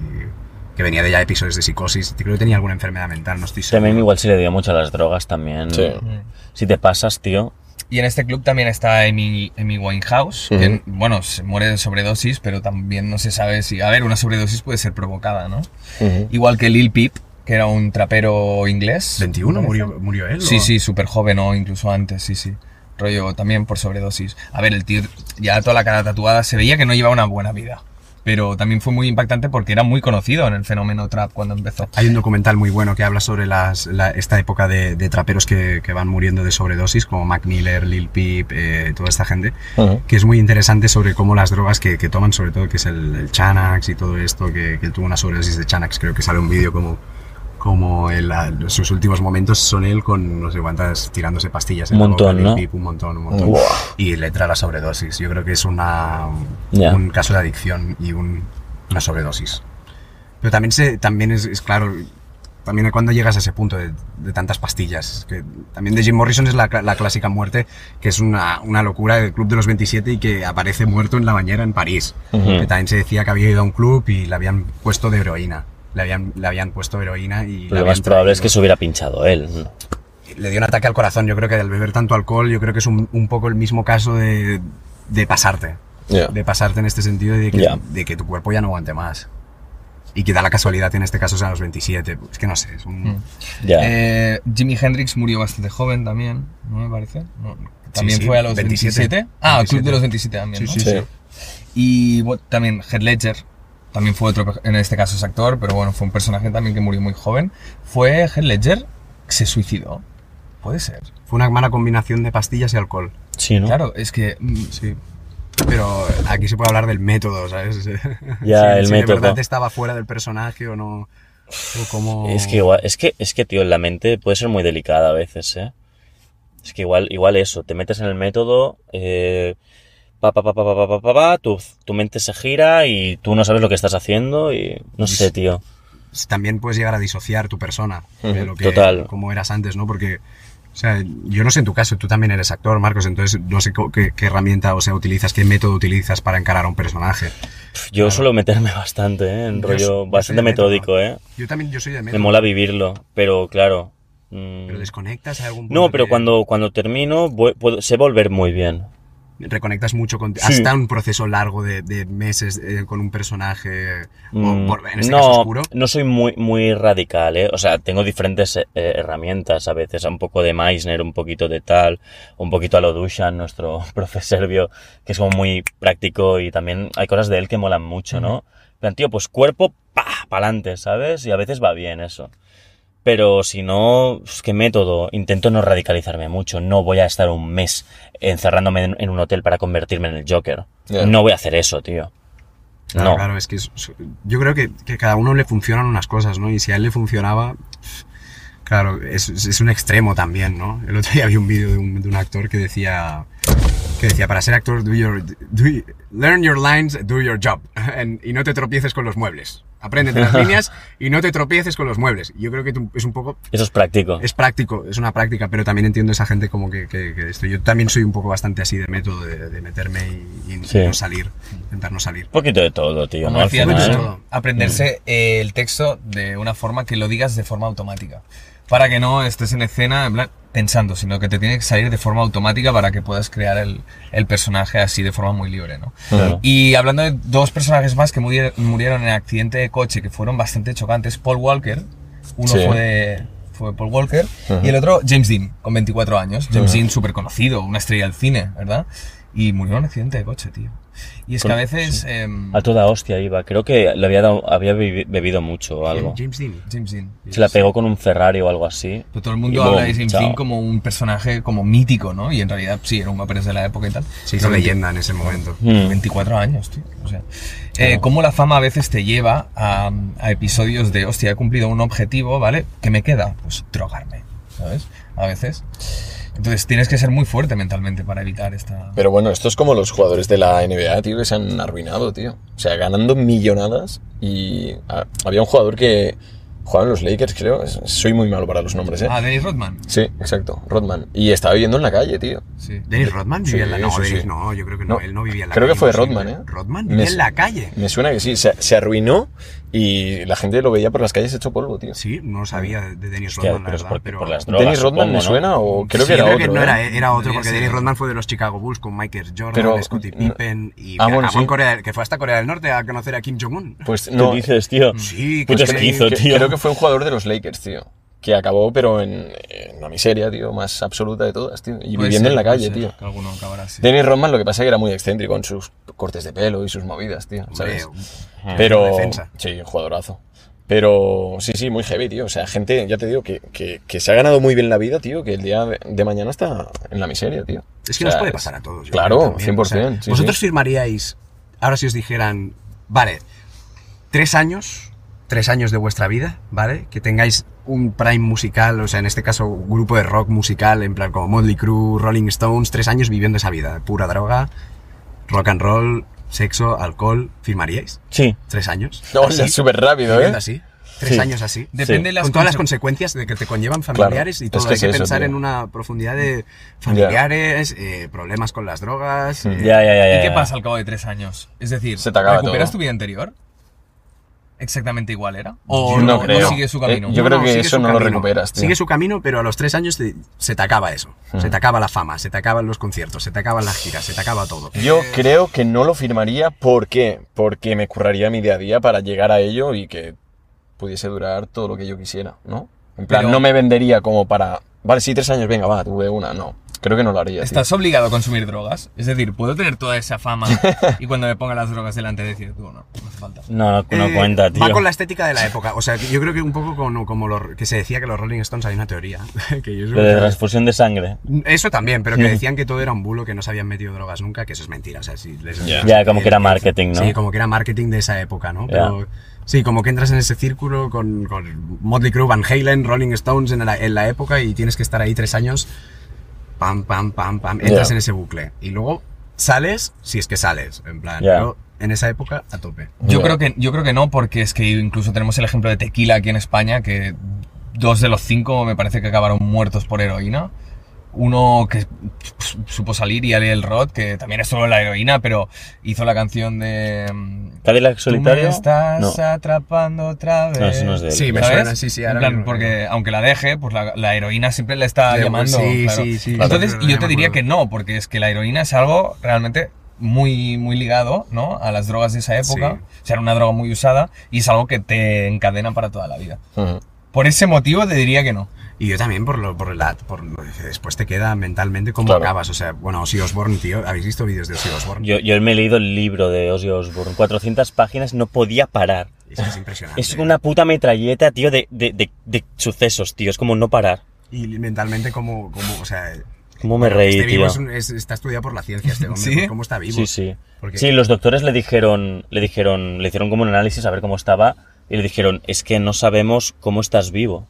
Speaker 3: que venía de ya episodios de psicosis. Creo que tenía alguna enfermedad mental, no estoy seguro.
Speaker 2: También Este igual se le dio mucho a las drogas también.
Speaker 4: Sí.
Speaker 1: Mm.
Speaker 2: Si te pasas, tío.
Speaker 1: Y en este club también está Amy, Amy Winehouse,
Speaker 4: Ujú.
Speaker 1: que, bueno, se muere de sobredosis, pero también no se sabe si... A ver, una sobredosis puede ser provocada, ¿no?
Speaker 4: Ujú.
Speaker 1: Igual que Lil Peep, que que era un trapero inglés.
Speaker 3: 21 murió, murió él.
Speaker 1: Sí,
Speaker 3: o-
Speaker 1: sí, súper joven o incluso antes, sí, sí. Rollo también por sobredosis. A ver, el tío ya toda la cara tatuada se veía que no llevaba una buena vida. Pero también fue muy impactante porque era muy conocido en el fenómeno trap cuando empezó.
Speaker 3: Hay un documental muy bueno que habla sobre las, la- esta época de, de traperos que, que van muriendo de sobredosis, como Mac Miller, Lil Peep, eh, toda esta gente,
Speaker 4: Ujú.
Speaker 3: que es muy interesante sobre cómo las drogas que, que toman, sobre todo que es el, el Xanax y todo esto, que, que él tuvo una sobredosis de Xanax, creo que sale un vídeo como, como en la- sus últimos momentos son él con no sé cuántas tirándose pastillas. en
Speaker 2: Un
Speaker 3: la boca,
Speaker 2: montón,
Speaker 3: Lil
Speaker 2: ¿no?
Speaker 3: Peep, un montón, un montón. Y letra la sobredosis. Yo creo que es una,
Speaker 2: Ya.
Speaker 3: un caso de adicción y un- una sobredosis. Pero también, se, también es, es claro, también cuando llegas a ese punto de, de tantas pastillas, que también de Jim Morrison es la, cla- la clásica muerte, que es una, una locura del Club de los 27 y que aparece muerto en la bañera en París.
Speaker 4: Ujú.
Speaker 3: Que también se decía que había ido a un club y le habían puesto de heroína. Le habían, le habían puesto heroína y... le
Speaker 2: Lo más
Speaker 3: habían
Speaker 2: probable es que
Speaker 3: traído
Speaker 2: se hubiera pinchado él. ¿no?
Speaker 3: le dio un ataque al corazón. Yo creo que al beber tanto alcohol, yo creo que es un, un poco el mismo caso de, de pasarte.
Speaker 4: Ya.
Speaker 3: De pasarte en este sentido de que,
Speaker 2: Ya.
Speaker 3: de que tu cuerpo ya no aguante más. Y que da la casualidad en este caso sean los 27. Es que no sé, es un...
Speaker 2: Ya.
Speaker 1: Eh, Jimi Hendrix murió bastante joven también, ¿no me parece? No, también
Speaker 3: sí,
Speaker 1: fue a los
Speaker 3: 27.
Speaker 1: 27. Ah,
Speaker 3: 27.
Speaker 1: Club de los 27 también, ¿no?
Speaker 4: Sí.
Speaker 1: Y bueno, también Heath Ledger, también fue otro, en este caso es actor, pero bueno, fue un personaje también que murió muy joven. Fue Heath Ledger que se suicidó. Puede ser.
Speaker 3: Fue una mala combinación de pastillas y alcohol.
Speaker 2: Sí, ¿no?
Speaker 1: Claro, es que... mm,
Speaker 3: Sí. Pero aquí se puede hablar del método, ¿sabes?
Speaker 2: Ya,
Speaker 3: Si-
Speaker 2: el
Speaker 3: si
Speaker 2: método.
Speaker 3: de verdad estaba fuera del personaje o no. O cómo...
Speaker 2: Es que igual, es que, es que, tío, la mente puede ser muy delicada a veces, ¿eh? Es que igual, igual eso, te metes en el método, eh, pa, pa, pa, pa, pa, pa, pa, pa, pa, tu, tu mente se gira y tú no sabes lo que estás haciendo y no sé, tío.
Speaker 3: pues, también puedes llegar a disociar tu persona de lo que
Speaker 2: Total.
Speaker 3: como eras antes, ¿no? Porque o sea, yo no sé en tu caso, tú también eres actor, Marcos, entonces no sé co- qué, qué herramienta o sea utilizas, qué método utilizas para encarar a un personaje.
Speaker 2: Yo suelo meterme bastante, ¿eh? En
Speaker 3: Yo
Speaker 2: rollo
Speaker 3: s- yo soy
Speaker 2: bastante
Speaker 3: de método.
Speaker 2: metódico, ¿eh?
Speaker 3: Yo también yo soy de
Speaker 2: Me
Speaker 3: método.
Speaker 2: mola vivirlo, pero claro. mm,
Speaker 3: Pero desconectas a algún punto.
Speaker 2: no, pero
Speaker 3: que
Speaker 2: cuando, cuando termino, vu- puedo- sé volver muy bien.
Speaker 3: reconectas mucho con
Speaker 2: Sí.
Speaker 3: hasta un proceso largo de, de meses eh, con un personaje o
Speaker 2: Mm,
Speaker 3: por- en este
Speaker 2: no,
Speaker 3: caso oscuro.
Speaker 2: no soy muy, muy radical, ¿eh? O sea, tengo diferentes eh, herramientas a veces, un poco de Meissner, un poquito de tal, un poquito a lo Dusan, nuestro profe serbio, que es como muy práctico y también hay cosas de él que molan mucho, ¿no? En plan, tío, pues cuerpo, pa, pa'lante, ¿sabes? Y a veces va bien eso. Pero si no, pues, ¿qué método? Intento no radicalizarme mucho. No voy a estar un mes encerrándome en, en un hotel para convertirme en el Joker.
Speaker 4: Ya.
Speaker 2: No voy a hacer eso, tío.
Speaker 3: Ah, Claro,
Speaker 2: no.
Speaker 3: claro, es que es- es- yo creo que, que cada uno le funcionan unas cosas, ¿no? Y si a él le funcionaba, claro, es, es- es un extremo también, ¿no? El otro día vi un vídeo de un, de un actor que decía, que decía, para ser actor, do your, do y- learn your lines, do your job, En- y no te tropieces con los muebles. Apréndete las líneas y no te tropieces con los muebles. Yo creo que tú- es un poco
Speaker 2: Eso es práctico.
Speaker 3: es práctico, es una práctica, pero también entiendo esa gente como que, que- que esto. Yo también soy un poco bastante así de método, de, de meterme y, y
Speaker 2: Sí.
Speaker 3: no salir, intentar no salir.
Speaker 2: Un poquito de todo, tío.
Speaker 1: Como
Speaker 2: ¿no? Al
Speaker 1: decía,
Speaker 2: final,
Speaker 3: poquito de
Speaker 1: ¿no?
Speaker 2: ¿eh?
Speaker 3: todo.
Speaker 1: aprenderse eh, el texto de una forma que lo digas de forma automática. Para que no estés en escena en plan, pensando, sino que te tiene que salir de forma automática para que puedas crear el, el personaje así de forma muy libre, ¿no?
Speaker 2: Claro.
Speaker 1: Y hablando de dos personajes más que muri- murieron en accidente de coche que fueron bastante chocantes, Paul Walker, uno
Speaker 4: Sí.
Speaker 1: fue, de- fue Paul Walker y el otro James Dean, con 24 años. James Dean súper conocido, una estrella del cine, ¿verdad? Y murió en un accidente de coche, tío. Y es que a veces... em,
Speaker 2: A toda hostia iba. Creo que le había, dado- había bebi- bebido mucho o algo.
Speaker 3: James Dean.
Speaker 1: James Dean.
Speaker 2: Se la pegó con un Ferrari o algo así.
Speaker 3: Pues
Speaker 1: Pero todo el mundo
Speaker 2: Y
Speaker 1: habla
Speaker 2: boom,
Speaker 1: de Jim
Speaker 2: chao.
Speaker 1: Dean como un personaje como mítico, ¿no? Y en realidad sí, era un vaporés de la época y tal.
Speaker 3: Se hizo
Speaker 1: Pero
Speaker 3: leyenda en ese momento.
Speaker 4: Hmm.
Speaker 2: Mm.
Speaker 1: 24 años, tío. O sea, eh, cómo la fama a veces te lleva a, a episodios de, hostia, he cumplido un objetivo, ¿vale? ¿Qué me queda? Pues drogarme, ¿sabes? A veces. Entonces tienes que ser muy fuerte mentalmente para evitar esta...
Speaker 4: Pero bueno, esto es como los jugadores de la NBA, tío, que se han arruinado, tío. O sea, ganando millonadas y ah, había un jugador que jugaba en los Lakers, creo. Es- Soy muy malo para los nombres, ¿eh?
Speaker 1: Ah, Dennis Rodman.
Speaker 4: Sí, exacto, Rodman. Y estaba viviendo en la calle, tío.
Speaker 1: Sí.
Speaker 3: ¿Dennis Rodman vivía
Speaker 4: Sí,
Speaker 3: en la no,
Speaker 4: sí,
Speaker 3: Dennis
Speaker 4: sí.
Speaker 3: no, yo creo que no,
Speaker 4: No,
Speaker 3: él no vivía en la
Speaker 4: creo
Speaker 3: calle.
Speaker 4: que fue
Speaker 3: imposible.
Speaker 4: Rodman, ¿eh?
Speaker 3: Rodman vivía
Speaker 4: Me-
Speaker 3: en la calle.
Speaker 4: Me suena que sí, se, se arruinó Y la gente lo veía por las calles hecho polvo, tío.
Speaker 3: Sí, no lo sabía de Dennis
Speaker 4: Hostia,
Speaker 3: Rodman, la
Speaker 4: pero es
Speaker 3: verdad,
Speaker 4: porque
Speaker 3: pero-
Speaker 4: por las
Speaker 3: Sí,
Speaker 4: drogas.
Speaker 2: Dennis Rodman me
Speaker 4: supongo, ¿no?
Speaker 2: suena
Speaker 4: o creo que era
Speaker 3: creo
Speaker 4: otro.
Speaker 3: no era,
Speaker 4: ¿eh?
Speaker 3: era otro, porque
Speaker 5: Sí.
Speaker 3: Dennis Rodman fue de los Chicago Bulls con Michael Jordan,
Speaker 4: Pero-
Speaker 3: Scottie
Speaker 4: no.
Speaker 3: Pippen y
Speaker 4: Ah, bueno,
Speaker 3: acabó en
Speaker 4: sí.
Speaker 3: Corea del- que fue hasta Corea del Norte a conocer a Kim Jong-un.
Speaker 4: Pues
Speaker 2: ¿Qué
Speaker 4: no.
Speaker 2: dices,
Speaker 3: Mm.
Speaker 2: tío?
Speaker 3: Sí,
Speaker 2: Puto
Speaker 3: que-
Speaker 2: esquizo,
Speaker 4: que-
Speaker 2: tío.
Speaker 4: Creo que fue un jugador de los Lakers, tío. Que acabó, pero en, en la miseria, tío, más absoluta de todas, tío. Y
Speaker 1: Puede
Speaker 4: viviendo
Speaker 1: ser,
Speaker 4: en la
Speaker 1: puede
Speaker 4: calle,
Speaker 1: ser,
Speaker 4: tío.
Speaker 1: que alguno acabará así.
Speaker 4: Dennis Rodman lo que pasa es que era muy excéntrico con sus cortes de pelo y sus movidas, tío,
Speaker 3: Hombre,
Speaker 4: ¿sabes?
Speaker 3: un-
Speaker 4: Pero...
Speaker 3: una defensa.
Speaker 4: Sí, un jugadorazo. Pero sí, sí, muy heavy, tío. O sea, gente, ya te digo, que, que, que se ha ganado muy bien la vida, tío, que el día de, de mañana está en la miseria, tío.
Speaker 3: Es que
Speaker 4: O
Speaker 3: nos
Speaker 4: sea,
Speaker 3: puede
Speaker 4: es-
Speaker 3: pasar a todos. yo creo,
Speaker 4: Claro,
Speaker 3: también.
Speaker 4: 100%.
Speaker 3: O sea,
Speaker 4: sí,
Speaker 3: vosotros
Speaker 4: sí.
Speaker 3: firmaríais, ahora si os dijeran, vale, tres años, tres años de vuestra vida, ¿vale? Que tengáis un prime musical, o sea, en este caso, un grupo de rock musical, en plan como Motley Crue, Rolling Stones, tres años viviendo esa vida, pura droga, rock and roll, sexo, alcohol, ¿firmaríais?
Speaker 2: Sí.
Speaker 3: ¿Tres años?
Speaker 4: No, o sea,
Speaker 3: Así,
Speaker 4: súper rápido, ¿eh?
Speaker 3: viviendo así, tres
Speaker 2: Sí.
Speaker 3: años así.
Speaker 1: Depende de las
Speaker 3: con todas las
Speaker 1: conse-
Speaker 3: consecuencias de que te conllevan familiares
Speaker 4: Claro,
Speaker 3: y todo.
Speaker 4: es que
Speaker 3: Hay
Speaker 4: es
Speaker 3: que
Speaker 4: eso,
Speaker 3: pensar
Speaker 4: tío.
Speaker 3: en una profundidad de familiares, eh, problemas con las drogas.
Speaker 4: Hmm.
Speaker 3: eh,
Speaker 2: Ya, ya, ya.
Speaker 1: ¿Y
Speaker 2: ya,
Speaker 1: qué
Speaker 2: ya.
Speaker 1: pasa al cabo de tres años? Es decir,
Speaker 4: Se te acaba
Speaker 1: ¿recuperas
Speaker 4: todo.
Speaker 1: tu vida anterior? ¿Exactamente igual era? ¿O
Speaker 4: Yo no
Speaker 1: no,
Speaker 4: creo.
Speaker 1: sigue su
Speaker 4: Eh,
Speaker 1: camino?
Speaker 4: yo- creo que
Speaker 3: sigue
Speaker 4: eso
Speaker 3: su
Speaker 4: no lo recuperas, tío. Hmm.
Speaker 3: Sigue su camino, pero a los tres años te- se te acaba eso. Se te acaba la fama, se te acaban los conciertos, se te acaban las giras, se te acaba todo.
Speaker 4: Yo creo que no lo firmaría. ¿Por qué? Porque me curraría mi día a día para llegar a ello y que pudiese durar todo lo que yo quisiera, ¿no? En plan,
Speaker 1: Pero-
Speaker 4: no me vendería como para. Vale, sí, tres años, venga, va, tuve una. No, creo que no lo haría. tío.
Speaker 1: ¿Estás obligado a consumir drogas? Es decir, ¿puedo tener toda esa fama y cuando me pongan las drogas delante decir, tú no, no hace falta?
Speaker 2: No, no, no
Speaker 3: Eh,
Speaker 2: cuenta, tío.
Speaker 3: Va con la estética de la época. O sea, yo creo que un poco como, como lo que se decía que los Rolling Stones hay una teoría. que yo
Speaker 2: Lo de transfusión de sangre.
Speaker 3: Eso también, pero que
Speaker 2: Sí.
Speaker 3: decían que todo era un bulo, que no se habían metido drogas nunca, que eso es mentira. O sea, sí, les- Eh,
Speaker 4: Ya.
Speaker 2: Ya, como que era marketing, ¿no?
Speaker 3: Sí, como que era marketing de esa época, ¿no? Pero sí, como que entras en ese círculo con, con Motley Crue, Van Halen, Rolling Stones en la, en la época y tienes que estar ahí tres años, pam, pam, pam, pam, entras
Speaker 4: Ya.
Speaker 3: en ese bucle. Y luego sales, si es que sales, en plan,
Speaker 2: Ya.
Speaker 3: yo en esa época a tope.
Speaker 1: Yo,
Speaker 4: Ya.
Speaker 1: creo que, yo creo que no, porque es que incluso tenemos el ejemplo de tequila aquí en España, que dos de los cinco me parece que acabaron muertos por heroína. Uno que s- supo salir y Ariel Roth, que también es solo la heroína, pero hizo la canción de... mm,
Speaker 2: Cadillac
Speaker 1: Tú me
Speaker 2: solitario.
Speaker 1: estás
Speaker 2: No.
Speaker 1: atrapando otra vez.
Speaker 2: No, eso no es de él.
Speaker 3: Sí, me
Speaker 1: ¿Sabes?
Speaker 3: suena, sí, sí,
Speaker 1: En
Speaker 3: ahora
Speaker 1: plan,
Speaker 3: mismo.
Speaker 1: porque aunque la deje, pues la, la heroína siempre la está
Speaker 3: Sí,
Speaker 1: llamando.
Speaker 3: sí,
Speaker 1: claro.
Speaker 3: sí, sí,
Speaker 1: Entonces,
Speaker 3: sí,
Speaker 1: y yo
Speaker 3: ya
Speaker 1: te
Speaker 3: me
Speaker 1: diría
Speaker 3: acuerdo.
Speaker 1: que no, porque es que la heroína es algo realmente muy, muy ligado ¿no? a las drogas de esa época.
Speaker 3: Sí.
Speaker 1: O sea, era una droga muy usada y es algo que te encadena para toda la vida.
Speaker 4: Ujú.
Speaker 1: Por ese motivo te diría que no.
Speaker 3: Y yo también por lo, por la, por lo que después te queda mentalmente cómo
Speaker 4: Claro.
Speaker 3: acabas. O sea, bueno, Ozzy Osbourne, tío, ¿habéis visto vídeos de Ozzy Osbourne?
Speaker 2: Yo, yo me he leído el libro de Ozzy Osbourne, 400 páginas, no podía parar.
Speaker 3: Es, que es impresionante.
Speaker 2: Es una puta metralleta, tío, de, de, de, de sucesos, tío. Es como no parar.
Speaker 3: Y mentalmente como, como o sea...
Speaker 2: ¿Cómo me reí,
Speaker 3: Este vivo
Speaker 2: tío?
Speaker 3: es un- es- está estudiado por la ciencia, este hombre.
Speaker 1: ¿Sí?
Speaker 3: pues, ¿Cómo está vivo?
Speaker 2: Sí, sí.
Speaker 3: Porque-
Speaker 2: Sí, los doctores le dijeron, le dijeron, le hicieron como un análisis a ver cómo estaba y le dijeron, es que no sabemos cómo estás vivo.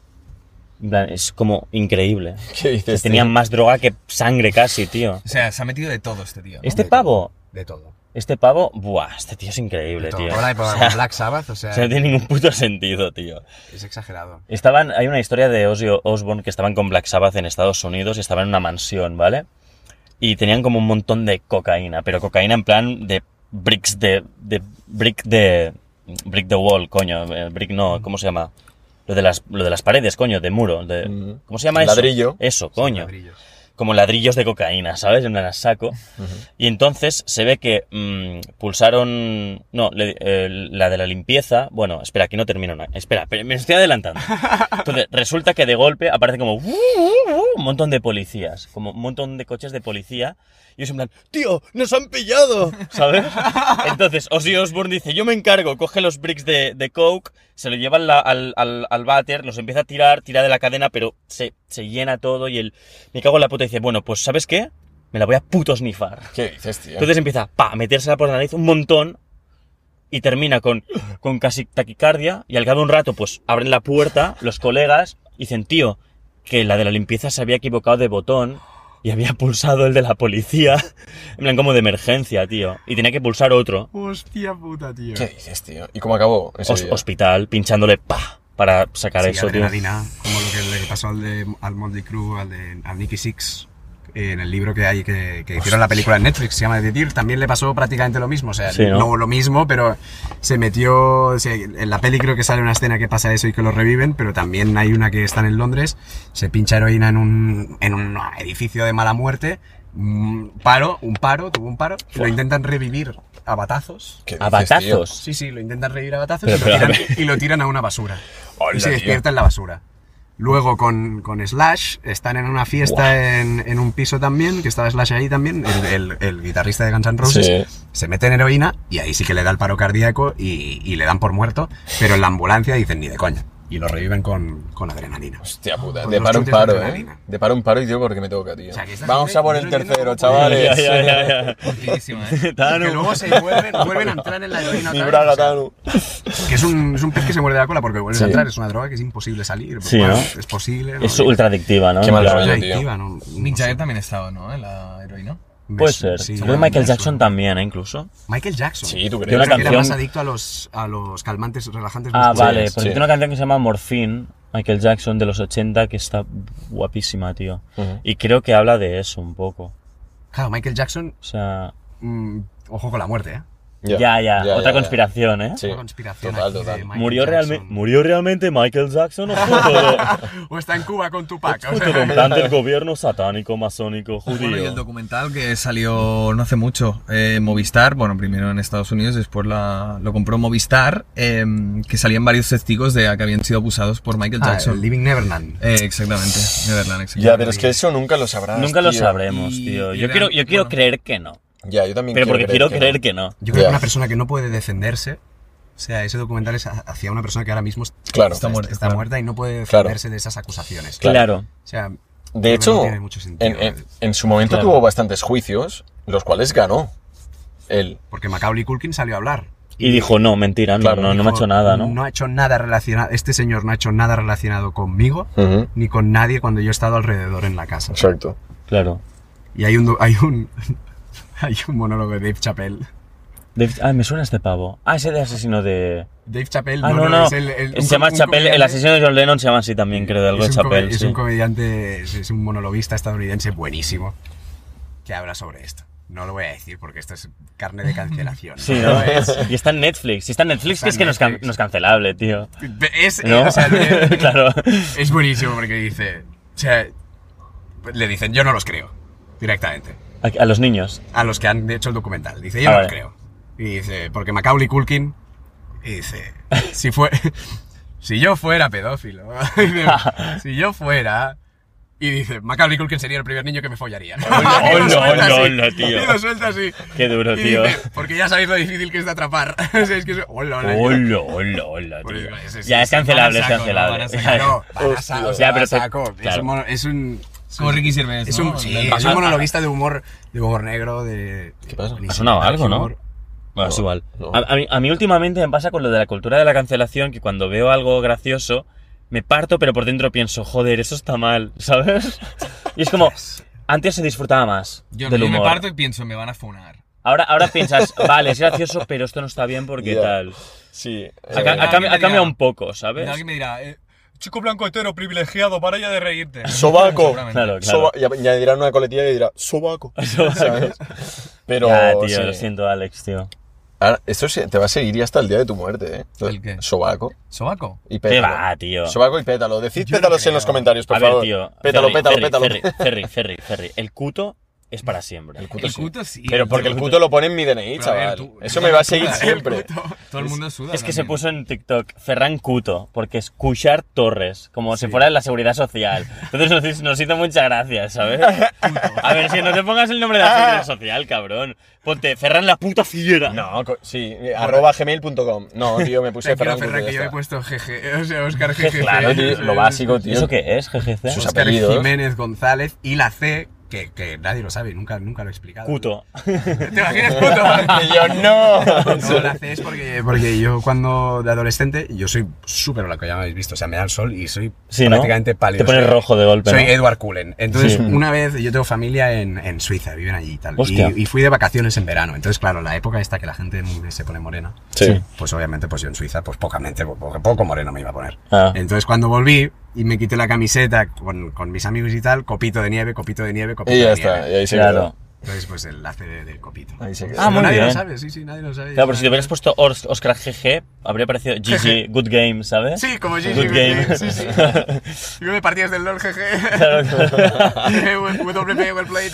Speaker 2: En plan, Es como increíble.
Speaker 4: ¿Qué dices? tío?
Speaker 2: Tenían más droga que sangre casi, tío.
Speaker 1: O sea, se ha metido de todo este tío. ¿no?
Speaker 2: Este
Speaker 3: de
Speaker 2: pavo,
Speaker 3: De todo.
Speaker 2: este pavo, buah, este tío es increíble,
Speaker 3: De todo.
Speaker 2: tío.
Speaker 3: Ahora hay
Speaker 2: O
Speaker 3: problemas con Black Sabbath, o sea,
Speaker 2: sea, no tiene ningún puto sentido, tío.
Speaker 3: es exagerado.
Speaker 2: Estaban, hay una historia de Ozzy Osbourne que estaban con Black Sabbath en Estados Unidos y estaban en una mansión, ¿vale? Y tenían como un montón de cocaína, pero cocaína en plan de bricks de, de brick de brick the wall, coño, eh, brick no, ¿cómo se llama? Lo de las lo de las paredes, coño, de muro, de-
Speaker 4: Mm.
Speaker 2: ¿cómo se llama eso?
Speaker 4: Ladrillo.
Speaker 2: Eso, coño
Speaker 3: Ladrillos.
Speaker 2: como ladrillos de cocaína, ¿sabes? En plan a saco. Y entonces se ve que mm, pulsaron. No, le- eh, la de la limpieza. Bueno, espera, aquí no termino. na- Espera, pero me estoy adelantando. Entonces resulta que de golpe aparece como. "Uh, uh, uh", un montón de policías. Como un montón de coches de policía. Y es en plan, tío, nos han pillado, ¿sabes? Entonces Ozzy Osbourne dice, yo me encargo, coge los bricks de, de coke, se lo lleva al, al, al, al váter, los empieza a tirar, tira de la cadena, pero se, se llena todo y el me cago en la puta dice, bueno, pues ¿sabes qué? Me la voy a puto snifar.
Speaker 4: ¿Qué dices, tío?
Speaker 2: Entonces empieza pa, a metérsela por la nariz un montón y termina con, con casi taquicardia y al cabo de un rato pues abren la puerta los colegas y dicen, tío, que la de la limpieza se había equivocado de botón y había pulsado el de la policía, en plan como de emergencia, tío, y tenía que pulsar otro,
Speaker 3: Hostia puta, tío.
Speaker 4: ¿Qué dices, tío? ¿Y cómo acabó ese
Speaker 2: Hos-
Speaker 4: día?
Speaker 2: hospital, pinchándole pa, para sacar
Speaker 3: Sí,
Speaker 2: eso, tío.
Speaker 3: adrenalina, como lo que le pasó al de al Motley Crue, al de al Nicky Six. en el libro que hay que, que hicieron la película en Netflix, se llama The Deer, también le pasó prácticamente lo mismo. O sea,
Speaker 2: Sí, ¿no?
Speaker 3: ¿no? lo mismo, pero se metió. o sea, en la peli creo que sale una escena que pasa eso y que lo reviven, pero también hay una que están en Londres, se pincha heroína en un, en un edificio de mala muerte. Un paro, un paro, tuvo un paro, y lo intentan revivir a batazos.
Speaker 4: ¿Qué
Speaker 2: A
Speaker 4: dices, tío?
Speaker 2: batazos.
Speaker 3: Sí, sí, lo intentan revivir a batazos
Speaker 2: Pero,
Speaker 3: y,
Speaker 2: pero,
Speaker 3: lo
Speaker 2: a
Speaker 3: tiran,
Speaker 2: ver.
Speaker 3: y lo tiran a una basura.
Speaker 4: Hola,
Speaker 3: y se
Speaker 4: tío.
Speaker 3: despierta en la basura. Luego con, con Slash están en una fiesta en, en un piso también, que estaba Slash ahí también, el, el- el guitarrista de Guns N' Roses.
Speaker 4: Sí.
Speaker 3: Se mete en heroína y ahí sí que le da el paro cardíaco y, y le dan por muerto, pero en la ambulancia dicen ni de coña. Y lo reviven con, con adrenalina.
Speaker 4: Hostia puta,
Speaker 3: Con
Speaker 4: de
Speaker 3: Pues los chutes
Speaker 4: paro en
Speaker 3: de
Speaker 4: paro, eh.
Speaker 3: adrenalina.
Speaker 4: De paro en paro y tío porque me toca, tío.
Speaker 3: O sea, que esta
Speaker 4: Vamos
Speaker 3: gente
Speaker 4: a por
Speaker 3: no
Speaker 4: el
Speaker 3: entiende
Speaker 4: tercero,
Speaker 3: cómo-
Speaker 2: Ya,
Speaker 4: chavales.
Speaker 2: ya, ya, ya.
Speaker 1: Fortísima, ¿eh?
Speaker 2: Tanu.
Speaker 3: Que luego se vuelven, vuelven a entrar en la heroína.
Speaker 4: Mi
Speaker 3: otra vez,
Speaker 4: braga,
Speaker 3: o sea,
Speaker 4: Tanu.
Speaker 3: Que es un, es un pez que se muerde la cola porque vuelves
Speaker 4: Sí.
Speaker 3: a entrar, es una droga que es imposible salir.
Speaker 2: Sí,
Speaker 3: bueno,
Speaker 2: ¿no?
Speaker 3: Es posible. ¿no?
Speaker 2: Es ultra adictiva, ¿no?
Speaker 4: Qué mal
Speaker 2: Claro.
Speaker 4: rollo.
Speaker 3: Era
Speaker 4: tío.
Speaker 3: adictiva, no- no
Speaker 1: Mick
Speaker 3: sé.
Speaker 1: Jagger también estaba, ¿no? En la heroína.
Speaker 2: Puede
Speaker 3: Me-
Speaker 2: ser.
Speaker 3: sí,
Speaker 2: Yo creo que
Speaker 3: me
Speaker 2: Michael
Speaker 3: suena.
Speaker 2: Jackson también, ¿eh? Incluso.
Speaker 3: Michael Jackson.
Speaker 4: Sí,
Speaker 2: Yo
Speaker 4: tú crees.
Speaker 2: la
Speaker 3: Creo que era
Speaker 2: canción-
Speaker 3: más adicto a los, a los calmantes relajantes.
Speaker 2: Ah,
Speaker 3: musculares.
Speaker 2: vale. Pues
Speaker 4: sí.
Speaker 2: tiene una canción que se llama Morphine, Michael Jackson de los 80, que está guapísima, tío.
Speaker 4: Ujú.
Speaker 2: Y creo que habla de eso un poco.
Speaker 3: Claro, Michael Jackson,
Speaker 2: O sea,
Speaker 3: mm, ojo con la muerte, ¿eh?
Speaker 2: ya, ya, otra conspiración, ¿eh?
Speaker 4: Sí.
Speaker 3: Una conspiración
Speaker 4: Total,
Speaker 3: aquí de
Speaker 4: total.
Speaker 3: Michael
Speaker 2: ¿Murió, realme-
Speaker 3: Jackson.
Speaker 2: ¿Murió realmente Michael Jackson o fue todo,
Speaker 3: O está en Cuba con Tupac. o
Speaker 2: fue
Speaker 3: sea,
Speaker 2: todo un plan del gobierno satánico, masónico,
Speaker 1: Bueno, y el
Speaker 2: judío?
Speaker 1: documental que salió no hace mucho, eh, Movistar, bueno, primero en Estados Unidos, después la- lo compró Movistar, eh, que salían varios testigos de que habían sido abusados por Michael
Speaker 3: Ah,
Speaker 1: Jackson.
Speaker 3: el Living Neverland.
Speaker 1: Eh, exactamente, de verdad, exactamente.
Speaker 4: Ya, pero es que eso nunca lo sabrás.
Speaker 2: Nunca lo
Speaker 4: tío.
Speaker 2: sabremos,
Speaker 1: Y-
Speaker 2: tío.
Speaker 1: y
Speaker 2: Yo
Speaker 1: era-
Speaker 2: quiero, yo quiero
Speaker 1: bueno.
Speaker 2: creer que no.
Speaker 4: Ya, yo también
Speaker 2: Pero porque quiero creer que no.
Speaker 3: Yo creo que
Speaker 4: Ya.
Speaker 3: una persona que no puede defenderse. O sea, ese documental es ha- hacia una persona que ahora mismo está,
Speaker 4: Claro.
Speaker 1: Está muerta,
Speaker 3: está
Speaker 1: claro.
Speaker 3: muerta y no puede
Speaker 4: Claro.
Speaker 3: defenderse de esas acusaciones.
Speaker 2: Claro.
Speaker 3: O sea, creo que
Speaker 4: De hecho,
Speaker 3: no tiene mucho sentido.
Speaker 4: en, en- en su momento
Speaker 2: Claro.
Speaker 4: tuvo bastantes juicios, los cuales ganó él.
Speaker 3: Porque Macaulay Culkin salió a hablar.
Speaker 2: Y dijo, no, mentira, no,
Speaker 4: Claro,
Speaker 2: no, no me ha
Speaker 3: Dijo,
Speaker 2: hecho nada, ¿no?
Speaker 3: No ha hecho nada relacionado. Este señor no ha hecho nada relacionado conmigo ni con nadie cuando yo he estado alrededor en la casa.
Speaker 4: Exacto.
Speaker 2: Claro.
Speaker 3: Y hay un do- hay un hay un monólogo de Dave Chappelle.
Speaker 2: Dave- ah, me suena este pavo. Ah, ese de asesino de...
Speaker 3: Dave Chappelle
Speaker 2: Ah, no, no.
Speaker 3: es el- el- un
Speaker 2: se
Speaker 3: com-
Speaker 2: llama
Speaker 3: un
Speaker 2: Chappelle. El
Speaker 3: comediante-
Speaker 2: asesino de John Lennon se llama así también, creo, de algo
Speaker 3: es
Speaker 2: de
Speaker 3: un come-
Speaker 2: Chappelle.
Speaker 3: Es
Speaker 2: sí.
Speaker 3: un comediante, es, es un monologuista estadounidense buenísimo que habla sobre esto. No lo voy a decir porque esto es carne de cancelación.
Speaker 2: Sí, ¿no? y está en Netflix. Si está en Netflix,
Speaker 3: Está
Speaker 2: que es que
Speaker 3: en
Speaker 2: no es, can-
Speaker 3: Netflix.
Speaker 2: no es cancelable, tío.
Speaker 3: Es,
Speaker 2: ¿No?
Speaker 3: o sea, lo-
Speaker 2: claro.
Speaker 3: Es buenísimo porque dice. O sea, le dicen, yo no los creo. Directamente.
Speaker 2: A, a los niños.
Speaker 3: A los que han hecho el documental. Dice, yo
Speaker 2: Ah,
Speaker 3: no
Speaker 2: vale.
Speaker 3: los creo. Y dice, porque Macaulay Culkin. Y dice, si fue. Si yo fuera pedófilo. dice, si yo fuera. Y dice, Macaulay Culkin sería el primer niño que me follaría. Y lo
Speaker 2: hola,
Speaker 3: suelta así,
Speaker 2: hola, tío.
Speaker 3: Y lo suelta así.
Speaker 2: Qué duro,
Speaker 3: Y
Speaker 2: tío.
Speaker 3: dice, porque ya sabéis lo difícil que es de atrapar. O sea, es que es- hola, hola, yo-
Speaker 2: Hola, hola, hola,
Speaker 3: Por
Speaker 2: tío.
Speaker 3: eso, ese sí,
Speaker 2: Ya, es
Speaker 3: ese
Speaker 2: cancelable, es
Speaker 3: van a saco, ¿no?
Speaker 2: cancelable.
Speaker 3: Van a saco, no, van a saco,
Speaker 2: Ya, pero
Speaker 3: van a
Speaker 2: te-
Speaker 3: saco. Es
Speaker 2: claro.
Speaker 3: un mono- Es un.
Speaker 1: Como Ricky Gervais,
Speaker 3: Es
Speaker 1: ¿no?
Speaker 3: un, sí,
Speaker 1: En
Speaker 3: es
Speaker 1: plan-
Speaker 3: un monologuista de humor, de humor negro, de...
Speaker 4: ¿Qué pasa?
Speaker 2: Ha sonado algo, ¿no?
Speaker 3: Humor.
Speaker 2: Bueno, es
Speaker 4: No,
Speaker 2: igual.
Speaker 4: no.
Speaker 2: A, a mí, a mí últimamente me pasa con lo de la cultura de la cancelación, que cuando veo algo gracioso, me parto, pero por dentro pienso, joder, eso está mal, ¿sabes? Y es como, antes se disfrutaba más
Speaker 1: Yo,
Speaker 2: del
Speaker 1: yo me
Speaker 2: humor.
Speaker 1: parto y pienso, me van a funar.
Speaker 2: Ahora, ahora piensas, vale, es gracioso, pero esto no está bien porque
Speaker 4: Ya. Eh,
Speaker 2: tal.
Speaker 4: Sí.
Speaker 2: Ha,
Speaker 4: eh,
Speaker 2: ca- ha cam-
Speaker 1: alguien me
Speaker 2: ha cambiado
Speaker 1: dirá-
Speaker 2: un poco, ¿sabes?
Speaker 1: Alguien me dirá, eh, chico blanco hetero privilegiado, para ya de reírte.
Speaker 4: Sobaco.
Speaker 1: Seguramente.
Speaker 2: Claro, claro.
Speaker 4: soba- ya, ya dirá una coletilla y dirá, sobaco. ¿sabes? Pero.
Speaker 2: Ya, tío,
Speaker 4: sí.
Speaker 2: lo siento, Alex, tío.
Speaker 4: Ahora, esto se- te va a seguir y hasta el día de tu muerte, ¿eh?
Speaker 1: ¿El qué?
Speaker 4: Sobaco
Speaker 1: Sobaco.
Speaker 4: y
Speaker 2: ¿Qué
Speaker 4: pétalo.
Speaker 2: va, tío?
Speaker 4: Sobaco y pétalo. Decid
Speaker 3: Yo no
Speaker 4: pétalos en
Speaker 3: creo.
Speaker 4: los comentarios, por
Speaker 2: a ver,
Speaker 4: favor.
Speaker 2: tío.
Speaker 4: pétalo,
Speaker 2: Ferry,
Speaker 4: pétalo,
Speaker 2: Ferry,
Speaker 4: pétalo.
Speaker 2: Ferry, Ferry, Ferry, Ferry. El cuto es para siempre.
Speaker 4: El cuto
Speaker 1: El
Speaker 4: sí.
Speaker 1: cuto sí.
Speaker 2: Pero
Speaker 4: Porque el cuto lo pone en mi DNI,
Speaker 1: Pero a ver,
Speaker 4: chaval.
Speaker 1: tú-
Speaker 4: Eso me va a seguir
Speaker 1: El
Speaker 4: siempre.
Speaker 1: Todo el mundo suda.
Speaker 2: Es que se
Speaker 1: también.
Speaker 2: puso en TikTok Ferran Cuto, porque es Cushar Torres, como si fuera de la seguridad social. Entonces nos, hizo- nos hizo muchas gracias, ¿sabes? A ver, si no te pongas el nombre de la seguridad social, cabrón. Ponte Ferran la puta fiera.
Speaker 4: No, co- sí, eh, arroba gmail.com. No, tío, me puse
Speaker 3: Tranquilo, Ferran,
Speaker 4: Ferran
Speaker 3: que
Speaker 4: Cuto, ya
Speaker 3: yo he
Speaker 4: está.
Speaker 3: puesto
Speaker 1: eh,
Speaker 3: GG, o sea, Oscar GG.
Speaker 2: claro,
Speaker 4: Tío, Lo básico, tío.
Speaker 2: ¿Eso qué es, GGC?
Speaker 4: Sus
Speaker 3: Oscar
Speaker 4: apellidos.
Speaker 3: Jiménez González y la C, que, que nadie lo sabe y nunca, nunca lo he explicado.
Speaker 2: Cuto.
Speaker 3: ¿Te imaginas puto?
Speaker 4: Y yo no.
Speaker 3: No, la C es porque, porque yo cuando de adolescente, yo soy súper blanco, ya me habéis visto, o sea, me da el sol y soy
Speaker 2: Sí, ¿no?
Speaker 3: prácticamente
Speaker 2: Te
Speaker 3: pálido.
Speaker 2: pones
Speaker 3: Soy-
Speaker 2: rojo de golpe,
Speaker 3: Soy
Speaker 2: ¿no?
Speaker 3: Edward Cullen. Entonces,
Speaker 2: Sí.
Speaker 3: una vez, yo tengo familia en, en Suiza, viven allí y tal.
Speaker 2: Hostia.
Speaker 3: Y, y fui de vacaciones en verano. Entonces, claro, la época esta que la gente se pone morena,
Speaker 4: Sí.
Speaker 3: pues obviamente, pues yo en Suiza, pues pocamente, po- poco, poco moreno me iba a poner.
Speaker 2: Ah.
Speaker 3: Entonces, cuando volví, y me quité la camiseta con, con mis amigos y tal, copito de nieve, copito de nieve, copito
Speaker 4: Y ya
Speaker 3: de
Speaker 4: está, y
Speaker 3: nieve.
Speaker 4: ahí se
Speaker 2: Claro.
Speaker 3: Entonces, pues el hace de, de copito.
Speaker 4: quedó. Ahí se quedó.
Speaker 2: Ah, muy
Speaker 3: nadie
Speaker 2: bien.
Speaker 3: lo sabe, sí, sí, nadie lo sabe.
Speaker 2: Claro, pero si le hubieras puesto Ors- Oscar GG, habría parecido GG, good game, ¿sabes?
Speaker 3: Sí, como Gigi.
Speaker 2: Good
Speaker 3: Gigi,
Speaker 2: game.
Speaker 3: Sí, sí. Yo me partías del LOL, jeje. Eh, WP, well played.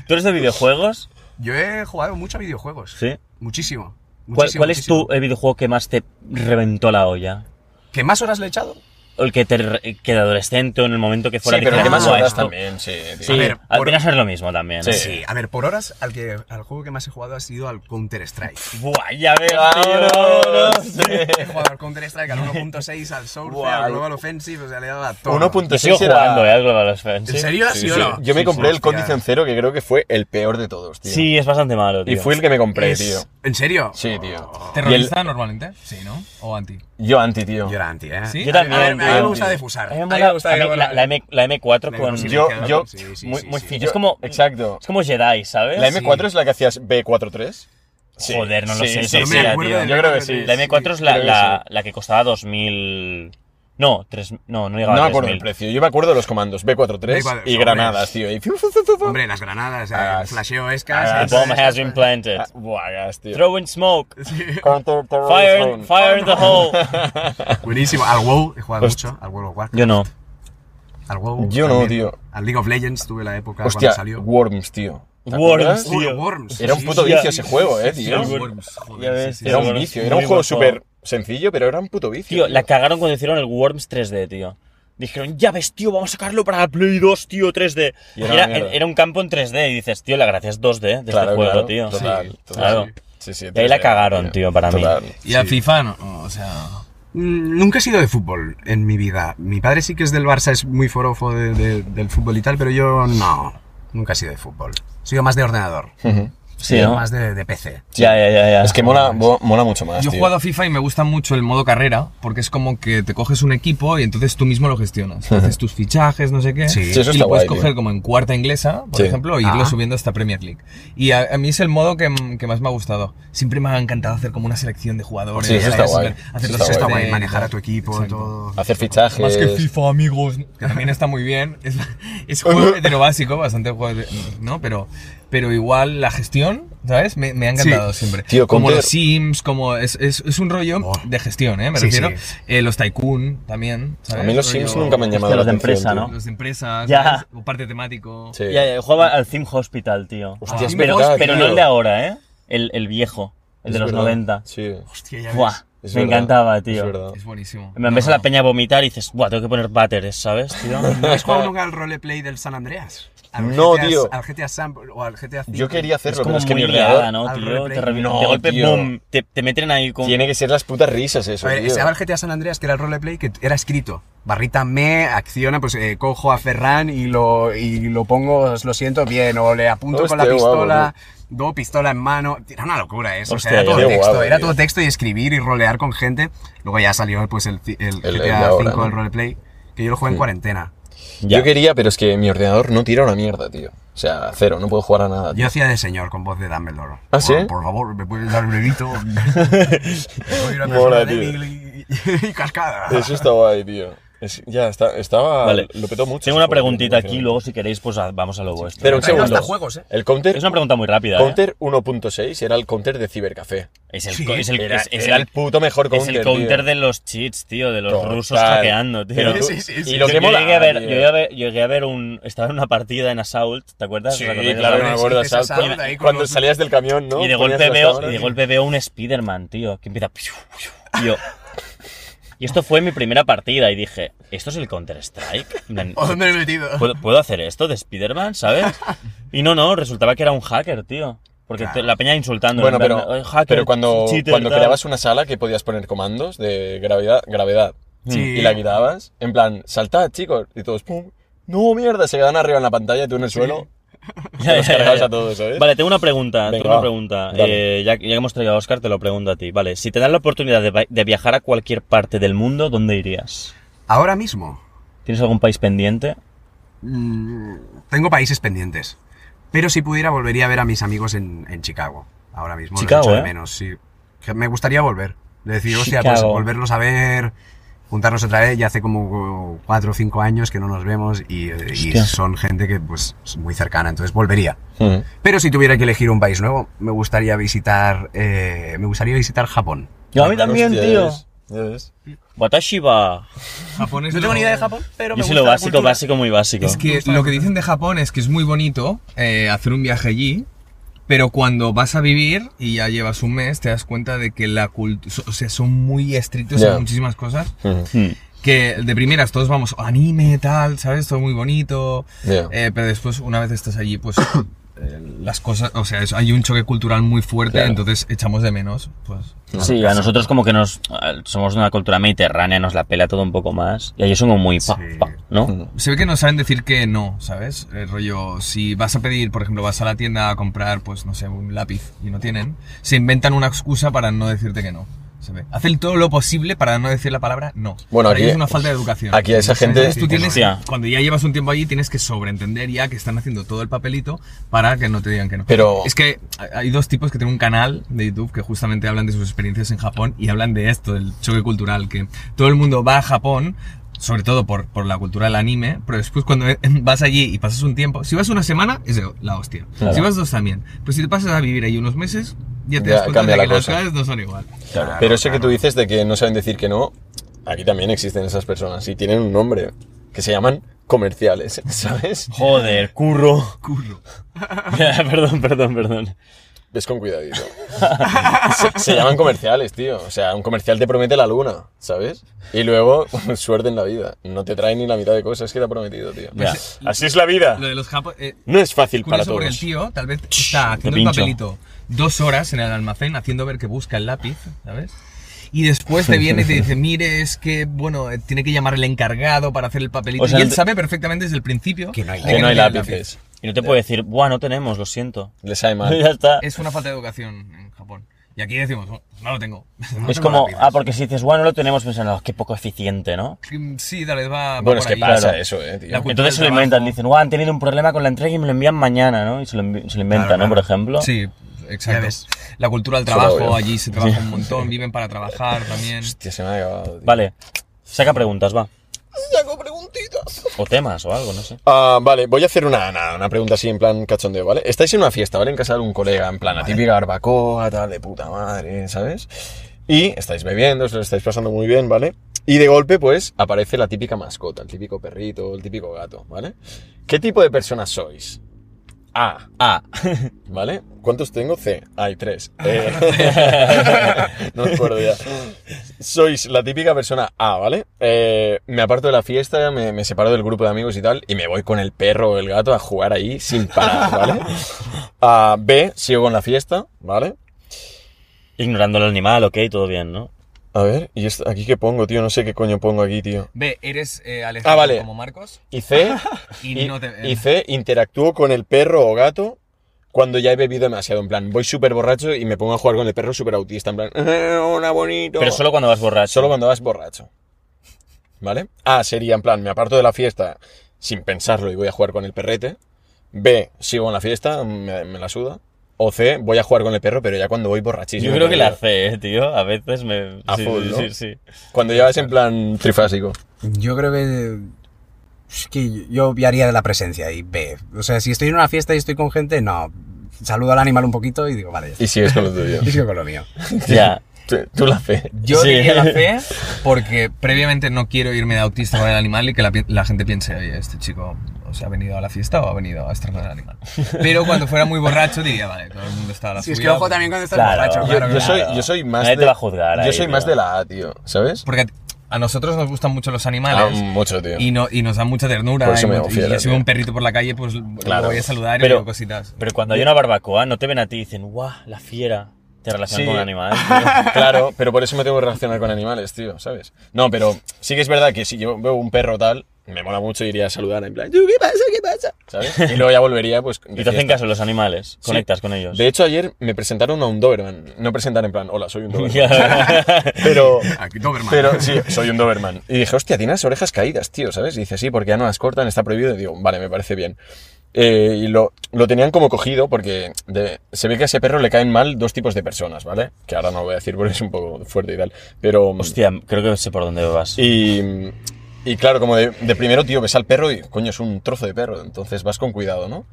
Speaker 2: ¿Tú eres de videojuegos?
Speaker 3: Yo he jugado mucho a videojuegos.
Speaker 2: Sí.
Speaker 3: Muchísimo.
Speaker 2: ¿Cuál,
Speaker 3: muchísimo,
Speaker 2: cuál es tu
Speaker 3: muchísimo.
Speaker 2: eh, videojuego que más te reventó la olla?
Speaker 3: ¿Que más horas le he echado?
Speaker 2: O el que te re- que de adolescente o en el momento que
Speaker 4: Sí,
Speaker 2: fuera
Speaker 4: pero el
Speaker 2: dije,
Speaker 4: que más
Speaker 2: "Ah,
Speaker 4: horas
Speaker 2: esto".
Speaker 4: también, sí. tío.
Speaker 2: Sí, Ah,
Speaker 3: A ver,
Speaker 2: al
Speaker 3: por-
Speaker 2: final es lo mismo también.
Speaker 4: Sí.
Speaker 2: ¿eh?
Speaker 3: Sí, a ver, por horas al, que, al juego que más he jugado ha sido al Counter-Strike.
Speaker 2: Buah, ya veo,
Speaker 4: Vámonos,
Speaker 2: vámonos.
Speaker 4: sí.
Speaker 3: He jugado al Counter-Strike, al 1.6, al Source,
Speaker 4: Guau.
Speaker 3: al Global Offensive, o sea, le he dado a todo.
Speaker 2: Yo sigo
Speaker 4: 1.6 era...
Speaker 2: jugando, ¿eh? Al Global Offensive.
Speaker 3: ¿En serio?
Speaker 4: Sí,
Speaker 3: ¿Sí, o
Speaker 4: sí.
Speaker 3: no?
Speaker 4: Yo me
Speaker 3: Sí,
Speaker 4: compré
Speaker 3: sí,
Speaker 4: el
Speaker 3: hostia.
Speaker 4: Condition Zero, que creo que fue el peor de todos, tío.
Speaker 2: Sí, es bastante malo, tío.
Speaker 4: Y fue el que me compré,
Speaker 3: Es-
Speaker 4: tío.
Speaker 3: ¿En serio?
Speaker 4: Sí, tío.
Speaker 1: ¿Terrorista normalmente? Sí, ¿no? ¿O anti?
Speaker 4: Yo anti, tío.
Speaker 3: Yo era anti, ¿eh?
Speaker 1: ¿Sí?
Speaker 2: Yo
Speaker 1: A mí-
Speaker 2: también.
Speaker 3: a mí me
Speaker 2: tío.
Speaker 3: gusta defusar.
Speaker 2: A mí me
Speaker 3: A mí
Speaker 2: mola-
Speaker 3: me gusta
Speaker 2: a mí
Speaker 3: que-
Speaker 2: la, la M, la M4 con.
Speaker 3: Sí,
Speaker 4: Yo,
Speaker 3: claro,
Speaker 4: yo,
Speaker 3: sí, sí,
Speaker 4: muy,
Speaker 3: sí,
Speaker 4: muy
Speaker 3: sí.
Speaker 4: fi-
Speaker 2: Es como-
Speaker 4: Exacto.
Speaker 2: Es como Jedi, ¿sabes?
Speaker 4: La M4 es la que hacías B43. Sí,
Speaker 2: Ah, Joder, no lo
Speaker 4: sí,
Speaker 2: sé,
Speaker 4: Sí,
Speaker 2: eso
Speaker 4: sí,
Speaker 2: me
Speaker 4: tío.
Speaker 2: acuerdo
Speaker 4: Yo
Speaker 3: del
Speaker 4: creo que
Speaker 3: nombre
Speaker 4: sí.
Speaker 3: de-
Speaker 2: La M4 es la,
Speaker 4: creo que
Speaker 2: la,
Speaker 4: sí.
Speaker 2: la que costaba 2.000... No, 3... No, no
Speaker 4: No
Speaker 2: llegaba
Speaker 4: me
Speaker 2: a
Speaker 4: acuerdo el
Speaker 2: 3.000.
Speaker 4: precio. Yo me acuerdo de los comandos B43
Speaker 3: B43,
Speaker 4: y
Speaker 3: hombre.
Speaker 4: granadas, tío. Y...
Speaker 3: Hombre, las granadas, eh,
Speaker 4: Ah,
Speaker 3: flasheo
Speaker 4: ah,
Speaker 2: The
Speaker 3: escas.
Speaker 2: bomb has been planted.
Speaker 4: Ah, Buah, gas, tío.
Speaker 2: Throw in smoke.
Speaker 4: Counter terrorism.
Speaker 2: Fire, fire in the hole.
Speaker 3: Buenísimo. Al WoW he jugado mucho, al World of Warcraft.
Speaker 2: Yo no.
Speaker 3: Al WoW.
Speaker 4: Yo no,
Speaker 3: también.
Speaker 4: tío.
Speaker 3: Al League of Legends tuve la época
Speaker 4: Hostia,
Speaker 3: cuando salió.
Speaker 4: Worms, tío. ¿Te
Speaker 2: Worms,
Speaker 4: acuerdas?
Speaker 2: tío.
Speaker 3: Uy, Worms.
Speaker 4: Era un
Speaker 3: sí,
Speaker 4: puto
Speaker 3: sí,
Speaker 4: vicio
Speaker 3: sí,
Speaker 4: ese
Speaker 3: sí,
Speaker 4: juego, eh,
Speaker 3: sí,
Speaker 4: tío.
Speaker 3: sí, Worms,
Speaker 2: Ya
Speaker 3: joder,
Speaker 2: ves,
Speaker 3: sí, sí,
Speaker 2: tío.
Speaker 4: Era un
Speaker 2: Worms,
Speaker 4: vicio, era
Speaker 2: muy
Speaker 4: un juego
Speaker 2: buen juego.
Speaker 4: súper sencillo, pero era un puto vicio.
Speaker 2: Tío, la cagaron cuando hicieron el Worms 3D, tío. Dijeron, ya ves, tío, vamos a sacarlo para la Play 2, tío, 3D.
Speaker 4: Y
Speaker 2: Y
Speaker 4: era
Speaker 2: Era,
Speaker 4: una mierda.
Speaker 2: era un campo en 3D y dices, tío, la gracia es 2D de
Speaker 4: Claro,
Speaker 2: este juego,
Speaker 4: claro,
Speaker 2: tío.
Speaker 4: total, total.
Speaker 2: Claro.
Speaker 4: Sí, sí,
Speaker 2: Y ahí la cagaron, tío, para mí.
Speaker 4: Total.
Speaker 1: Y a FIFA, no, o sea...
Speaker 3: Mm, Nunca he sido de fútbol en mi vida. Mi padre sí que es del Barça, es muy forofo de- de- del fútbol y tal, pero yo no. Nunca he sido de fútbol. He sido más de ordenador.
Speaker 4: Ujú.
Speaker 2: Sí, ¿no?
Speaker 3: Más de, de PC.
Speaker 2: Ya, ya, ya, ya.
Speaker 4: Es que mola, mo- mola mucho más.
Speaker 1: Yo he
Speaker 4: tío.
Speaker 1: jugado a FIFA y me gusta mucho el modo carrera, porque es como que te coges un equipo y entonces tú mismo lo gestionas. Haces tus fichajes, no sé qué.
Speaker 3: Sí.
Speaker 4: Sí, eso
Speaker 1: y
Speaker 4: está
Speaker 1: lo
Speaker 4: guay,
Speaker 1: puedes
Speaker 4: tío.
Speaker 1: coger como en cuarta inglesa, por
Speaker 4: Sí.
Speaker 1: ejemplo, e irlo
Speaker 3: Ah.
Speaker 1: subiendo hasta Premier League. Y a, a mí es el modo que, que más me ha gustado. Siempre me ha encantado hacer como una selección de jugadores.
Speaker 4: Sí, eso está guay.
Speaker 1: ¿sabes? Hacer
Speaker 4: Eso
Speaker 1: los
Speaker 3: Entonces está
Speaker 4: guay. Ah.
Speaker 3: guay
Speaker 1: upgrades y
Speaker 3: manejar a
Speaker 1: tal.
Speaker 3: tu equipo,
Speaker 1: Exacto.
Speaker 3: todo.
Speaker 4: Hacer fichajes.
Speaker 1: Más que FIFA, amigos. Que también está muy bien. Es, es juego hetero básico, bastante juego, de- ¿no? Pero, pero igual la gestión, ¿sabes? Me, me ha encantado
Speaker 3: Sí.
Speaker 1: siempre.
Speaker 4: Tío,
Speaker 1: como
Speaker 4: Counter-
Speaker 1: los Sims, como. Es, es, es un rollo
Speaker 3: Oh.
Speaker 1: de gestión, ¿eh? Me
Speaker 3: Sí,
Speaker 1: refiero.
Speaker 3: sí.
Speaker 1: Eh, los Tycoon también. ¿sabes?
Speaker 4: A mí los Sims
Speaker 1: Rollo-
Speaker 4: nunca me han llamado
Speaker 2: los
Speaker 4: la
Speaker 2: de
Speaker 4: atención.
Speaker 2: empresa,
Speaker 4: tío.
Speaker 2: ¿no?
Speaker 1: Los de empresas,
Speaker 2: Ya.
Speaker 1: ¿sabes? O parte temático.
Speaker 4: Sí.
Speaker 2: Ya, ya, jugaba al Theme Hospital, tío.
Speaker 4: Hostia, es
Speaker 2: pero
Speaker 4: verdad,
Speaker 2: pero
Speaker 4: tío.
Speaker 2: no el de ahora, ¿eh? El, el viejo, el de
Speaker 4: Es
Speaker 2: los
Speaker 4: verdad.
Speaker 2: 90.
Speaker 4: Sí.
Speaker 3: Hostia, ya ves.
Speaker 2: Buah,
Speaker 4: es
Speaker 2: me
Speaker 4: verdad,
Speaker 2: encantaba,
Speaker 4: Es
Speaker 2: tío.
Speaker 4: verdad.
Speaker 1: Es buenísimo.
Speaker 2: Me ves a la peña a vomitar y dices, buah, tengo que poner batteres, ¿sabes, tío?
Speaker 3: ¿No has jugado nunca al roleplay del San Andreas? Al
Speaker 4: No,
Speaker 3: GTA
Speaker 4: tío.
Speaker 3: Al GTA Sam o al GTA V.
Speaker 4: Yo quería
Speaker 2: Es
Speaker 4: hacerlo,
Speaker 2: como
Speaker 4: pero es que mi
Speaker 2: muy
Speaker 4: ordenador
Speaker 2: liada, ¿no,
Speaker 3: al
Speaker 2: tío?
Speaker 3: roleplay.
Speaker 2: Te revi-
Speaker 4: No,
Speaker 2: de golpe,
Speaker 4: tío.
Speaker 2: boom, te, te meten ahí con...
Speaker 4: Tiene que ser las putas risas eso,
Speaker 3: A ver,
Speaker 4: tío.
Speaker 3: estaba el GTA San Andreas, que era el roleplay, que era escrito. Barrita me acciona, pues eh, cojo a Ferran y lo, y lo pongo, os lo siento bien, o le apunto con la
Speaker 4: Hostia, guau,
Speaker 3: pistola, do pistola en mano. Era una locura eso.
Speaker 2: Hostia,
Speaker 3: o sea, era
Speaker 2: ya.
Speaker 3: todo
Speaker 4: Qué
Speaker 3: texto,
Speaker 4: guapo,
Speaker 3: era
Speaker 4: tío.
Speaker 3: todo texto y escribir y rolear con gente. Luego ya salió pues el, el,
Speaker 4: el de
Speaker 3: GTA
Speaker 4: ahora,
Speaker 3: V,
Speaker 4: ¿no?
Speaker 3: el roleplay, que yo lo jugué en cuarentena.
Speaker 2: Ya.
Speaker 4: Yo quería, pero es que mi ordenador no tira una mierda, tío. O sea, cero, no puedo jugar a nada. tío.
Speaker 3: Yo hacía de señor con voz de Dumbledore.
Speaker 4: ¿Ah,
Speaker 3: Por-
Speaker 4: sí?
Speaker 3: Por, favor, ¿me puedes dar un bebito? Soy una persona
Speaker 4: Mola, tío.
Speaker 3: débil y, y cascada.
Speaker 4: Eso está guay, tío. Es- ya, está- estaba...
Speaker 2: Vale.
Speaker 4: Lo petó mucho.
Speaker 2: Tengo
Speaker 4: ese
Speaker 2: una
Speaker 4: juego,
Speaker 2: preguntita
Speaker 4: tío,
Speaker 2: aquí, luego si queréis, pues a- vamos a lo vuestro.
Speaker 4: Pero un
Speaker 3: Traigo
Speaker 4: segundo.
Speaker 3: hasta juegos, ¿eh?
Speaker 4: El counter...
Speaker 2: Es una pregunta muy rápida, ¿eh?
Speaker 4: Counter 1.6 era el counter de Cibercafé.
Speaker 2: Es el,
Speaker 3: Sí,
Speaker 2: co- es el,
Speaker 4: Era,
Speaker 2: es- es
Speaker 4: era
Speaker 2: el-
Speaker 4: el puto mejor
Speaker 2: es
Speaker 4: counter.
Speaker 2: el counter
Speaker 4: tío.
Speaker 2: de los cheats, tío, de los
Speaker 4: Total.
Speaker 2: rusos hackeando, tío.
Speaker 4: Pero tú-
Speaker 3: Sí, sí, sí.
Speaker 4: Y lo
Speaker 2: Yo-
Speaker 4: que
Speaker 2: yo
Speaker 4: mola.
Speaker 2: llegué a ver, yo
Speaker 4: tío.
Speaker 2: llegué a ver, llegué a ver un... Estaba en una partida en Assault, ¿te acuerdas?
Speaker 4: Sí,
Speaker 2: ¿Os acordáis de
Speaker 4: claro,
Speaker 2: Assault?
Speaker 4: me
Speaker 3: Assault?
Speaker 4: acuerdo.
Speaker 3: Hiciste
Speaker 4: Assault,
Speaker 3: Assault
Speaker 4: cu-
Speaker 3: ahí con
Speaker 4: cuando
Speaker 3: los-
Speaker 4: salías del camión, ¿no?
Speaker 2: Y de
Speaker 4: Ponías
Speaker 2: golpe
Speaker 4: las
Speaker 2: veo,
Speaker 4: cámaras
Speaker 2: y de
Speaker 4: y-
Speaker 2: golpe veo un Spider-Man, tío, que empieza. piu, piu, y yo- Y esto fue mi primera partida y dije, ¿esto es el Counter-Strike? En plan,
Speaker 3: ¿O dónde me he metido?
Speaker 2: ¿Puedo, puedo hacer esto de Spider-Man, sabes? Y no, no, resultaba que era un hacker, tío. Porque
Speaker 3: Claro.
Speaker 2: la peña insultando.
Speaker 4: Bueno,
Speaker 2: en plan,
Speaker 4: pero,
Speaker 2: "Ay, hacker,
Speaker 4: pero cuando,
Speaker 2: cheater,
Speaker 4: cuando
Speaker 2: tal".
Speaker 4: creabas una sala que podías poner comandos de gravedad, gravedad hmm,
Speaker 3: Sí.
Speaker 4: y la quitabas, en plan, saltad, chicos, y todos, pum, no, mierda, se quedan arriba en la pantalla, tú en el suelo,
Speaker 2: Ya,
Speaker 4: los
Speaker 2: ya, ya,
Speaker 4: cargabas
Speaker 2: ya.
Speaker 4: a todos, ¿sabes?
Speaker 2: Vale, tengo una pregunta.
Speaker 4: Venga,
Speaker 2: tengo una
Speaker 4: va.
Speaker 2: pregunta.
Speaker 4: Dale.
Speaker 2: Eh, ya, ya que hemos traído a Oscar, te lo pregunto a ti. Vale, si te dan la oportunidad de, va- de viajar a cualquier parte del mundo, ¿dónde irías?
Speaker 3: Ahora mismo
Speaker 2: ¿Tienes algún país pendiente?
Speaker 3: mm, tengo países pendientes, pero si pudiera volvería a ver a mis amigos en, en Chicago. Ahora mismo los
Speaker 2: Chicago,
Speaker 3: echo de
Speaker 2: ¿eh?
Speaker 3: menos, sí. Que Me gustaría volver. De decir, hostia, pues
Speaker 2: Chicago.
Speaker 3: volverlos a ver, juntarnos otra vez. Ya hace como cuatro o cinco años que no nos vemos y, eh, y
Speaker 4: Hostia.
Speaker 3: son gente que pues es muy cercana, entonces volvería.
Speaker 4: Mm.
Speaker 3: Pero si tuviera que elegir un país nuevo, me gustaría visitar, eh, me gustaría visitar Japón.
Speaker 2: Yo a mí también,
Speaker 4: Hostia,
Speaker 2: tío.
Speaker 4: ya ves, ya ves.
Speaker 2: Watashi wa-
Speaker 1: Japón es
Speaker 3: No
Speaker 1: lo-
Speaker 3: tengo ni idea de Japón, pero me
Speaker 2: Yo soy
Speaker 3: gusta
Speaker 2: lo
Speaker 3: la
Speaker 2: básico,
Speaker 3: cultura.
Speaker 2: básico, muy básico.
Speaker 1: Es que lo que dicen de Japón es que es muy bonito eh, hacer un viaje allí, pero cuando vas a vivir y ya llevas un mes, te das cuenta de que la cultura. O sea, son muy estrictos
Speaker 4: Ya.
Speaker 1: en muchísimas cosas.
Speaker 4: Mm.
Speaker 2: Hmm.
Speaker 1: Que de primeras todos vamos anime, tal, ¿sabes? Todo muy bonito.
Speaker 4: Ya.
Speaker 1: Eh, pero después, una vez estás allí, pues. eh, las cosas. O sea, es- hay un choque cultural muy fuerte,
Speaker 4: Claro.
Speaker 1: entonces echamos de menos, pues.
Speaker 2: Sí, a nosotros como que nos al- somos de una cultura mediterránea, nos la pela todo un poco más. Y ellos son como muy pa,
Speaker 3: Sí.
Speaker 2: pa, ¿no?
Speaker 4: Mm.
Speaker 1: Se ve que no saben decir que no, ¿sabes? El rollo, si vas a pedir, por ejemplo, vas a la tienda a comprar, pues no sé, un lápiz y no tienen, se inventan una excusa para no decirte que no. Se ve. Hacen todo lo posible para no decir la palabra no.
Speaker 4: Bueno,
Speaker 1: Para
Speaker 4: aquí-
Speaker 1: ellos es una falta de educación.
Speaker 4: aquí a esa gente-
Speaker 1: Entonces, tú tienes,
Speaker 2: Hostia.
Speaker 1: cuando ya llevas un tiempo allí, tienes que sobreentender ya que están haciendo todo el papelito para que no te digan que no.
Speaker 4: Pero-
Speaker 1: Es que hay dos tipos que tienen un canal de YouTube que justamente hablan de sus experiencias en Japón y hablan de esto, del choque cultural, que todo el mundo va a Japón, sobre todo por, por la cultura del anime, pero después cuando vas allí y pasas un tiempo, si vas una semana es la hostia,
Speaker 2: Claro.
Speaker 1: si vas dos también, pero si te pasas a vivir ahí unos meses, ya te
Speaker 4: Ya
Speaker 1: das cuenta
Speaker 4: cambia
Speaker 1: de
Speaker 4: la
Speaker 1: que las
Speaker 4: cosa.
Speaker 1: ciudades no son igual.
Speaker 4: Claro, pero eso que tú dices de que no saben decir que no, aquí también existen esas personas y tienen un nombre que se llaman comerciales, ¿sabes?
Speaker 2: Joder, curro.
Speaker 1: Curro.
Speaker 2: perdón, perdón, perdón.
Speaker 4: Ves con cuidadito. se, se llaman comerciales, tío. O sea, un comercial te promete la luna, ¿sabes? Y luego, suerte en la vida. No te trae ni la mitad de cosas que te ha prometido, tío.
Speaker 2: Ya.
Speaker 3: Pues, eh,
Speaker 2: Así es la vida.
Speaker 1: Lo de los eh, japoneses...
Speaker 4: No es fácil para
Speaker 1: Curioso porque el
Speaker 4: todos.
Speaker 1: tío tal vez está haciendo
Speaker 2: te
Speaker 1: el
Speaker 2: pincho.
Speaker 1: papelito dos horas en el almacén haciendo ver que busca el lápiz, ¿sabes? Y después te viene y te dice, mire, es que, bueno, eh, tiene que llamar el encargado para hacer el papelito.
Speaker 2: O sea,
Speaker 1: y él
Speaker 2: el-
Speaker 1: sabe perfectamente desde el principio
Speaker 3: Que no hay
Speaker 1: de
Speaker 4: Que no hay
Speaker 1: tiene
Speaker 4: lápices.
Speaker 2: Y no te
Speaker 3: Eh.
Speaker 2: puede decir, buah, no tenemos, lo siento.
Speaker 4: Le sabe
Speaker 2: ya
Speaker 4: mal.
Speaker 2: está. Es,
Speaker 1: Es una falta de educación en Japón. Y aquí decimos, "Oh, no lo tengo.
Speaker 2: como, ah, porque si dices, bueno, no lo tenemos, pensando, "Ah, qué poco eficiente, ¿no?
Speaker 1: sí, tal vez va, va
Speaker 4: Bueno, es
Speaker 1: por
Speaker 4: que
Speaker 1: ahí.
Speaker 4: pasa eso, eh, tío.
Speaker 1: La cultura
Speaker 2: Entonces
Speaker 1: del
Speaker 2: se lo
Speaker 1: trabajo.
Speaker 2: inventan, dicen, guau, han tenido un problema con la entrega y me lo envían mañana, ¿no? Y se lo, envi- se lo inventan,
Speaker 3: Claro,
Speaker 2: ¿no? Por
Speaker 3: claro.
Speaker 2: ejemplo.
Speaker 1: Sí,
Speaker 3: Ya
Speaker 1: exacto.
Speaker 3: ves.
Speaker 1: La cultura del
Speaker 4: Eso lo
Speaker 1: trabajo,
Speaker 4: veo.
Speaker 1: allí se trabaja un montón, viven para trabajar también.
Speaker 4: Hostia, se me ha acabado. tío.
Speaker 2: Vale, saca preguntas, va.
Speaker 4: Saco preguntitas.
Speaker 2: O temas o algo, no sé.
Speaker 4: Ah, vale, voy a hacer una, una, una pregunta así en plan cachondeo, ¿vale? Estáis en una fiesta, ¿vale? En casa de un colega, en plan, la típica barbacoa, tal, de puta madre, ¿sabes? Y estáis bebiendo, os lo estáis pasando muy bien, ¿vale? Y de golpe, pues, aparece la típica mascota, el típico perrito, el típico gato, ¿vale? ¿Qué tipo de personas sois? A. A. ¿Vale? ¿Cuántos tengo? C. Hay tres. Eh, no me acuerdo ya. Sois la típica persona A, ¿vale? Eh, me aparto de la fiesta, me, me separo del grupo de amigos y tal, y me voy con el perro o el gato a jugar ahí sin parar, ¿vale? A, B, sigo con la fiesta, ¿vale?
Speaker 2: Ignorando al animal, ok, todo bien, ¿no?
Speaker 4: A ver, ¿y esto- aquí qué pongo, tío? No sé qué coño pongo aquí, tío.
Speaker 1: Ve, eres eh, Alejandro
Speaker 4: Ah, vale.
Speaker 1: como Marcos
Speaker 4: Y C,
Speaker 1: y,
Speaker 4: y,
Speaker 1: no te... eh,
Speaker 4: y C, interactúo con el perro o gato cuando ya he bebido demasiado. En plan, voy súper borracho y me pongo a jugar con el perro súper autista. En plan, "Eh, hola bonito.
Speaker 2: Pero solo cuando vas borracho.
Speaker 4: Ah, Solo cuando vas borracho. ¿Vale? A sería en plan, me aparto de la fiesta sin pensarlo y voy a jugar con el perrete. B, sigo en la fiesta, me, me la suda. O C, voy a jugar con el perro, pero ya cuando voy borrachísimo.
Speaker 2: Yo creo que la
Speaker 4: perdido.
Speaker 2: C, eh, tío. A veces me.
Speaker 4: A
Speaker 2: sí,
Speaker 4: full,
Speaker 2: sí,
Speaker 4: ¿no?
Speaker 2: sí, sí.
Speaker 4: Cuando ya vas en plan trifásico.
Speaker 5: Yo creo que. Es que yo obviaría de la presencia y ve. O sea, si estoy en una fiesta y estoy con gente, no. Saludo al animal un poquito y digo, vale, ya está.
Speaker 4: Y sigues con lo tuyo.
Speaker 5: Y sigo con lo mío.
Speaker 2: Ya.
Speaker 4: Tú, tú la C.
Speaker 1: Yo
Speaker 2: Sí.
Speaker 1: diría la C porque previamente no quiero irme de autista con el animal y que la, pi- la gente piense, oye, este chico o sea, ha venido a la fiesta o ha venido a estar con el animal. Pero cuando fuera muy borracho diría, vale, todo el mundo está a la
Speaker 3: Si es que
Speaker 1: suya,
Speaker 3: ojo
Speaker 1: pues-
Speaker 3: también cuando estás
Speaker 2: Claro.
Speaker 3: borracho,
Speaker 4: Yo,
Speaker 3: claro,
Speaker 4: yo
Speaker 3: claro.
Speaker 4: soy, yo soy más.
Speaker 2: Nadie
Speaker 4: de,
Speaker 2: te va a juzgar
Speaker 4: Yo
Speaker 2: ahí,
Speaker 4: soy
Speaker 2: tío.
Speaker 4: más de la A, tío. ¿Sabes?
Speaker 1: Porque a nosotros nos gustan mucho los
Speaker 4: Ah,
Speaker 1: animales.
Speaker 4: mucho, tío.
Speaker 1: Y, no, y nos dan mucha ternura.
Speaker 4: Por eso
Speaker 1: y,
Speaker 4: me
Speaker 1: mucho-
Speaker 4: hago fiel
Speaker 1: y
Speaker 4: a
Speaker 1: si veo
Speaker 4: ti.
Speaker 1: un perrito por la calle, pues lo-
Speaker 4: Claro.
Speaker 1: lo voy a saludar y
Speaker 2: Pero-
Speaker 1: le digo cositas.
Speaker 2: Pero cuando hay una barbacoa, no te ven a ti y dicen, guau, la fiera. Te relacionan
Speaker 4: Sí.
Speaker 2: con un animal. tío.
Speaker 4: Claro, pero por eso me tengo que relacionar con animales, tío, ¿sabes? No, pero sí que es verdad que si yo veo un perro tal, me mola mucho y iría a saludar en plan, "Tú, ¿qué pasa? ¿Qué pasa? ¿Sabes? Y luego ya volvería, pues. de
Speaker 2: Y te hacen
Speaker 4: fiesta.
Speaker 2: caso los animales.
Speaker 4: Sí.
Speaker 2: Conectas con ellos.
Speaker 4: De hecho, ayer me presentaron a un Doberman. No presentar en plan, hola, soy un Doberman.
Speaker 2: Ya.
Speaker 4: pero.
Speaker 3: Aquí, Doberman.
Speaker 4: Pero sí, soy un Doberman. Y dije, hostia, tiene las orejas caídas, tío, ¿sabes? Y dice, sí, porque ya no las cortan, está prohibido. Y digo, vale, me parece bien. eh, y lo, lo tenían como cogido porque de- se ve que a ese perro le caen mal dos tipos de personas, ¿vale? Que ahora no lo voy a decir porque es un poco fuerte y tal. Pero. mm,
Speaker 2: Hostia, creo que sé por dónde vas.
Speaker 4: Y, y claro, como de, de primero, tío, ves al perro y, coño, es un trozo de perro, entonces vas con cuidado, ¿no?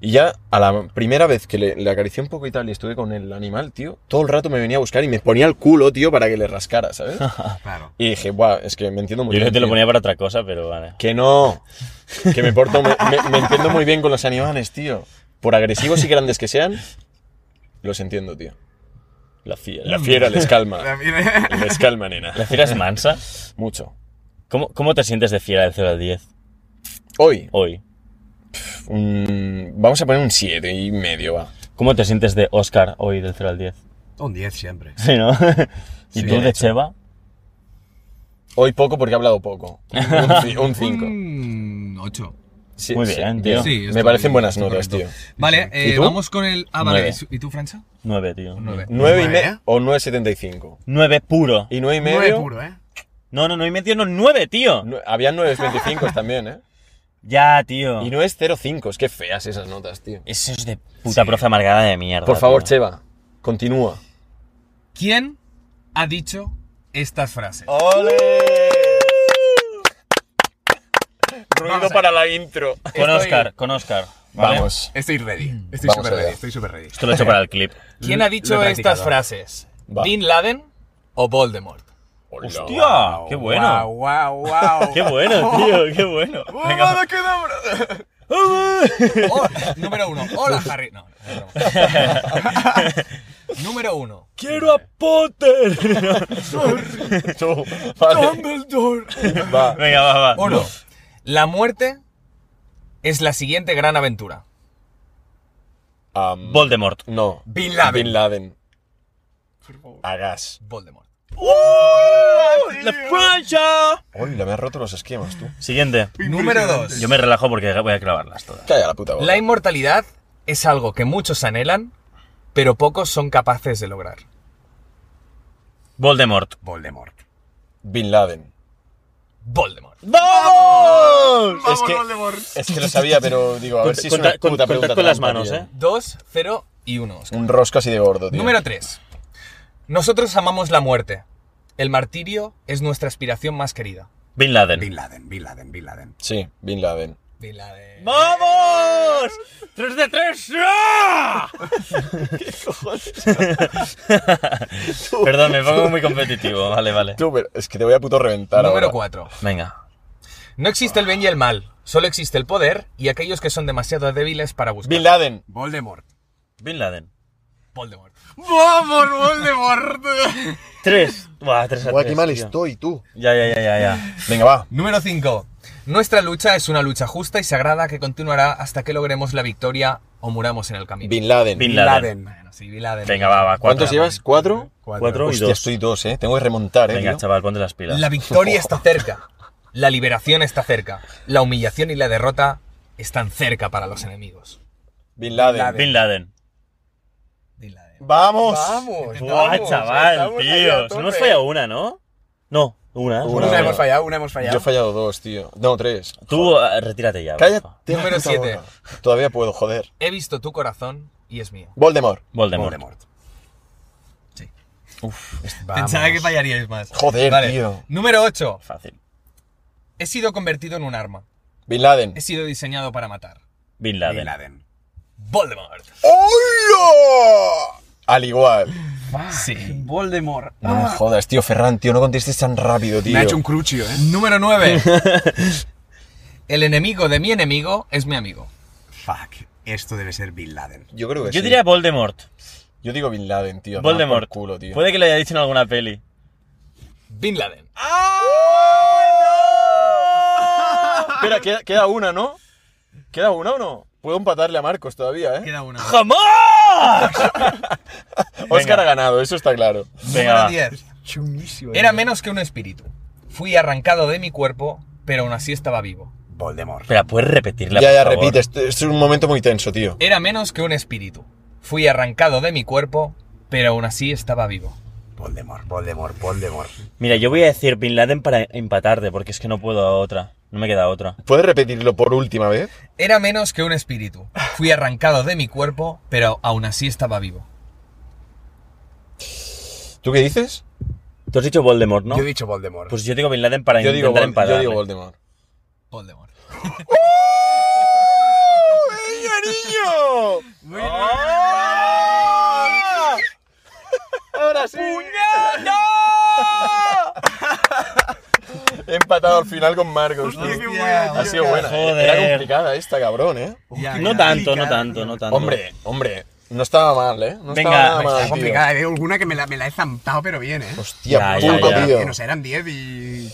Speaker 4: Y ya a la primera vez que le, le acaricié un poco y tal y estuve con el animal, tío, todo el rato me venía a buscar y me ponía el culo, tío, para que le rascara, ¿sabes?
Speaker 3: Claro.
Speaker 4: Y dije, guau, es que me entiendo muy
Speaker 2: Yo creo
Speaker 4: bien.
Speaker 2: que te lo
Speaker 4: tío".
Speaker 2: ponía para otra cosa, pero vale.
Speaker 4: Que no, que me porto, me, me- me entiendo muy bien con los animales, tío. Por agresivos y grandes que sean, los entiendo, tío.
Speaker 2: La fiera.
Speaker 4: La fiera les calma, les calma, nena.
Speaker 2: ¿La fiera es mansa?
Speaker 4: Mucho.
Speaker 2: ¿Cómo, cómo te sientes de fiera del 0 al 10
Speaker 4: Hoy,
Speaker 2: hoy?
Speaker 4: un- vamos a poner un 7 y medio, va.
Speaker 2: ¿Cómo te sientes de Oscar hoy del 0 al 10?
Speaker 3: Un 10 siempre.
Speaker 2: Sí, ¿no? ¿Y
Speaker 4: Sí,
Speaker 2: tú
Speaker 4: bien
Speaker 2: de
Speaker 4: hecho.
Speaker 2: Cheva?
Speaker 4: Hoy poco porque he hablado poco. Un 5.
Speaker 1: Un 8.
Speaker 2: Muy bien, tío.
Speaker 1: Mm. Sí,
Speaker 4: me
Speaker 1: estoy-
Speaker 4: parecen buenas
Speaker 1: estoy
Speaker 4: notas,
Speaker 1: correcto.
Speaker 4: tío.
Speaker 1: Vale, eh,
Speaker 4: tú?
Speaker 1: vamos con el. Ah, vale.
Speaker 2: Nueve.
Speaker 1: ¿y su- ¿Y tú, Francha?
Speaker 2: 9, tío.
Speaker 4: 9 y
Speaker 1: 9.
Speaker 3: Nueve, ¿eh?
Speaker 4: medio o 9,75.
Speaker 2: 9 puro.
Speaker 4: Y 9
Speaker 3: 9
Speaker 4: y medio.
Speaker 3: puro, ¿eh?
Speaker 2: No, no, no, y medio no, 9, tío.
Speaker 4: nue- Había 9,25 también, ¿eh?
Speaker 2: Ya, tío.
Speaker 4: Y 9,05. Es que feas esas notas, tío.
Speaker 2: Eso es de puta profe amargada de mierda.
Speaker 4: Por favor,
Speaker 2: tío.
Speaker 4: Cheva, continúa.
Speaker 1: ¿Quién ha dicho estas frases?
Speaker 4: ¡Ole! Ruido para la intro.
Speaker 2: Con Oscar, con Oscar. ¿vale?
Speaker 4: Vamos.
Speaker 5: Estoy ready. Estoy
Speaker 4: Vamos
Speaker 5: súper
Speaker 4: allá.
Speaker 5: ready. Estoy súper ready.
Speaker 2: Esto lo he hecho para el clip.
Speaker 1: ¿Quién ha
Speaker 5: Lo
Speaker 1: dicho
Speaker 5: he practicado.
Speaker 1: estas frases?
Speaker 4: Va.
Speaker 1: ¿Bin Laden o Voldemort?
Speaker 4: Hola.
Speaker 2: ¡Hostia! ¡Qué bueno!
Speaker 5: Wow, wow, wow.
Speaker 2: ¡Qué bueno, tío! ¡Qué bueno! Venga.
Speaker 1: Oh, número uno. Hola, Harry. No, no, no. número uno.
Speaker 2: ¡Quiero a Potter!
Speaker 4: Tú, vale, va.
Speaker 2: Venga, va, va.
Speaker 1: Uno. La muerte es la siguiente gran aventura.
Speaker 4: Am,
Speaker 2: Voldemort.
Speaker 4: no.
Speaker 1: Bin Laden.
Speaker 4: Bin Laden. Hagas.
Speaker 1: Voldemort.
Speaker 2: ¡La Francia!
Speaker 4: Hola, me has roto los esquemas, tú.
Speaker 2: Siguiente.
Speaker 1: Número dos.
Speaker 2: Yo me relajo porque voy a clavarlas todas.
Speaker 4: Calla la puta boca.
Speaker 1: La inmortalidad es algo que muchos anhelan, pero pocos son capaces de lograr.
Speaker 2: Voldemort.
Speaker 5: Voldemort.
Speaker 4: Bin Laden.
Speaker 1: Voldemort.
Speaker 2: ¡Vamos!
Speaker 4: es, que, es que lo sabía, pero digo, a ver si es una
Speaker 2: Conta- con-
Speaker 4: puta
Speaker 2: contacto
Speaker 4: pregunta
Speaker 2: con las
Speaker 4: trampa,
Speaker 2: manos,
Speaker 4: tío.
Speaker 2: ¿eh?
Speaker 1: Dos, cero y uno. Oscar.
Speaker 4: Un rosco así de gordo, tío.
Speaker 1: Número tres. Nosotros amamos la muerte. El martirio es nuestra aspiración más querida.
Speaker 2: Bin Laden.
Speaker 5: Bin Laden, Bin Laden, Bin Laden.
Speaker 4: Sí, Bin Laden.
Speaker 1: Bin Laden.
Speaker 2: ¡Vamos! ¡Tres de tres! ¡Ah! Perdón, me pongo muy competitivo. Vale, vale.
Speaker 4: Tú, pero es que te voy a puto reventar
Speaker 1: Número
Speaker 4: ahora.
Speaker 1: 4.
Speaker 2: Venga.
Speaker 1: No existe el bien y el mal, solo existe el poder y aquellos que son demasiado débiles para buscar.
Speaker 4: Bin Laden.
Speaker 5: Voldemort.
Speaker 2: Bin Laden.
Speaker 1: Voldemort.
Speaker 5: ¡Vamos, Voldemort!
Speaker 2: Tres. Buah, tres a tres. tío.
Speaker 4: tú.
Speaker 2: Ya, ya, ya, ya, ya.
Speaker 4: Venga, va.
Speaker 1: Número 5. Nuestra lucha es una lucha justa y sagrada que continuará hasta que logremos la victoria o muramos en el camino.
Speaker 4: Bin Laden.
Speaker 2: Bin Laden.
Speaker 1: Bueno, sí, Bin Laden.
Speaker 2: Venga, va, va. Cuatro.
Speaker 4: ¿Cuántos llevas? ¿Cuatro?
Speaker 2: Cuatro y
Speaker 4: Hostia,
Speaker 2: dos.
Speaker 4: estoy dos, ¿eh? Tengo que remontar, ¿eh?
Speaker 2: Venga,
Speaker 4: tío?
Speaker 2: chaval, ponte las pilas.
Speaker 1: La victoria está cerca. La liberación está cerca. La humillación y la derrota están cerca para los enemigos.
Speaker 4: Bin Laden.
Speaker 2: Bin Laden.
Speaker 1: Bin Laden.
Speaker 4: ¡Vamos!
Speaker 2: Buah,
Speaker 4: Vamos,
Speaker 2: chaval,
Speaker 4: estamos ahí a
Speaker 2: tío.
Speaker 4: tope.
Speaker 2: No hemos fallado una, ¿no? No, una.
Speaker 4: Una.
Speaker 5: Una hemos fallado, una hemos
Speaker 4: Yo he
Speaker 5: fallado.
Speaker 4: fallado dos, tío. No, tres.
Speaker 2: Tú eh, retírate ya.
Speaker 4: Cállate.
Speaker 2: porfa.
Speaker 4: la
Speaker 1: Número
Speaker 4: puta
Speaker 1: siete.
Speaker 4: boca. Todavía puedo, joder.
Speaker 1: He visto tu corazón y es mío.
Speaker 4: Voldemort.
Speaker 2: Voldemort.
Speaker 5: Voldemort.
Speaker 4: Uf,
Speaker 1: Pensaba que fallaríais más.
Speaker 4: Joder, tío.
Speaker 1: Número 8.
Speaker 2: Fácil.
Speaker 1: He sido convertido en un arma.
Speaker 4: Bin Laden.
Speaker 1: He sido diseñado para matar.
Speaker 2: Bin
Speaker 5: Bin
Speaker 2: Laden.
Speaker 5: Laden.
Speaker 1: Voldemort.
Speaker 4: ¡Hola! Al igual.
Speaker 1: Sí.
Speaker 5: Voldemort.
Speaker 4: No
Speaker 3: Ah.
Speaker 4: me jodas, tío, Ferran, tío, no contestes tan rápido, tío.
Speaker 5: Me ha hecho un crucio, ¿eh?
Speaker 1: Número 9. El enemigo de mi enemigo es mi amigo.
Speaker 5: Fuck. Esto debe ser Bin Laden.
Speaker 4: Yo creo que
Speaker 2: Yo
Speaker 4: Pues sí.
Speaker 2: diría Voldemort.
Speaker 4: Yo digo Bin Laden, tío. toma
Speaker 2: Voldemort.
Speaker 4: por culo, tío.
Speaker 2: Puede que lo haya dicho en alguna peli.
Speaker 1: Bin Laden.
Speaker 4: Espera, queda, queda una, ¿no? ¿Queda una o no? Puedo empatarle a Marcos todavía, ¿eh?
Speaker 1: Queda una.
Speaker 2: ¡Jamás!
Speaker 4: Oscar ha ganado, eso está claro.
Speaker 2: Venga, va.
Speaker 1: Número 10. Era menos que un espíritu. Fui arrancado de mi cuerpo, pero aún así estaba vivo.
Speaker 5: Voldemort.
Speaker 2: Espera, ¿puedes repetirla?
Speaker 4: ya,
Speaker 2: por
Speaker 4: ya,
Speaker 2: favor?
Speaker 4: repite, esto, esto es un momento muy tenso, tío.
Speaker 1: Era menos que un espíritu. Fui arrancado de mi cuerpo, pero aún así estaba vivo.
Speaker 5: Voldemort, Voldemort, Voldemort.
Speaker 2: Mira, yo voy a decir Bin Laden para empatarte, porque es que no puedo a otra. No me queda otra.
Speaker 4: ¿Puedes repetirlo por última vez?
Speaker 1: Era menos que un espíritu. Fui arrancado de mi cuerpo, pero aún así estaba vivo.
Speaker 4: ¿Tú qué dices?
Speaker 2: Tú has dicho Voldemort, ¿no?
Speaker 5: Yo he dicho Voldemort.
Speaker 2: Pues yo digo Bin Laden para
Speaker 4: Yo digo,
Speaker 2: intentar
Speaker 4: Vol- yo
Speaker 2: empatarle.
Speaker 4: digo Voldemort.
Speaker 1: Voldemort.
Speaker 4: ¡Niño! ¡Ah! ¡Ahora sí! He empatado al final con Marcos. tío. Ha sido buena.
Speaker 2: Joder.
Speaker 4: Era complicada esta, cabrón, ¿eh?
Speaker 2: no tanto, no tanto, no tanto.
Speaker 4: Hombre, hombre, no estaba mal, ¿eh? No
Speaker 2: Venga,
Speaker 4: estaba nada
Speaker 2: está
Speaker 4: mal.
Speaker 3: Está
Speaker 4: tío.
Speaker 3: complicada, hay alguna que me la, me la he zampado, pero bien, ¿eh?
Speaker 4: Hostia,
Speaker 2: Ya, ya,
Speaker 4: puto,
Speaker 2: ya.
Speaker 4: tío.
Speaker 3: Que nos eran 10 y.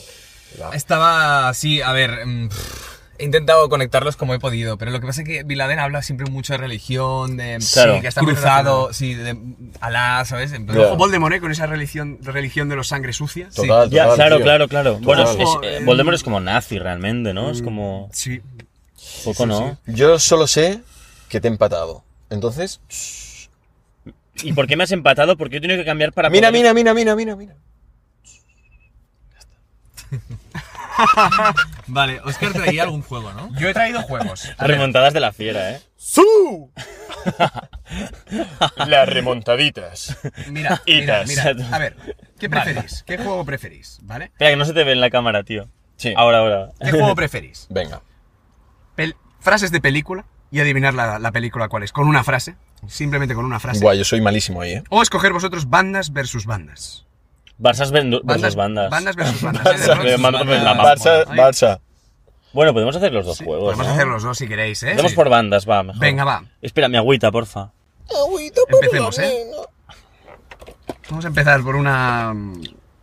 Speaker 1: Estaba así, a ver. mm, pff, He intentado conectarlos como he podido, pero lo que pasa es que Bin Laden habla siempre mucho de religión, de
Speaker 2: Claro.
Speaker 1: sí, que está muy cruzado, sí, de mm, Alá, ¿sabes? En plan,
Speaker 4: Ya.
Speaker 3: Ojo, Voldemort, ¿eh? Con esa religión, religión de los sangre sucias.
Speaker 4: Total,
Speaker 2: Ya,
Speaker 4: total,
Speaker 2: claro,
Speaker 4: tío.
Speaker 2: claro, claro. Bueno, es-
Speaker 3: Ojo,
Speaker 2: es- eh,
Speaker 3: eh, Mm.
Speaker 2: Voldemort es como nazi realmente, ¿no? Es como...
Speaker 3: Sí.
Speaker 2: Poco, ¿no?
Speaker 4: Yo solo sé que te he empatado. Entonces,
Speaker 2: ¿Y por qué me has empatado? Porque yo he tenido que cambiar para...
Speaker 4: mira,
Speaker 2: poder-
Speaker 4: mira, mira, mira, mira, mira.
Speaker 1: Vale, Oscar traía algún juego, ¿no?
Speaker 3: Yo he traído juegos.
Speaker 2: Remontadas de la fiera, ¿eh?
Speaker 4: ¡Su! Las remontaditas.
Speaker 3: Mira, mira,
Speaker 2: Itas.
Speaker 3: mira. A ver, ¿qué preferís? ¿Qué juego preferís? ¿Vale?
Speaker 2: Espera, que no se te ve en la cámara, tío.
Speaker 4: Sí.
Speaker 2: Ahora, ahora.
Speaker 3: ¿Qué juego preferís?
Speaker 4: Venga.
Speaker 3: Pel- frases de película y adivinar la, la película cuál es. Con una frase. Simplemente con una frase.
Speaker 4: Guay, yo soy malísimo ahí, ¿eh?
Speaker 3: O escoger vosotros bandas versus bandas.
Speaker 2: Barças versus bandas.
Speaker 3: Bandas versus bandas. ¿eh?
Speaker 4: Barça,
Speaker 3: De rock.
Speaker 2: Mando- la mano.
Speaker 4: Barça, Barça.
Speaker 2: Bueno, podemos hacer los dos
Speaker 3: Sí,
Speaker 2: juegos. ¿eh?
Speaker 3: Podemos
Speaker 2: ¿no?
Speaker 3: hacer los dos si queréis, ¿eh?
Speaker 2: Hacemos
Speaker 3: Sí.
Speaker 2: por bandas, va, mejor.
Speaker 3: Venga, va.
Speaker 2: Espera, mi agüita, porfa.
Speaker 3: Empecemos, ¿eh? Vamos a empezar por una.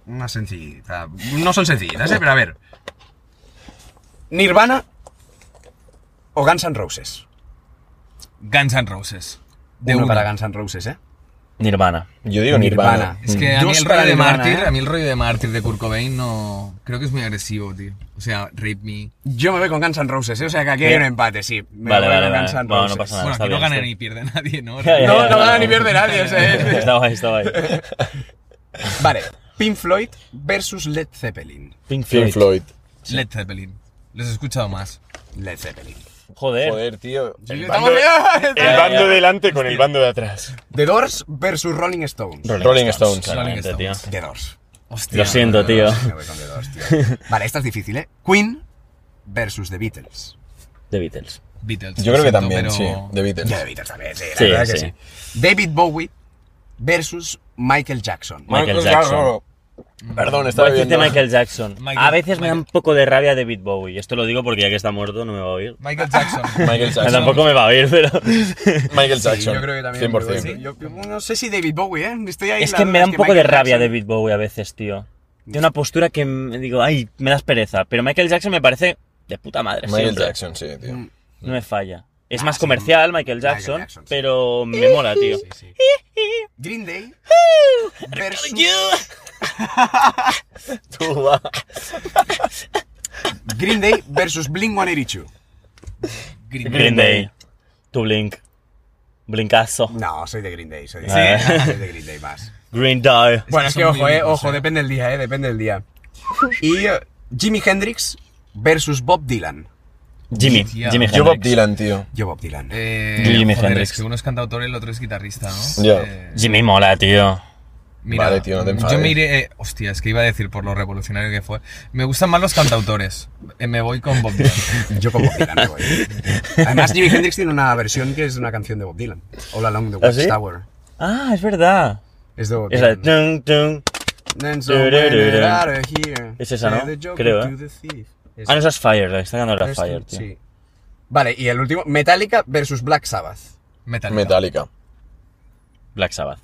Speaker 3: Una sencillita. No son sencillitas, ¿eh? Pero a ver.
Speaker 5: Nirvana o Guns N' Roses.
Speaker 1: Guns N' Roses.
Speaker 5: De
Speaker 1: De
Speaker 5: uno
Speaker 1: una.
Speaker 5: para Guns N' Roses, ¿eh?
Speaker 2: Nirvana.
Speaker 4: Yo digo Nirvana.
Speaker 1: Es que a
Speaker 5: Dos
Speaker 1: mí el
Speaker 5: para
Speaker 1: rollo de
Speaker 5: Nirvana,
Speaker 1: mártir,
Speaker 5: ¿eh?
Speaker 1: a mí el rollo de mártir de Kurt Cobain no... Creo que es muy agresivo, tío. O sea, rape me.
Speaker 5: Yo me voy con Guns N' Roses, ¿eh? O sea que aquí hay un empate, sí. Me
Speaker 2: Vale,
Speaker 5: voy
Speaker 2: vale,
Speaker 5: con
Speaker 2: vale.
Speaker 5: Guns N'
Speaker 2: Bueno, no
Speaker 5: Roses.
Speaker 2: pasa Ah, nada.
Speaker 1: bueno,
Speaker 2: está
Speaker 1: que no
Speaker 2: bien,
Speaker 1: gana
Speaker 2: está
Speaker 1: ni pierde nadie, ¿no?
Speaker 2: Ya, ya,
Speaker 5: No,
Speaker 2: ya,
Speaker 5: no
Speaker 2: ya.
Speaker 5: gana ni pierde nadie, o sea, es-
Speaker 2: Estaba ahí, estaba ahí.
Speaker 5: Vale, Pink Floyd versus Led Zeppelin.
Speaker 2: Pink Floyd.
Speaker 4: Pink Floyd.
Speaker 1: Led Zeppelin. Los he escuchado más.
Speaker 5: Led Zeppelin.
Speaker 2: Joder.
Speaker 4: Joder, tío. El
Speaker 5: Estamos bien.
Speaker 2: Ya, ya, ya.
Speaker 4: delante con el bando de atrás.
Speaker 5: The Doors versus Rolling Stones.
Speaker 2: Rolling,
Speaker 4: Rolling
Speaker 2: Stones,
Speaker 4: Stones.
Speaker 2: claramente,
Speaker 1: Rolling Stones.
Speaker 2: tío.
Speaker 5: The Doors.
Speaker 1: Hostia.
Speaker 2: Lo siento, tío.
Speaker 5: Me voy con The Doors, tío. Vale, esta es difícil, ¿eh? Queen versus The Beatles.
Speaker 2: The Beatles.
Speaker 1: Beatles.
Speaker 4: Yo
Speaker 1: lo
Speaker 4: creo que
Speaker 1: siento,
Speaker 4: también,
Speaker 1: pero-
Speaker 4: sí. The Beatles.
Speaker 5: Ya The Beatles también, sí, la
Speaker 2: Sí,
Speaker 5: verdad que
Speaker 2: sí.
Speaker 5: sí. David Bowie versus Michael Jackson.
Speaker 2: Michael
Speaker 4: Michael
Speaker 2: Jackson.
Speaker 4: Jackson. Perdón,
Speaker 2: Voy
Speaker 4: estaba
Speaker 2: a decirte
Speaker 4: viendo.
Speaker 2: este Michael Jackson.
Speaker 1: Michael-
Speaker 2: a veces me da
Speaker 1: Michael-
Speaker 2: un poco de rabia David Bowie. Esto lo digo porque ya que está muerto no me va a oír.
Speaker 1: Michael Jackson.
Speaker 4: Michael Jackson.
Speaker 2: Tampoco me va a oír, pero...
Speaker 4: Michael Jackson.
Speaker 5: Sí, yo creo que también.
Speaker 4: 100%.
Speaker 5: sí, yo- yo no sé si David Bowie, ¿eh? Estoy ahí
Speaker 2: es
Speaker 5: la
Speaker 2: que
Speaker 5: duda,
Speaker 2: me da un poco de
Speaker 5: Michael
Speaker 2: rabia
Speaker 5: Jackson-
Speaker 2: David Bowie a veces, tío. Tiene una postura que me digo, ay, me das pereza. Pero Michael Jackson me parece de puta madre.
Speaker 4: Michael
Speaker 2: siempre.
Speaker 4: Jackson, sí, tío.
Speaker 2: No me falla. Es más comercial Michael Jackson,
Speaker 5: Jackson, sí.
Speaker 2: pero me mola, tío.
Speaker 5: Green Day versus,
Speaker 4: Tú va.
Speaker 5: Green Day versus Blink-182.
Speaker 1: Green Day.
Speaker 2: Green Day. Tu Blink. Blinkazo.
Speaker 5: No, soy de Green Day, soy de,
Speaker 2: Sí.
Speaker 5: soy de Green Day más.
Speaker 2: Green Day.
Speaker 5: Bueno, es que
Speaker 1: son
Speaker 5: ojo,
Speaker 1: muy
Speaker 5: eh,
Speaker 1: únicos,
Speaker 5: ojo,
Speaker 1: eh.
Speaker 5: depende del día, eh, depende del día. Y eh, Jimi Hendrix versus Bob Dylan.
Speaker 2: Jimmy.
Speaker 1: Hostia.
Speaker 2: Jimmy
Speaker 4: Yo Bob
Speaker 2: Hendrix.
Speaker 4: Dylan, tío.
Speaker 5: Yo Bob Dylan.
Speaker 1: Eh,
Speaker 2: Jimi
Speaker 1: joder,
Speaker 2: Hendrix.
Speaker 1: Es que uno es cantautor y el otro es guitarrista, ¿no?
Speaker 4: Ya.
Speaker 1: Eh,
Speaker 2: Jimmy mola, tío.
Speaker 1: Mira,
Speaker 4: Vale, tío, no te enfades.
Speaker 1: yo me iré... eh, hostia, es que iba a decir por lo revolucionario que fue. Me gustan más los cantautores. Eh, me voy con Bob Dylan.
Speaker 5: Yo con Bob Dylan. voy. Además, Jimi Hendrix tiene una versión que es una canción de Bob Dylan. All Along the
Speaker 2: ¿Ah, sí?
Speaker 5: Watchtower.
Speaker 2: Ah, es verdad.
Speaker 5: Es de Bob
Speaker 2: Es la de...
Speaker 3: Mm.
Speaker 5: Dylan.
Speaker 2: tun, tun.
Speaker 5: Then somewhere
Speaker 2: Turururu.
Speaker 5: out of here,
Speaker 2: Es esa, ¿no?
Speaker 5: the joker
Speaker 2: Creo, ¿eh?
Speaker 5: to the thief. Es-
Speaker 2: Ah, no, esa es Fire. La que está ganando la
Speaker 5: es- este,
Speaker 2: Fire, tío.
Speaker 5: sí. Vale, y el último, Metallica versus Black Sabbath.
Speaker 1: Metallica.
Speaker 4: Metallica.
Speaker 2: Black Sabbath.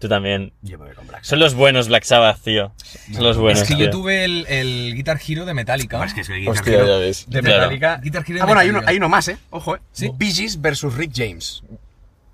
Speaker 2: Tú también.
Speaker 5: Yo me voy con Black Sabbath.
Speaker 2: Son los buenos Black Sabbath, tío. Son los buenos.
Speaker 1: Es que
Speaker 2: tío.
Speaker 1: yo tuve el, el Guitar Hero de Metallica.
Speaker 3: Hombre, es que es que-
Speaker 4: Hostia, ya ves.
Speaker 5: De
Speaker 2: Claro.
Speaker 5: Metallica.
Speaker 1: Guitar Hero de
Speaker 5: Ah, bueno, hay uno,
Speaker 1: Metallica.
Speaker 5: hay uno más, ¿eh? Ojo, ¿eh?
Speaker 1: Sí.
Speaker 5: Bee Gees versus Rick James.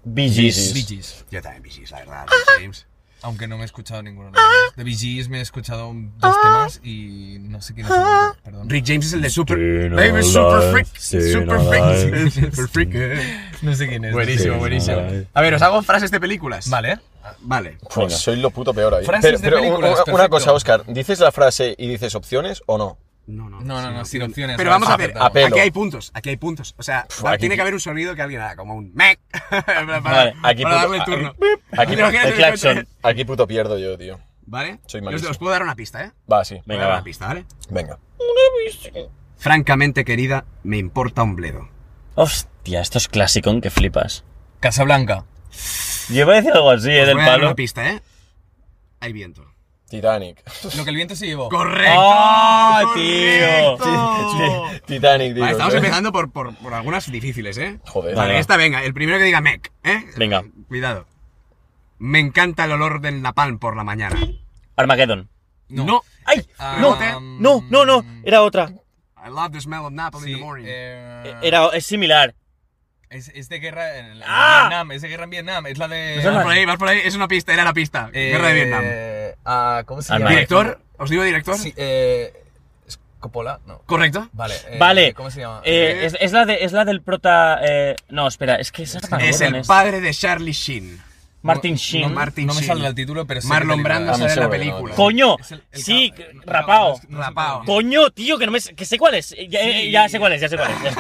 Speaker 2: Bee Gees.
Speaker 1: Bee Gees.
Speaker 3: Ah.
Speaker 5: Yo también Bee Gees, la verdad, Rick James.
Speaker 1: Aunque no me he escuchado ninguno de ellos. De VGs me he escuchado un- dos temas y no sé quién es el otro, perdón.
Speaker 3: Rick James es el de Super.
Speaker 2: Staying
Speaker 3: Baby, Super
Speaker 2: alive,
Speaker 3: Freak.
Speaker 2: staying
Speaker 3: Super
Speaker 2: alive.
Speaker 3: Freak. Super Freak. eh.
Speaker 1: No sé quién es.
Speaker 5: Buenísimo,
Speaker 2: Sí,
Speaker 5: buenísimo.
Speaker 2: vale.
Speaker 5: A ver, os hago frases de películas.
Speaker 1: Vale.
Speaker 3: Ah,
Speaker 5: Vale.
Speaker 4: Pues soy lo puto peor ahí.
Speaker 1: Frases de
Speaker 4: un-
Speaker 1: películas,
Speaker 4: una- una
Speaker 1: perfecto.
Speaker 4: cosa, Oscar, ¿dices la frase y dices opciones o no?
Speaker 3: No, no.
Speaker 1: No, no, no, sin opciones.
Speaker 3: Pero vamos a
Speaker 1: Vale,
Speaker 3: ver,
Speaker 1: aceptamos.
Speaker 4: apelo.
Speaker 3: aquí hay puntos, aquí hay puntos. O sea,
Speaker 4: Pf,
Speaker 3: va-
Speaker 4: aquí-
Speaker 3: tiene que haber un sonido que alguien haga, como un mec, para,
Speaker 4: Vale, aquí
Speaker 3: para
Speaker 4: punto-
Speaker 3: darle el turno.
Speaker 4: Aquí,
Speaker 3: Pero que
Speaker 4: el
Speaker 3: no
Speaker 4: claxon.
Speaker 3: encuentre.
Speaker 4: Aquí puto pierdo yo, tío.
Speaker 3: ¿Vale?
Speaker 4: Soy
Speaker 3: Yo os-
Speaker 4: malísimo.
Speaker 3: os puedo dar una pista, ¿eh?
Speaker 4: Va, sí.
Speaker 2: Venga,
Speaker 3: Voy a dar
Speaker 2: va.
Speaker 3: Una pista, ¿vale?
Speaker 4: Venga.
Speaker 3: Francamente, querida, me importa un bledo.
Speaker 2: Hostia, esto es clásico, que flipas.
Speaker 1: Casablanca.
Speaker 2: Yo iba a decir algo así, ¿eh? Del
Speaker 3: Voy a dar
Speaker 2: palo.
Speaker 3: una pista, ¿eh? Hay viento.
Speaker 4: Titanic.
Speaker 1: Lo que el viento se llevó.
Speaker 3: ¡Correcto!
Speaker 2: Oh. ¡Ah, tío!
Speaker 3: ¡Correcto! Vale,
Speaker 4: Titanic, digo.
Speaker 3: estamos
Speaker 4: yo.
Speaker 3: empezando por, por, por algunas difíciles, ¿eh?
Speaker 4: Joder.
Speaker 3: Vale,
Speaker 2: Venga.
Speaker 3: esta venga, el primero que diga mec, ¿eh?
Speaker 2: Venga.
Speaker 3: Cuidado. Me encanta el olor del napalm por la mañana.
Speaker 2: Armageddon.
Speaker 1: No.
Speaker 2: ¡Ay!
Speaker 1: Ah,
Speaker 2: no,
Speaker 1: um,
Speaker 2: no, no, no. Era otra.
Speaker 3: I love the smell of napalm
Speaker 1: Sí,
Speaker 3: in the morning.
Speaker 1: eh,
Speaker 2: E-, Era, es similar.
Speaker 1: Es, es de guerra en, en
Speaker 2: ¡Ah!
Speaker 1: Vietnam, es de guerra en Vietnam, es la de...
Speaker 3: Vas por ahí, vas por ahí, es una pista, era la pista.
Speaker 1: Eh,
Speaker 3: Guerra de Vietnam.
Speaker 1: ah, ¿Cómo se
Speaker 2: Ah,
Speaker 1: llama?
Speaker 2: vale.
Speaker 3: ¿Director? ¿Os digo director?
Speaker 1: Sí, eh, ¿es Coppola, no.
Speaker 3: ¿Correcto?
Speaker 1: Vale. eh,
Speaker 2: Vale.
Speaker 1: ¿Cómo se llama?
Speaker 2: Eh, es, es la de, es la del prota. eh, no, espera, es que es Armageddon.
Speaker 3: Es el
Speaker 2: es-
Speaker 3: padre de Charlie Sheen.
Speaker 2: ¿eh? Martin
Speaker 1: No-
Speaker 2: Sheen.
Speaker 1: No,
Speaker 3: Martin
Speaker 1: no me
Speaker 3: Sheen.
Speaker 1: sale el título, pero sí.
Speaker 3: Marlon Brando
Speaker 4: A mí
Speaker 3: sale en la
Speaker 4: seguro que no,
Speaker 3: película.
Speaker 4: tío.
Speaker 2: Coño,
Speaker 1: Es el- el
Speaker 2: sí,
Speaker 1: ca- el
Speaker 2: rapao.
Speaker 1: ca- no sé
Speaker 3: Rapao.
Speaker 1: cómo-
Speaker 2: Coño, tío, que no me sé- que sé cuál es. Eh, Ya, eh, ya sé cuál es, ya sé cuál es. ya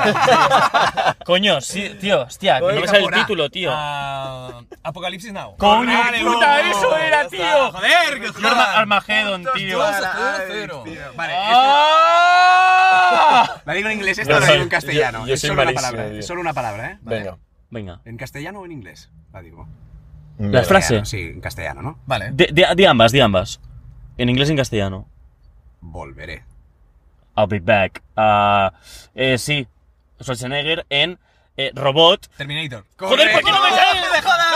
Speaker 2: está. Coño, sí, tío, hostia, que no me sale el
Speaker 3: Capora.
Speaker 2: título, tío.
Speaker 1: Ah, Apocalipsis Now.
Speaker 2: Coño,
Speaker 3: Corrales,
Speaker 2: puta,
Speaker 3: no,
Speaker 2: eso era, tío.
Speaker 3: ¡Joder!
Speaker 2: Yo Arma- Armagedon, tío.
Speaker 1: cero.
Speaker 3: este, Vale,
Speaker 2: ¡Ah!
Speaker 3: esta- la digo en inglés,
Speaker 4: Yo
Speaker 3: esta la digo
Speaker 4: soy-
Speaker 3: en castellano.
Speaker 4: yo- yo
Speaker 3: es
Speaker 4: soy
Speaker 3: solo una
Speaker 4: malísimo,
Speaker 3: palabra,
Speaker 4: tío.
Speaker 3: es solo una palabra, ¿eh?
Speaker 4: Venga.
Speaker 2: Venga.
Speaker 3: ¿En castellano o en inglés? La digo.
Speaker 2: Las
Speaker 4: Mierda.
Speaker 2: frases.
Speaker 3: Sí, en castellano, ¿no?
Speaker 1: Vale.
Speaker 2: De, de- de ambas, de ambas. En inglés y en castellano.
Speaker 3: Volveré.
Speaker 2: I'll be back. Ah, eh, sí, Schwarzenegger en eh, Robot.
Speaker 1: Terminator.
Speaker 2: Joder, ¿por qué no me salen, no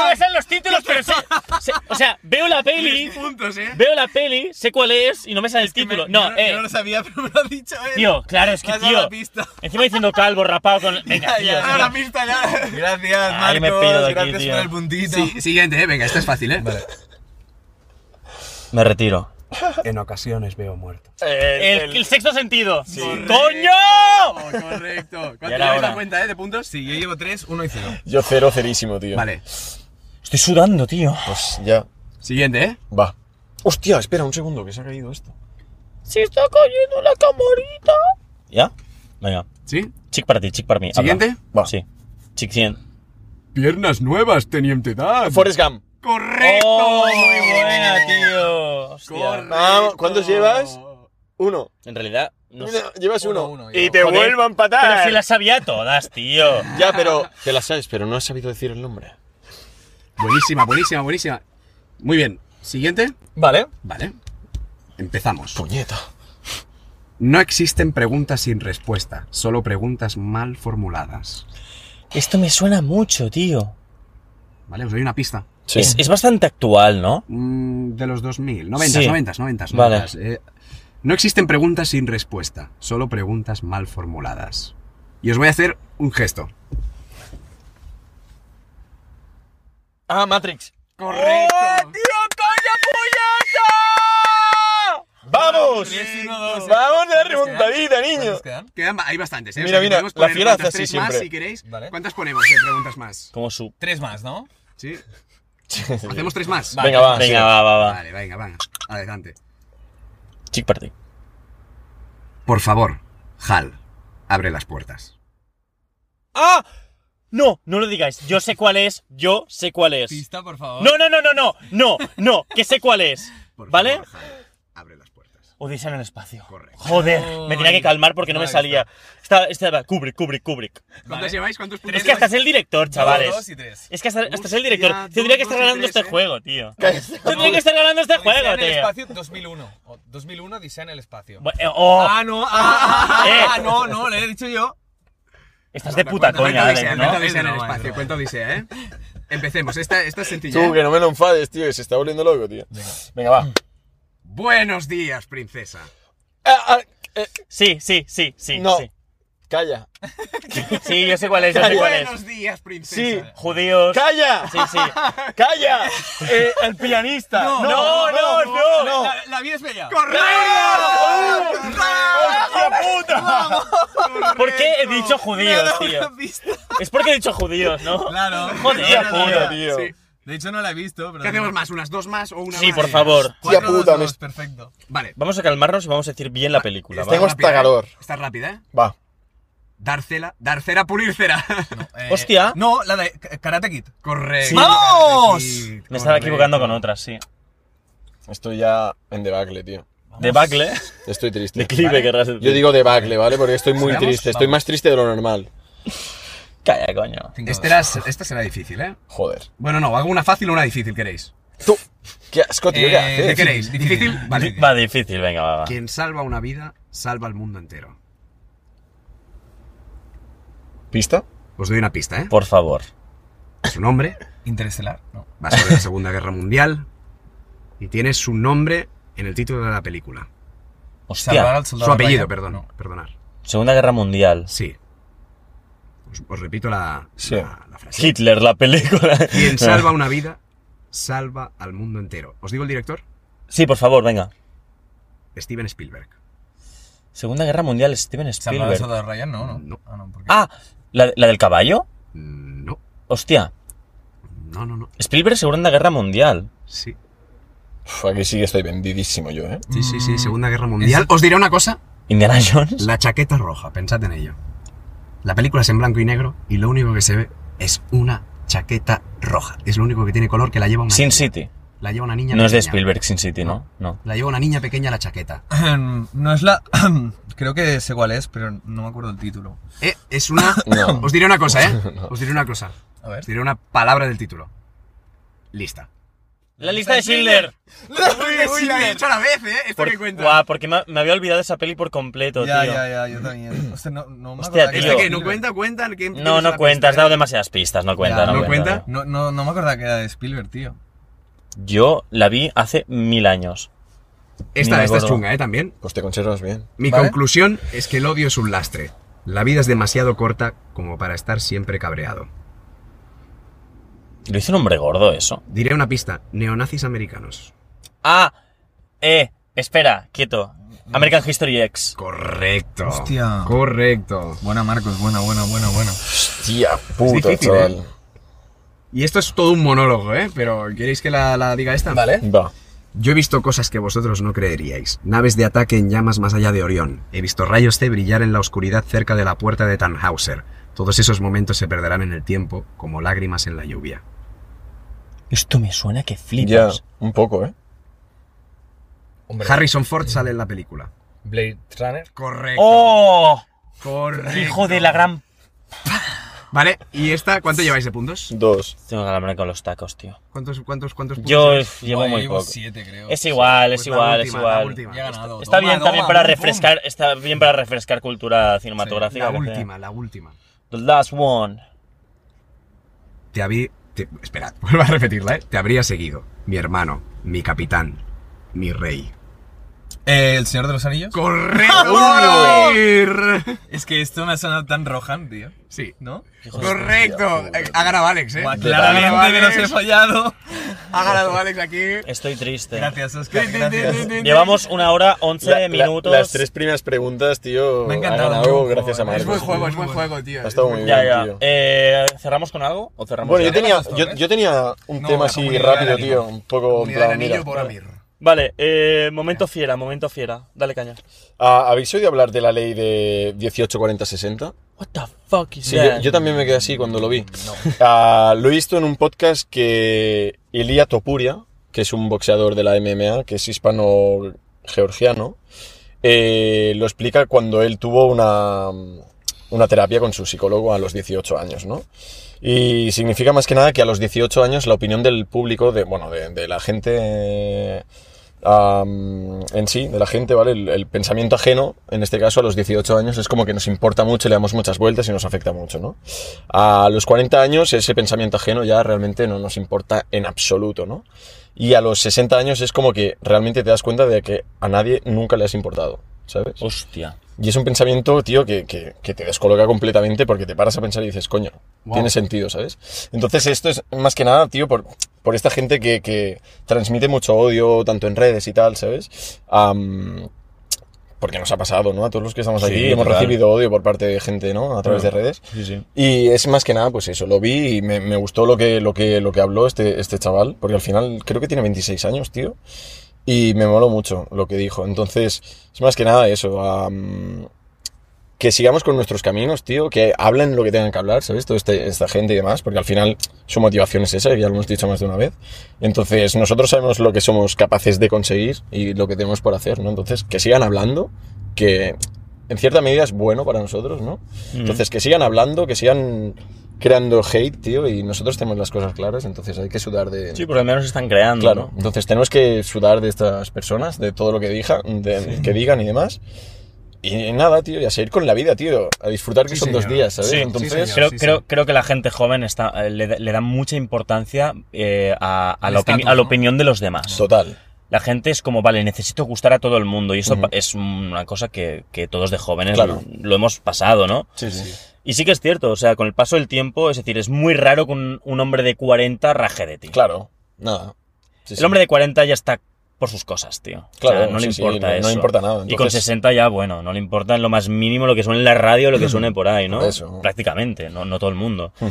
Speaker 2: me salen los títulos? Pero sé- sé- o sea, veo la peli,
Speaker 3: puntos, ¿eh?
Speaker 2: veo la peli, sé cuál es y no me sale el título. no, eh,
Speaker 1: sabía, pero me lo ha dicho él.
Speaker 2: tío, claro, es que
Speaker 1: Me has dado
Speaker 2: tío.
Speaker 1: la pista.
Speaker 2: Encima diciendo calvo, rapado con. Venga,
Speaker 1: Ya,
Speaker 2: tío.
Speaker 1: ya,
Speaker 2: tío.
Speaker 1: ya.
Speaker 3: Ahora la pista ya.
Speaker 1: Gracias,
Speaker 2: Ay,
Speaker 1: Marcos.
Speaker 2: me pido de aquí,
Speaker 1: gracias
Speaker 2: tío.
Speaker 1: por el puntito.
Speaker 3: Sí, siguiente, ¿eh? Venga, esta es fácil, ¿eh?
Speaker 2: Me retiro.
Speaker 5: En ocasiones veo muerto.
Speaker 4: Eh,
Speaker 2: El, el sexto sentido.
Speaker 3: Oh,
Speaker 2: ¡Coño!
Speaker 3: correcto. ¿Cuánto
Speaker 2: era
Speaker 3: lleváis
Speaker 2: hora.
Speaker 3: la cuenta, eh? De puntos.
Speaker 1: Sí, yo llevo 3, 1 y 0.
Speaker 4: Yo cero, cerísimo, tío.
Speaker 3: Vale.
Speaker 2: Estoy sudando, tío.
Speaker 4: Pues ya.
Speaker 3: Siguiente, ¿eh?
Speaker 4: Va. Hostia, espera un segundo, que se ha caído esto.
Speaker 2: Se está cayendo la camarita. ¿Ya? Venga.
Speaker 3: ¿Sí?
Speaker 2: Chick para ti, chick para mí. Habla.
Speaker 3: ¿Siguiente?
Speaker 4: Va.
Speaker 2: Sí. Chick 100.
Speaker 5: Piernas nuevas, teniente Dan.
Speaker 4: Forrest Gump.
Speaker 3: ¡Correcto!
Speaker 2: Oh, muy buena, tío. Hostia.
Speaker 4: Vamos, ¿Cuántos llevas? Uno.
Speaker 2: En realidad, no sé.
Speaker 4: Llevas
Speaker 1: Uno,
Speaker 4: uno.
Speaker 1: uno,
Speaker 4: y
Speaker 1: llevo.
Speaker 4: te
Speaker 2: Joder,
Speaker 4: vuelvo a empatar.
Speaker 2: Pero si las sabía todas, tío.
Speaker 4: Ya, pero. Te las sabes, pero no has sabido decir el nombre.
Speaker 3: Buenísima, buenísima, buenísima. Muy bien. Siguiente.
Speaker 1: Vale.
Speaker 3: Vale. Empezamos.
Speaker 4: Puñeta.
Speaker 3: No existen preguntas sin respuesta, solo preguntas mal formuladas.
Speaker 2: Esto me suena mucho, tío.
Speaker 3: ¿Vale? Os doy una pista.
Speaker 4: Sí.
Speaker 2: Es, es bastante actual, ¿no?
Speaker 3: Mm, de los 2000. 90,
Speaker 2: Sí.
Speaker 3: 90, 90.
Speaker 2: Vale.
Speaker 3: Eh, no existen preguntas sin respuesta, solo preguntas mal formuladas. Y os voy a hacer un gesto.
Speaker 4: Ah, Matrix.
Speaker 3: ¡Correcto!
Speaker 4: ¡Vamos!
Speaker 1: 3, 1, 2.
Speaker 4: ¡Vamos de la remontadita, niño!
Speaker 1: quedan?
Speaker 3: Quedan, hay bastantes, ¿eh?
Speaker 4: Mira, mira,
Speaker 3: podemos
Speaker 4: la
Speaker 3: poner
Speaker 4: fiera hace
Speaker 3: cuantas,
Speaker 4: así
Speaker 3: tres
Speaker 4: siempre.
Speaker 3: más, si queréis.
Speaker 1: Vale.
Speaker 3: ¿Cuántas ponemos de preguntas más?
Speaker 2: Como su.
Speaker 1: 3 más, ¿no?
Speaker 3: ¿Sí? ¿Hacemos tres más?
Speaker 4: Venga, va.
Speaker 2: Venga,
Speaker 4: sí.
Speaker 2: va, va, va.
Speaker 3: Vale, venga, venga. Adelante.
Speaker 2: Chick para ti.
Speaker 3: Por favor, Hal, abre las puertas.
Speaker 2: ¡Ah! No, no lo digáis. Yo sé cuál es. Yo sé cuál es.
Speaker 1: Pista, por favor.
Speaker 2: No, no, no, no, no. No, no. Que sé cuál es.
Speaker 3: Por
Speaker 2: ¿Vale?
Speaker 3: favor, Hal, abre las puertas.
Speaker 2: Odisea en el espacio.
Speaker 3: Correcto.
Speaker 2: Joder, me tenía que calmar porque no me
Speaker 1: Ahí
Speaker 2: salía. Estaba, estaba Kubrick, Kubrick, Kubrick.
Speaker 3: ¿Cuántas lleváis? ¿Cuántos puntos?
Speaker 2: Es que hasta es el director, chavales.
Speaker 1: 2 y 3.
Speaker 2: Es que hasta, hasta es el director.
Speaker 3: Hostia,
Speaker 2: Tendría que
Speaker 3: dos,
Speaker 2: estar
Speaker 3: dos y
Speaker 2: ganando
Speaker 3: tres,
Speaker 2: este
Speaker 3: eh.
Speaker 2: juego, tío. Tendría que estar ganando este
Speaker 1: Odisea
Speaker 2: juego,
Speaker 1: en el
Speaker 2: tío.
Speaker 1: espacio 2001. O 2001, Odisea en el espacio.
Speaker 2: Bu- eh, Oh,
Speaker 1: Ah, no, ah, ah, ah,
Speaker 2: Eh.
Speaker 1: ah, no, no, le he dicho yo.
Speaker 2: estás de puta coña,
Speaker 3: Cuenta
Speaker 2: Alex,
Speaker 3: Odisea,
Speaker 2: ¿no?
Speaker 3: cuenta Odisea en el
Speaker 1: Es broma,
Speaker 3: espacio,
Speaker 1: es broma.
Speaker 3: cuenta Odisea, ¿eh? Empecemos, esta, esta es sencilla. ¿eh?
Speaker 4: Tú, que no me lo enfades, tío, que se está volviendo loco, tío. Venga, va.
Speaker 3: Buenos días, princesa.
Speaker 4: Ah, ah, eh,
Speaker 2: Sí, sí, sí, sí.
Speaker 4: No.
Speaker 2: sí.
Speaker 4: Calla.
Speaker 2: Sí, yo sé cuál es, yo sé cuál es.
Speaker 3: Buenos días,
Speaker 4: Sí.
Speaker 3: princesa.
Speaker 2: Judíos.
Speaker 4: ¡Calla!
Speaker 2: Sí, sí.
Speaker 4: ¡Calla! Eh, el pianista. No,
Speaker 2: no, no, no.
Speaker 4: no.
Speaker 1: La, vida es bella.
Speaker 3: ¡Correcto!
Speaker 2: ¿Por qué he dicho judíos, tío? Es porque he dicho judíos, ¿no?
Speaker 1: Claro.
Speaker 2: Joder,
Speaker 1: No, no, no,
Speaker 2: puta,
Speaker 1: no.
Speaker 4: tío.
Speaker 3: Sí.
Speaker 1: De hecho, no la he visto, pero.
Speaker 3: ¿Qué hacemos más? ¿Unas dos más o una
Speaker 2: Sí,
Speaker 3: más?
Speaker 2: por favor.
Speaker 1: Cuatro, dos,
Speaker 4: puta, me-
Speaker 1: dos, perfecto.
Speaker 3: Vale.
Speaker 2: Vamos a calmarnos y vamos a decir bien la película, ¿va?
Speaker 4: Tengo hasta
Speaker 3: rápida, ¿eh?
Speaker 4: calor.
Speaker 3: Estás rápida, ¿eh?
Speaker 4: Va.
Speaker 3: Dar cera, dar cera, pulir cera.
Speaker 1: Eh,
Speaker 2: Hostia.
Speaker 1: No, la de K- Karate Kid.
Speaker 3: Correcto.
Speaker 2: Sí.
Speaker 1: ¡Vamos!
Speaker 2: Me estaba equivocando con otras, sí.
Speaker 4: Estoy ya en debacle, tío.
Speaker 2: De Bacle.
Speaker 4: Estoy triste.
Speaker 2: De Clive, querrás decir.
Speaker 4: Yo digo debacle, ¿vale? Porque estoy muy
Speaker 1: ¿Vamos?
Speaker 4: triste. Estoy
Speaker 1: Vamos.
Speaker 4: más triste de lo normal.
Speaker 2: Calla, coño.
Speaker 3: Este era- esta será difícil, ¿eh?
Speaker 4: Joder.
Speaker 3: Bueno, no, hago una fácil o una difícil, ¿queréis?
Speaker 4: Tú. Qué asco, tío. ¿Qué
Speaker 1: Eh,
Speaker 4: haces?
Speaker 3: ¿Qué
Speaker 1: Difícil,
Speaker 3: queréis? ¿Difícil?
Speaker 1: difícil.
Speaker 3: Vale.
Speaker 2: Va difícil, venga, va, va.
Speaker 3: Quien salva una vida, salva al mundo entero.
Speaker 4: ¿Pista?
Speaker 3: Os doy una pista, ¿eh?
Speaker 2: Por favor.
Speaker 3: Su nombre
Speaker 1: Interestelar. No.
Speaker 3: va sobre la Segunda Guerra Mundial y tiene su nombre en el título de la película.
Speaker 1: Salvar
Speaker 2: Hostia.
Speaker 1: al soldado
Speaker 3: Su apellido,
Speaker 1: Ryan.
Speaker 3: perdón.
Speaker 1: No.
Speaker 3: Perdonar.
Speaker 2: Segunda Guerra Mundial.
Speaker 3: Sí. Os, os repito la,
Speaker 4: Sí.
Speaker 3: la- la frase.
Speaker 2: Hitler, la película.
Speaker 3: Quien salva una vida, salva al mundo entero. ¿Os digo el director?
Speaker 2: Sí, por favor, venga.
Speaker 3: Steven Spielberg.
Speaker 2: Segunda Guerra Mundial, Steven
Speaker 1: Salvar al
Speaker 2: Spielberg.
Speaker 1: soldado Ryan, no, no.
Speaker 3: No.
Speaker 1: Ah, no, porque.
Speaker 2: Ah, ¿la, la del caballo?
Speaker 3: Mm, No,
Speaker 2: Hostia.
Speaker 3: no, no, no.
Speaker 2: Spielberg, Segunda Guerra Mundial.
Speaker 3: Sí.
Speaker 4: Uf, aquí sí que estoy vendidísimo yo, ¿eh?
Speaker 3: Sí, sí, sí,
Speaker 1: Mm.
Speaker 3: Segunda Guerra Mundial. Os diré una cosa.
Speaker 2: Indiana Jones.
Speaker 3: La chaqueta roja, pensad en ello. La película es en blanco y negro y lo único que se ve es una chaqueta roja. Es lo único que tiene color que la lleva una
Speaker 2: Sin
Speaker 3: niña.
Speaker 2: City.
Speaker 3: La lleva una niña
Speaker 2: No es de
Speaker 3: pequeña.
Speaker 2: Spielberg, Sin City, ¿no? No.
Speaker 3: La lleva una niña pequeña la chaqueta.
Speaker 1: Ah, em, No es la. Creo que sé cuál es, pero no me acuerdo el título.
Speaker 3: Eh, es una...
Speaker 4: No.
Speaker 3: Os diré una cosa, ¿eh? Os diré una cosa.
Speaker 1: A ver.
Speaker 3: Os diré una palabra del título. Lista.
Speaker 2: La lista de Schindler.
Speaker 3: Uy, uy, la he hecho a la vez, ¿eh? Esto
Speaker 2: Por-
Speaker 3: que cuenta.
Speaker 2: Guau, porque me, me había olvidado esa peli por completo,
Speaker 1: Ya,
Speaker 2: tío.
Speaker 1: ya, ya, yo también. Hostia, no, no me
Speaker 2: Hostia,
Speaker 1: acordaba que
Speaker 2: tío.
Speaker 3: ¿Este
Speaker 1: era
Speaker 3: que
Speaker 1: de
Speaker 3: no
Speaker 1: Spielberg.
Speaker 3: cuenta? ¿Cuenta? ¿Qué- qué
Speaker 2: No,
Speaker 3: es la
Speaker 2: no cuenta,
Speaker 3: pista,
Speaker 2: has dado demasiadas pistas, no cuenta,
Speaker 1: Ya,
Speaker 2: no,
Speaker 1: ¿no
Speaker 3: cuenta?
Speaker 1: No, no, no me acordaba que era de Spielberg, tío.
Speaker 2: tío. Yo la vi hace mil años.
Speaker 3: eh?
Speaker 2: Ni
Speaker 3: Esta,
Speaker 2: me
Speaker 3: esta es
Speaker 2: acuerdo.
Speaker 3: chunga, ¿eh? También.
Speaker 4: Pues te conservas bien.
Speaker 3: Mi
Speaker 1: ¿Vale?
Speaker 3: conclusión es que el odio es un lastre. La vida es demasiado corta como para estar siempre cabreado.
Speaker 2: Lo hizo un hombre gordo eso.
Speaker 3: Diré una pista. Neonazis americanos.
Speaker 2: Ah, eh, espera, quieto. American History X.
Speaker 3: Correcto.
Speaker 1: Hostia.
Speaker 3: Correcto.
Speaker 1: Buena, Marcos, buena, buena, buena, buena.
Speaker 4: Tía puta,
Speaker 3: difícil,
Speaker 4: chaval.
Speaker 3: Y esto es todo un monólogo, ¿eh? Pero ¿queréis que la, la diga esta?
Speaker 1: Vale.
Speaker 4: Va.
Speaker 3: Yo he visto cosas que vosotros no creeríais. Naves de ataque en llamas más allá de Orión. He visto rayos C brillar en la oscuridad cerca de la puerta de Tannhauser. Todos esos momentos se perderán en el tiempo, como lágrimas en la lluvia.
Speaker 2: Esto me suena que
Speaker 4: Ya,
Speaker 2: flipas.
Speaker 4: un poco, ¿eh?
Speaker 1: Hombre,
Speaker 3: Harrison Ford sale en la película.
Speaker 1: Blade Runner.
Speaker 3: Correcto.
Speaker 2: ¡Oh!
Speaker 3: Correcto.
Speaker 2: Hijo de la gran...
Speaker 3: Vale, ¿y esta? ¿Cuánto lleváis de puntos?
Speaker 4: Dos.
Speaker 2: Tengo calambre con los tacos, tío.
Speaker 3: ¿Cuántos, cuántos, cuántos puntos?
Speaker 2: Yo
Speaker 3: lleváis?
Speaker 2: uf, llevo
Speaker 1: Joder,
Speaker 2: muy
Speaker 1: llevo
Speaker 2: poco.
Speaker 1: siete, creo.
Speaker 2: Es igual,
Speaker 3: Pues
Speaker 2: es
Speaker 3: la
Speaker 2: igual,
Speaker 3: última,
Speaker 2: es
Speaker 3: la
Speaker 2: igual.
Speaker 3: última.
Speaker 1: Ya he ganado.
Speaker 2: Está
Speaker 1: Toma,
Speaker 2: bien
Speaker 1: toma,
Speaker 2: también para
Speaker 1: pum, pum.
Speaker 2: refrescar, está bien para refrescar cultura cinematográfica.
Speaker 3: La
Speaker 2: que sea.
Speaker 3: última, la última.
Speaker 2: The last one.
Speaker 3: Te habí... te- Esperad, vuelvo a repetirla, ¿eh? Te habría seguido. Mi hermano, mi capitán, mi rey.
Speaker 1: Eh, El Señor de los Anillos.
Speaker 3: ¡Correcto!
Speaker 1: Es que esto me ha sonado tan Rohan, tío.
Speaker 3: Sí.
Speaker 1: ¿No?
Speaker 2: Hijo de-
Speaker 3: Correcto. Ha ganado Alex, ¿eh?
Speaker 1: Buah,
Speaker 3: Ha ganado
Speaker 1: claramente que
Speaker 3: Alex.
Speaker 1: nos he fallado.
Speaker 3: Ha ganado Alex aquí.
Speaker 2: Estoy triste.
Speaker 1: Gracias, Oscar. Gracias.
Speaker 2: Llevamos una hora, once
Speaker 4: La- la-
Speaker 2: minutos.
Speaker 4: las tres primeras preguntas, tío.
Speaker 1: Me ha
Speaker 4: ha
Speaker 1: encantado,
Speaker 4: ganado
Speaker 1: tío.
Speaker 4: gracias a
Speaker 1: Es
Speaker 4: Marcos.
Speaker 3: Es buen
Speaker 4: tío.
Speaker 3: juego, es buen juego, tío.
Speaker 4: Ha estado muy bien,
Speaker 2: Ya, ya.
Speaker 4: tío.
Speaker 2: Eh, ¿Cerramos con algo? ¿O cerramos
Speaker 4: Bueno,
Speaker 2: ya?
Speaker 4: yo tenía,
Speaker 1: Ganabas tú,
Speaker 4: yo,
Speaker 1: ¿eh?
Speaker 4: yo tenía un
Speaker 1: No,
Speaker 4: tema
Speaker 1: la
Speaker 4: así
Speaker 1: comunidad
Speaker 4: rápido,
Speaker 1: del anillo.
Speaker 4: tío. Un poco en
Speaker 3: Comunidad del
Speaker 4: plan,
Speaker 3: anillo
Speaker 4: mira.
Speaker 3: por Amir.
Speaker 2: Vale, eh, momento fiera, momento fiera. Dale caña.
Speaker 4: Ah, ¿Habéis oído hablar de la ley de 1840-60?
Speaker 2: What the fuck is
Speaker 4: Sí,
Speaker 2: that?
Speaker 4: yo, yo también me quedé así cuando lo vi. Ah, lo he visto en un podcast que Elia Topuria, que es un boxeador de la MMA, que es hispano-georgiano, eh, lo explica cuando él tuvo una, una terapia con su psicólogo a los 18 años, ¿no? Y significa más que nada que a los 18 años la opinión del público, de, bueno, de, de la gente eh, am, en sí, de la gente, ¿vale? El, el pensamiento ajeno, en este caso a los 18 años, es como que nos importa mucho, le damos muchas vueltas y nos afecta mucho, ¿no? A los 40 años ese pensamiento ajeno ya realmente no nos importa en absoluto, ¿no? Y a los 60 años es como que realmente te das cuenta de que a nadie nunca le has importado, ¿sabes?
Speaker 2: Hostia.
Speaker 4: Y es un pensamiento, tío, que, que- que te descoloca completamente porque te paras a pensar y dices, coño,
Speaker 5: Wow.
Speaker 4: tiene sentido, ¿sabes? Entonces esto es más que nada, tío, por, por esta gente que, que transmite mucho odio, tanto en redes y tal, ¿sabes? Am, porque nos ha pasado, ¿no? A todos los que estamos
Speaker 2: Sí,
Speaker 4: aquí hemos
Speaker 2: total.
Speaker 4: recibido odio por parte de gente, ¿no? A través de redes. Y es más que nada, pues eso, lo vi y me, me gustó lo que, lo que, lo que habló este, este chaval, porque al final creo que tiene 26 años, tío, y me moló mucho lo que dijo. Entonces, es más que nada eso, am, que sigamos con nuestros caminos, tío, que hablen lo que tengan que hablar, ¿sabes? Toda este- esta gente y demás, porque al final su motivación es esa, y ya lo hemos dicho más de una vez. Entonces, nosotros sabemos lo que somos capaces de conseguir y lo que tenemos por hacer, ¿no? Entonces, que sigan hablando, que en cierta medida es bueno para nosotros, ¿no?
Speaker 2: Mm.
Speaker 4: Entonces, que sigan hablando, que sigan creando hate, tío, y nosotros tenemos las cosas claras, entonces hay que sudar de...
Speaker 2: Sí, porque al menos están creando.
Speaker 4: Claro,
Speaker 2: ¿no?
Speaker 4: entonces tenemos que sudar de estas personas, de todo lo que, dija- de- que digan y demás. Y nada, tío, y a seguir con la vida, tío, a disfrutar que
Speaker 5: Sí,
Speaker 4: son dos
Speaker 5: señor.
Speaker 4: días, ¿sabes?
Speaker 2: Sí,
Speaker 4: entonces,
Speaker 5: señor.
Speaker 2: Creo,
Speaker 5: sí,
Speaker 2: creo,
Speaker 5: sí.
Speaker 2: creo que la gente joven está, eh, le, da- le da mucha importancia eh, a, a
Speaker 5: Al
Speaker 2: la opini-
Speaker 5: estatus,
Speaker 2: a la
Speaker 5: ¿no?
Speaker 2: opinión de los demás.
Speaker 4: total.
Speaker 2: La gente es como, vale, necesito gustar a todo el mundo. Y esto
Speaker 4: Ujú.
Speaker 2: pa- es una cosa que, que todos de jóvenes
Speaker 4: Claro.
Speaker 2: lo hemos pasado, ¿no?
Speaker 4: Sí, sí.
Speaker 2: Y sí que es cierto, o sea, con el paso del tiempo, es decir, es muy raro que un, un hombre de 40 raje de ti.
Speaker 4: Claro, nada. Sí, sí.
Speaker 2: El hombre de 40 ya está por sus cosas, tío. O sea,
Speaker 4: Claro,
Speaker 2: no le
Speaker 4: sí, sí,
Speaker 2: importa
Speaker 4: no- no
Speaker 2: eso.
Speaker 4: importa nada,
Speaker 2: Y con
Speaker 4: entonces-
Speaker 2: 60 ya, bueno, no le importa en lo más mínimo lo que suene en la radio, lo que suene por ahí, ¿no?
Speaker 4: Por eso.
Speaker 2: Prácticamente, no, no todo el mundo.
Speaker 4: Ujú.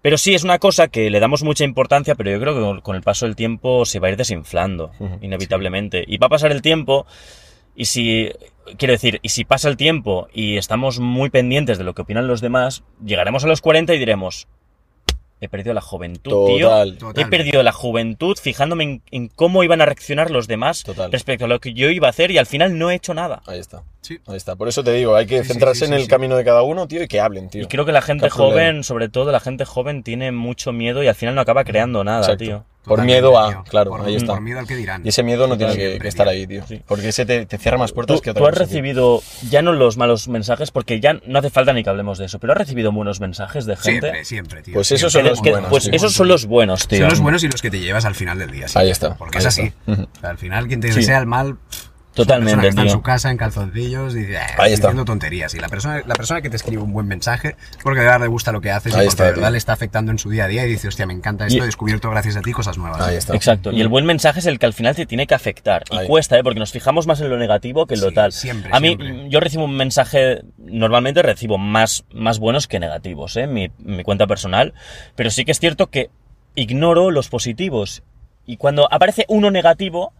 Speaker 2: Pero sí, es una cosa que le damos mucha importancia, pero yo creo que con- con el paso del tiempo se va a ir desinflando,
Speaker 4: Ujú.
Speaker 2: inevitablemente. Y va a pasar el tiempo, y si, quiero decir, y si pasa el tiempo y estamos muy pendientes de lo que opinan los demás, llegaremos a los 40 y diremos, he perdido la juventud, tío.
Speaker 4: Total.
Speaker 2: He perdido la juventud fijándome en, en cómo iban a reaccionar los demás
Speaker 4: Total.
Speaker 2: respecto a lo que yo iba a hacer y al final no he hecho nada.
Speaker 4: Ahí está.
Speaker 5: Sí.
Speaker 4: Ahí está. Por eso te digo, hay que
Speaker 5: Sí, sí,
Speaker 4: centrarse
Speaker 5: sí,
Speaker 4: en
Speaker 5: sí,
Speaker 4: el
Speaker 5: sí.
Speaker 4: camino de cada uno, tío, y que hablen, tío.
Speaker 2: Y creo que la gente
Speaker 4: Capture
Speaker 2: joven,
Speaker 4: learn.
Speaker 2: sobre todo la gente joven, tiene mucho miedo y al final no acaba creando nada,
Speaker 4: Exacto.
Speaker 2: tío.
Speaker 4: Por
Speaker 3: Totalmente,
Speaker 4: miedo a,
Speaker 3: tío.
Speaker 4: claro,
Speaker 3: Por-
Speaker 4: ahí está.
Speaker 3: Por miedo al que dirán.
Speaker 4: Y ese miedo no tiene que,
Speaker 3: Totalmente,
Speaker 4: que estar
Speaker 3: tío.
Speaker 4: ahí, tío.
Speaker 2: Sí.
Speaker 4: Porque ese te, te cierra más
Speaker 2: Tú,
Speaker 4: puertas que otra
Speaker 2: tú has
Speaker 4: cosa, tío.
Speaker 2: recibido, ya no los malos mensajes, porque ya no hace falta ni que hablemos de eso, pero has recibido buenos mensajes de gente.
Speaker 3: Siempre, siempre, tío.
Speaker 4: Pues esos
Speaker 2: Que-
Speaker 4: son los
Speaker 2: que-
Speaker 4: buenos,
Speaker 2: pues
Speaker 4: tío.
Speaker 2: esos son los buenos, tío.
Speaker 3: Son los buenos y los que te llevas al final del día. sí.
Speaker 4: Ahí está,
Speaker 3: Porque
Speaker 4: ahí
Speaker 3: es así.
Speaker 4: está. Ujú.
Speaker 3: O sea, al final, quien te
Speaker 2: Sí.
Speaker 3: desea el mal.
Speaker 2: Totalmente,
Speaker 3: persona que está en
Speaker 2: tío.
Speaker 3: su casa, en calzoncillos, dice, "Ah,
Speaker 4: Ahí
Speaker 3: estoy
Speaker 4: está.
Speaker 3: diciendo tonterías. Y la persona, la persona que te escribe un buen mensaje, porque de verdad le gusta lo que haces
Speaker 4: Ahí
Speaker 3: y porque
Speaker 4: está,
Speaker 3: de verdad
Speaker 4: tío.
Speaker 3: le está afectando en su día a día y dice, hostia, me encanta esto,
Speaker 2: Y-
Speaker 3: he descubierto gracias a ti cosas nuevas.
Speaker 4: Ahí está.
Speaker 2: Exacto. Y el buen mensaje es el que al final te tiene que afectar. Y
Speaker 4: Ahí.
Speaker 2: cuesta, ¿eh? Porque nos fijamos más en lo negativo que en lo
Speaker 3: Sí,
Speaker 2: tal.
Speaker 3: siempre,
Speaker 2: A mí,
Speaker 3: siempre.
Speaker 2: yo recibo un mensaje, normalmente recibo más, más buenos que negativos, ¿eh? En Mi, en mi cuenta personal. Pero sí que es cierto que ignoro los positivos. Y cuando aparece uno negativo,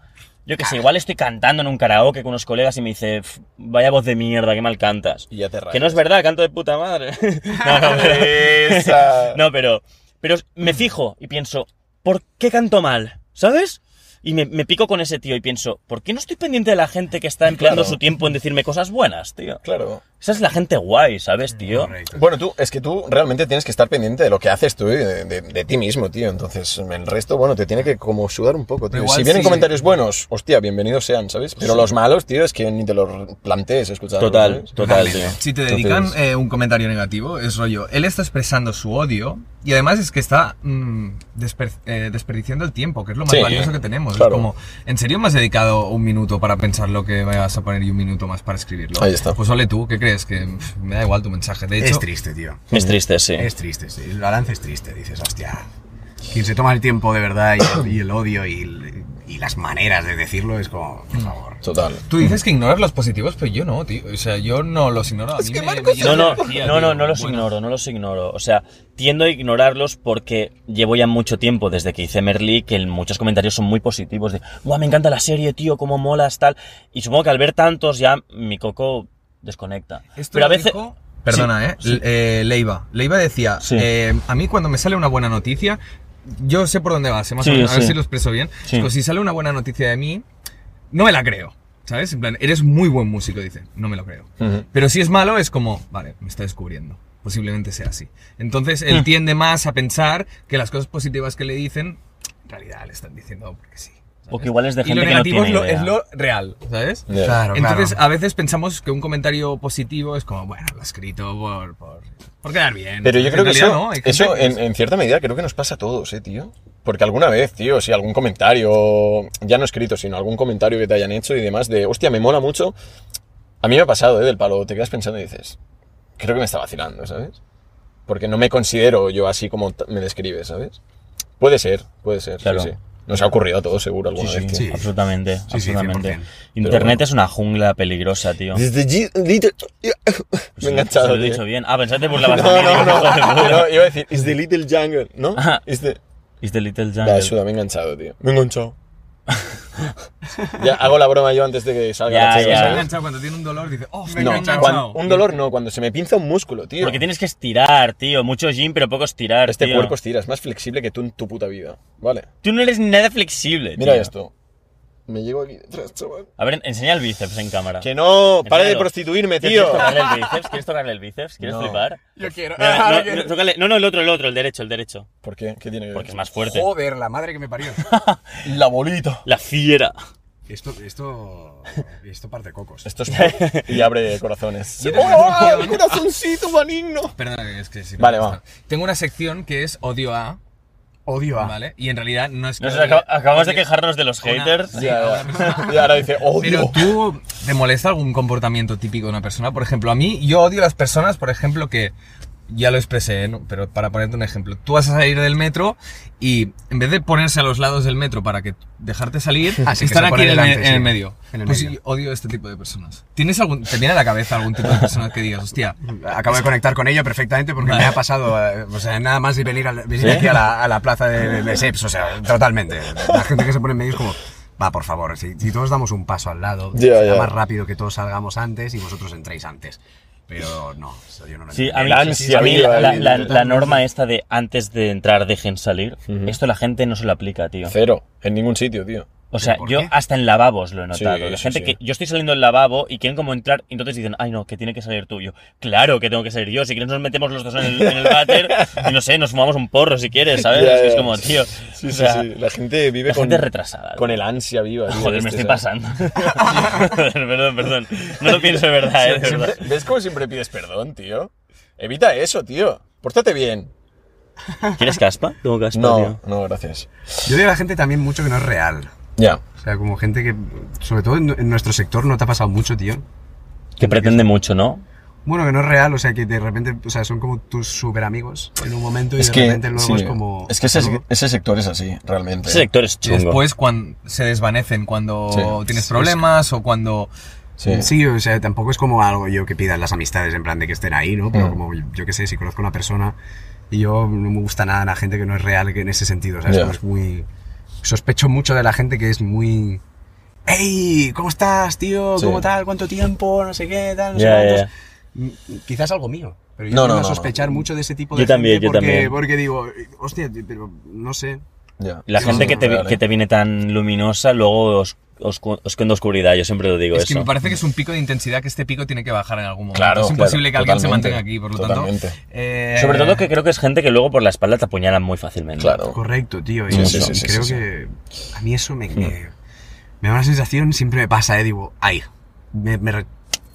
Speaker 2: yo que sé, igual estoy cantando en un karaoke con unos colegas y me dice, "Pf, vaya voz de mierda, qué mal cantas.
Speaker 4: Y ya te rayas.
Speaker 2: Que no es verdad, canto de puta madre. No, no, pero-
Speaker 4: Esa.
Speaker 2: no, pero, pero me fijo y pienso, ¿por qué canto mal? ¿Sabes? Y me, me pico con ese tío y pienso, ¿por qué no estoy pendiente de la gente que está empleando
Speaker 4: Claro.
Speaker 2: su tiempo en decirme cosas buenas, tío?
Speaker 4: Claro.
Speaker 2: Esa es la gente guay, ¿sabes, tío?
Speaker 3: Correcto.
Speaker 4: Bueno, tú, es que tú realmente tienes que estar pendiente de lo que haces tú y de, de- de ti mismo, tío. Entonces, el resto, bueno, te tiene que como sudar un poco, tío.
Speaker 5: Pero igual
Speaker 4: si vienen
Speaker 5: sí.
Speaker 4: comentarios buenos, hostia, bienvenidos sean, ¿sabes? Pero los malos, tío, es que ni te los plantees escuchar.
Speaker 2: Total, total, tío.
Speaker 4: Totalmente.
Speaker 1: Si te dedican
Speaker 4: Entonces-
Speaker 1: eh, un comentario negativo, es rollo, él está expresando su odio y además es que está mm, desper- eh, desperdiciando el tiempo, que es lo más
Speaker 4: Sí,
Speaker 1: valioso que tenemos.
Speaker 4: claro.
Speaker 1: Es como, ¿en serio me has dedicado un minuto para pensar lo que vas a poner y un minuto más para escribirlo?
Speaker 4: Ahí está.
Speaker 1: Pues ole tú, ¿qué crees? Que pff, me da igual tu mensaje. De hecho,
Speaker 3: es triste, tío.
Speaker 2: Es triste, sí.
Speaker 3: Es triste, sí. El balance es triste, dices, hostia. Quien se toma el tiempo de verdad y, y el odio y, y las maneras de decirlo es como,
Speaker 5: Mm.
Speaker 3: por favor.
Speaker 4: Total.
Speaker 1: tú dices que ignoras los positivos, pero yo no, tío. O sea, yo no los ignoro. A mí me- me llena
Speaker 2: No,
Speaker 1: de
Speaker 2: no,
Speaker 1: energía,
Speaker 2: no, no,
Speaker 1: tío.
Speaker 2: no los
Speaker 1: Bueno,
Speaker 2: ignoro, no los ignoro. O sea, tiendo a ignorarlos porque llevo ya mucho tiempo desde que hice Merlí que el- muchos comentarios son muy positivos de, guau, me encanta la serie, tío, cómo molas, tal. Y supongo que al ver tantos ya mi coco desconecta.
Speaker 1: Esto
Speaker 2: Pero a
Speaker 1: lo
Speaker 2: veces...
Speaker 1: dijo- Perdona,
Speaker 2: Sí,
Speaker 1: eh,
Speaker 2: sí.
Speaker 1: L- eh, Leiva. Leiva decía,
Speaker 2: Sí.
Speaker 1: eh, a mí cuando me sale una buena noticia, yo sé por dónde va, sé más o
Speaker 2: Sí,
Speaker 1: menos, a ver
Speaker 2: sí.
Speaker 1: si lo expreso bien.
Speaker 2: Sí.
Speaker 1: Pero si sale una buena noticia de mí, no me la creo. ¿Sabes? En plan, eres muy buen músico, dice. No me lo creo.
Speaker 4: Ujú.
Speaker 1: Pero si es malo, es como, vale, me está descubriendo. Posiblemente sea así. Entonces, él
Speaker 2: Mm.
Speaker 1: tiende más a pensar que las cosas positivas que le dicen, en realidad le están diciendo porque sí. ¿sabes?
Speaker 2: Porque igual es de
Speaker 1: y
Speaker 2: gente que
Speaker 1: lo
Speaker 2: no
Speaker 1: negativo
Speaker 2: tiene
Speaker 1: es, lo,
Speaker 2: idea.
Speaker 1: es lo real, ¿sabes?
Speaker 4: Ya.
Speaker 3: Claro,
Speaker 1: Entonces,
Speaker 3: claro.
Speaker 1: a veces pensamos que un comentario positivo es como, bueno, lo ha escrito por, por, por quedar bien.
Speaker 4: Pero yo
Speaker 1: En
Speaker 4: creo que
Speaker 1: realidad
Speaker 4: eso,
Speaker 1: no, hay gente
Speaker 4: eso
Speaker 1: que-
Speaker 4: en, en cierta medida creo que nos pasa a todos, ¿eh, tío? Porque alguna vez, tío, si algún comentario, ya no escrito, sino algún comentario que te hayan hecho y demás, de, hostia, me mola mucho, A mí me ha pasado, ¿eh? Del palo, te quedas pensando y dices, creo que me está vacilando, ¿sabes? Porque no me considero yo así como t- me describe, ¿sabes? Puede ser, puede ser, sí,
Speaker 2: Claro.
Speaker 4: sí. Nos ha ocurrido a todos seguro alguna
Speaker 2: Sí,
Speaker 4: vez. que-
Speaker 2: sí, absolutamente,
Speaker 3: sí,
Speaker 2: absolutamente.
Speaker 3: 100%.
Speaker 4: Pero
Speaker 2: Internet
Speaker 4: bueno.
Speaker 2: es una jungla peligrosa, tío.
Speaker 4: Desde G- Little-
Speaker 2: Pues
Speaker 4: Me he
Speaker 2: sí, se
Speaker 4: enganchado.
Speaker 2: Lo he
Speaker 4: tío.
Speaker 2: dicho bien. Ah, pensad que te burlabas de
Speaker 4: No,
Speaker 2: mí,
Speaker 4: no,
Speaker 2: digo, hijo de
Speaker 4: no,
Speaker 2: puta.
Speaker 4: no. Iba a decir, is the little jungle, ¿no?
Speaker 2: Ajá.
Speaker 4: Is the...
Speaker 2: It's the little
Speaker 4: Da,
Speaker 2: jungle.
Speaker 4: ayuda, me he enganchado, tío. Me he enganchado. ya hago la broma yo antes de que salga
Speaker 2: Ya,
Speaker 4: la chica,
Speaker 2: ya.
Speaker 1: Se ha
Speaker 4: ¿sabes?
Speaker 1: enganchado cuando tiene un dolor, dice, oh, me he
Speaker 4: No,
Speaker 1: enganchado.
Speaker 4: cuando- un dolor no, cuando se me pinza un músculo, tío.
Speaker 2: Porque tienes que estirar, tío. Mucho gym, pero poco estirar,
Speaker 4: Este
Speaker 2: tío.
Speaker 4: cuerpo estira, es más flexible que tú en tu puta vida. Vale.
Speaker 2: Tú no eres nada flexible,
Speaker 4: Mira
Speaker 2: tío.
Speaker 4: esto. Me llego aquí detrás, chaval.
Speaker 2: A ver, enseña el bíceps Ah. en cámara.
Speaker 4: Que no, para de
Speaker 2: Enséñalo.
Speaker 4: prostituirme,
Speaker 2: ¿Quieres
Speaker 4: tío.
Speaker 2: tocarle el bíceps? ¿Quieres tocarle el bíceps? ¿Quieres
Speaker 4: No.
Speaker 2: flipar?
Speaker 5: Yo quiero.
Speaker 2: Mira, no, no, tócale- no, no, el otro, el otro, el derecho, el derecho.
Speaker 4: ¿Por qué? ¿Qué tiene que ver?
Speaker 2: Porque es más fuerte.
Speaker 5: Joder, la madre que me parió.
Speaker 4: La bolita.
Speaker 2: La fiera.
Speaker 3: Esto, esto, esto parte cocos.
Speaker 4: Esto es y abre corazones.
Speaker 1: Yo-
Speaker 4: ¡Oh, el corazoncito maligno!
Speaker 1: Perdona, es que si no
Speaker 4: Vale,
Speaker 1: me
Speaker 4: va.
Speaker 1: gusta. Tengo una sección que es odio a,
Speaker 3: Odio a.
Speaker 1: ¿vale? Y en realidad no es que...
Speaker 2: Nos
Speaker 1: odie-
Speaker 2: acab- acabamos de
Speaker 1: odie-
Speaker 2: quejarnos de los
Speaker 1: Una-
Speaker 2: haters.
Speaker 1: sí,
Speaker 4: Ya,
Speaker 1: ahora mismo.
Speaker 4: Y ahora dice,
Speaker 1: Pero
Speaker 3: Oh.
Speaker 4: odio.
Speaker 1: tú, ¿te molesta algún comportamiento típico de una persona? Por ejemplo, a mí, yo odio a las personas, por ejemplo, que ya lo expresé, ¿no? pero para ponerte un ejemplo, tú vas a salir del metro y en vez de ponerse a los lados del metro para que dejarte salir,
Speaker 3: Ah, sí, que
Speaker 1: están
Speaker 3: se
Speaker 1: aquí
Speaker 3: ponen
Speaker 1: en, el me-
Speaker 3: delante,
Speaker 1: en el
Speaker 3: sí.
Speaker 1: medio.
Speaker 3: En el
Speaker 1: pues
Speaker 3: medio.
Speaker 1: yo odio este tipo de personas. ¿Tienes algún, ¿Te viene a la cabeza algún tipo de persona que digas, hostia,
Speaker 3: Acabo de conectar con ella perfectamente porque me ha pasado, eh, o sea, nada más de venir, al- venir aquí a la, a la plaza de, de- de Seps, o sea, totalmente. La gente que se pone en medio es como, va, por favor, si, si todos damos un paso al lado,
Speaker 4: Ya,
Speaker 3: será
Speaker 4: ya.
Speaker 3: más rápido que todos salgamos antes y vosotros entréis antes. Pero no, o sea, yo no lo
Speaker 2: Sí,
Speaker 3: entiendo.
Speaker 2: a mí,
Speaker 4: El ansia,
Speaker 2: a mí la, la-
Speaker 4: el-
Speaker 2: la- la norma esta de antes de entrar dejen salir, esto la gente no se lo aplica, tío.
Speaker 4: Cero. En ningún sitio, tío.
Speaker 2: O sea,
Speaker 3: ¿Por
Speaker 2: yo
Speaker 3: qué?
Speaker 2: hasta en lavabos lo he
Speaker 4: Sí,
Speaker 2: notado. la
Speaker 4: sí,
Speaker 2: gente
Speaker 4: sí.
Speaker 2: que yo estoy saliendo del lavabo y quieren como entrar, y entonces dicen, ay no, que tiene que salir tú. Y Yo, claro que tengo que salir yo. Si quieres nos metemos los dos en el, en el váter y no sé, nos fumamos un porro si quieres, ¿sabes?
Speaker 4: Ya,
Speaker 2: Es que Es
Speaker 4: ya.
Speaker 2: como, tío.
Speaker 4: Sí,
Speaker 2: o
Speaker 4: sí,
Speaker 2: sea,
Speaker 4: sí. La gente vive
Speaker 2: la
Speaker 4: con,
Speaker 2: gente es retrasada.
Speaker 4: con el ansia viva. tío,
Speaker 2: Joder, me eh,
Speaker 4: este,
Speaker 2: estoy
Speaker 4: ¿sabes?
Speaker 2: pasando. Joder, perdón, perdón. No lo pienso de verdad, eh, de verdad.
Speaker 4: Siempre- ¿Ves cómo siempre pides perdón, tío? Evita eso, tío. Pórtate bien.
Speaker 2: ¿Quieres caspa? Tengo caspa,
Speaker 4: No,
Speaker 2: tío.
Speaker 4: no, gracias.
Speaker 3: Yo digo a la gente también mucho que no es real.
Speaker 4: Ya.
Speaker 3: O sea, como gente que, sobre todo en, en nuestro sector, no te ha pasado mucho, tío.
Speaker 2: Que pretende mucho, ¿no?
Speaker 3: Bueno, que no es real, o sea, que de repente, o sea, son como tus super amigos en un momento y
Speaker 4: Es
Speaker 3: de
Speaker 4: que,
Speaker 3: repente luego
Speaker 4: sí,
Speaker 3: es como...
Speaker 4: es que ese, ese sector es así, realmente.
Speaker 2: Ese sector es chungo.
Speaker 1: después cuando se desvanecen cuando
Speaker 4: Sí.
Speaker 1: tienes problemas o cuando...
Speaker 4: Sí.
Speaker 3: Sí, o sea, tampoco es como algo yo que pidan las amistades en plan de que estén ahí, ¿no? Pero
Speaker 4: Mm.
Speaker 3: como, yo qué sé, si conozco a una persona y yo no me gusta nada la gente que no es real que en ese sentido, ¿sabes?
Speaker 4: Ya.
Speaker 3: Como es muy... Sospecho mucho de la gente que es muy... ¡Ey! ¿Cómo estás, tío?
Speaker 4: Sí.
Speaker 3: ¿Cómo tal? ¿Cuánto tiempo? No sé qué, tal, no
Speaker 2: Ya,
Speaker 3: sé
Speaker 2: ya,
Speaker 3: cuántos". Mm, Quizás algo mío. Pero yo
Speaker 4: No,
Speaker 3: no,
Speaker 4: no,
Speaker 3: a
Speaker 4: no, no.
Speaker 3: sospechar mucho de ese tipo
Speaker 2: Yo
Speaker 3: de
Speaker 2: también,
Speaker 3: gente
Speaker 2: yo
Speaker 3: porque,
Speaker 2: también.
Speaker 3: porque digo, hostia, pero no sé.
Speaker 4: Ya.
Speaker 2: La
Speaker 4: Sí,
Speaker 2: gente
Speaker 4: sí,
Speaker 2: que te,
Speaker 4: real,
Speaker 2: que
Speaker 4: ¿eh?
Speaker 2: te viene tan luminosa, luego os, os, cu- os queda oscuridad, yo siempre lo digo
Speaker 1: Es que
Speaker 2: eso.
Speaker 1: me parece que es un pico de intensidad que este pico tiene que bajar en algún momento.
Speaker 4: Claro,
Speaker 1: es imposible
Speaker 4: claro,
Speaker 1: que alguien se
Speaker 4: totalmente,
Speaker 1: mantenga aquí, por lo
Speaker 4: totalmente.
Speaker 1: tanto. eh,
Speaker 2: Sobre todo que creo que es gente que luego por la espalda te apuñalan muy fácilmente.
Speaker 4: Claro.
Speaker 3: Correcto, tío. Y,
Speaker 4: Sí,
Speaker 3: y
Speaker 4: sí, sí, sí,
Speaker 3: creo
Speaker 4: sí, Mm. sí.
Speaker 3: que a mí eso me, me, me da una sensación, siempre me pasa, eh, digo, ay, me, me re-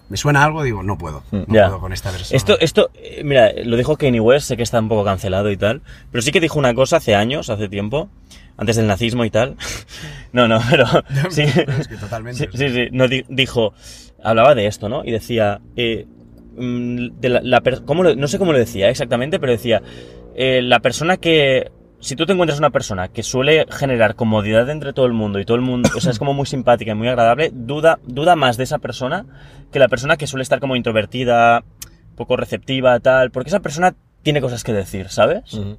Speaker 3: me suena algo, digo, no puedo,
Speaker 4: Mm.
Speaker 3: no
Speaker 2: Ya.
Speaker 3: puedo con esta persona.
Speaker 2: Esto, esto, eh, mira, lo dijo Kanye West, sé que está un poco cancelado y tal, pero sí que dijo una cosa hace años, hace tiempo, antes del nazismo y tal. No, no, pero sí,
Speaker 3: Pero es que totalmente.
Speaker 2: sí, sí, sí, no, di- dijo, hablaba de esto, ¿no? Y decía, eh, mm, de la, la per- ¿cómo lo- no sé cómo lo decía exactamente, pero decía, eh, la persona que, si tú te encuentras una persona que suele generar comodidad entre todo el mundo y todo el mundo, o sea, es como muy simpática y muy agradable, duda, duda más de esa persona que la persona que suele estar como introvertida, poco receptiva, tal, porque esa persona tiene cosas que decir, ¿sabes?
Speaker 4: Ujú.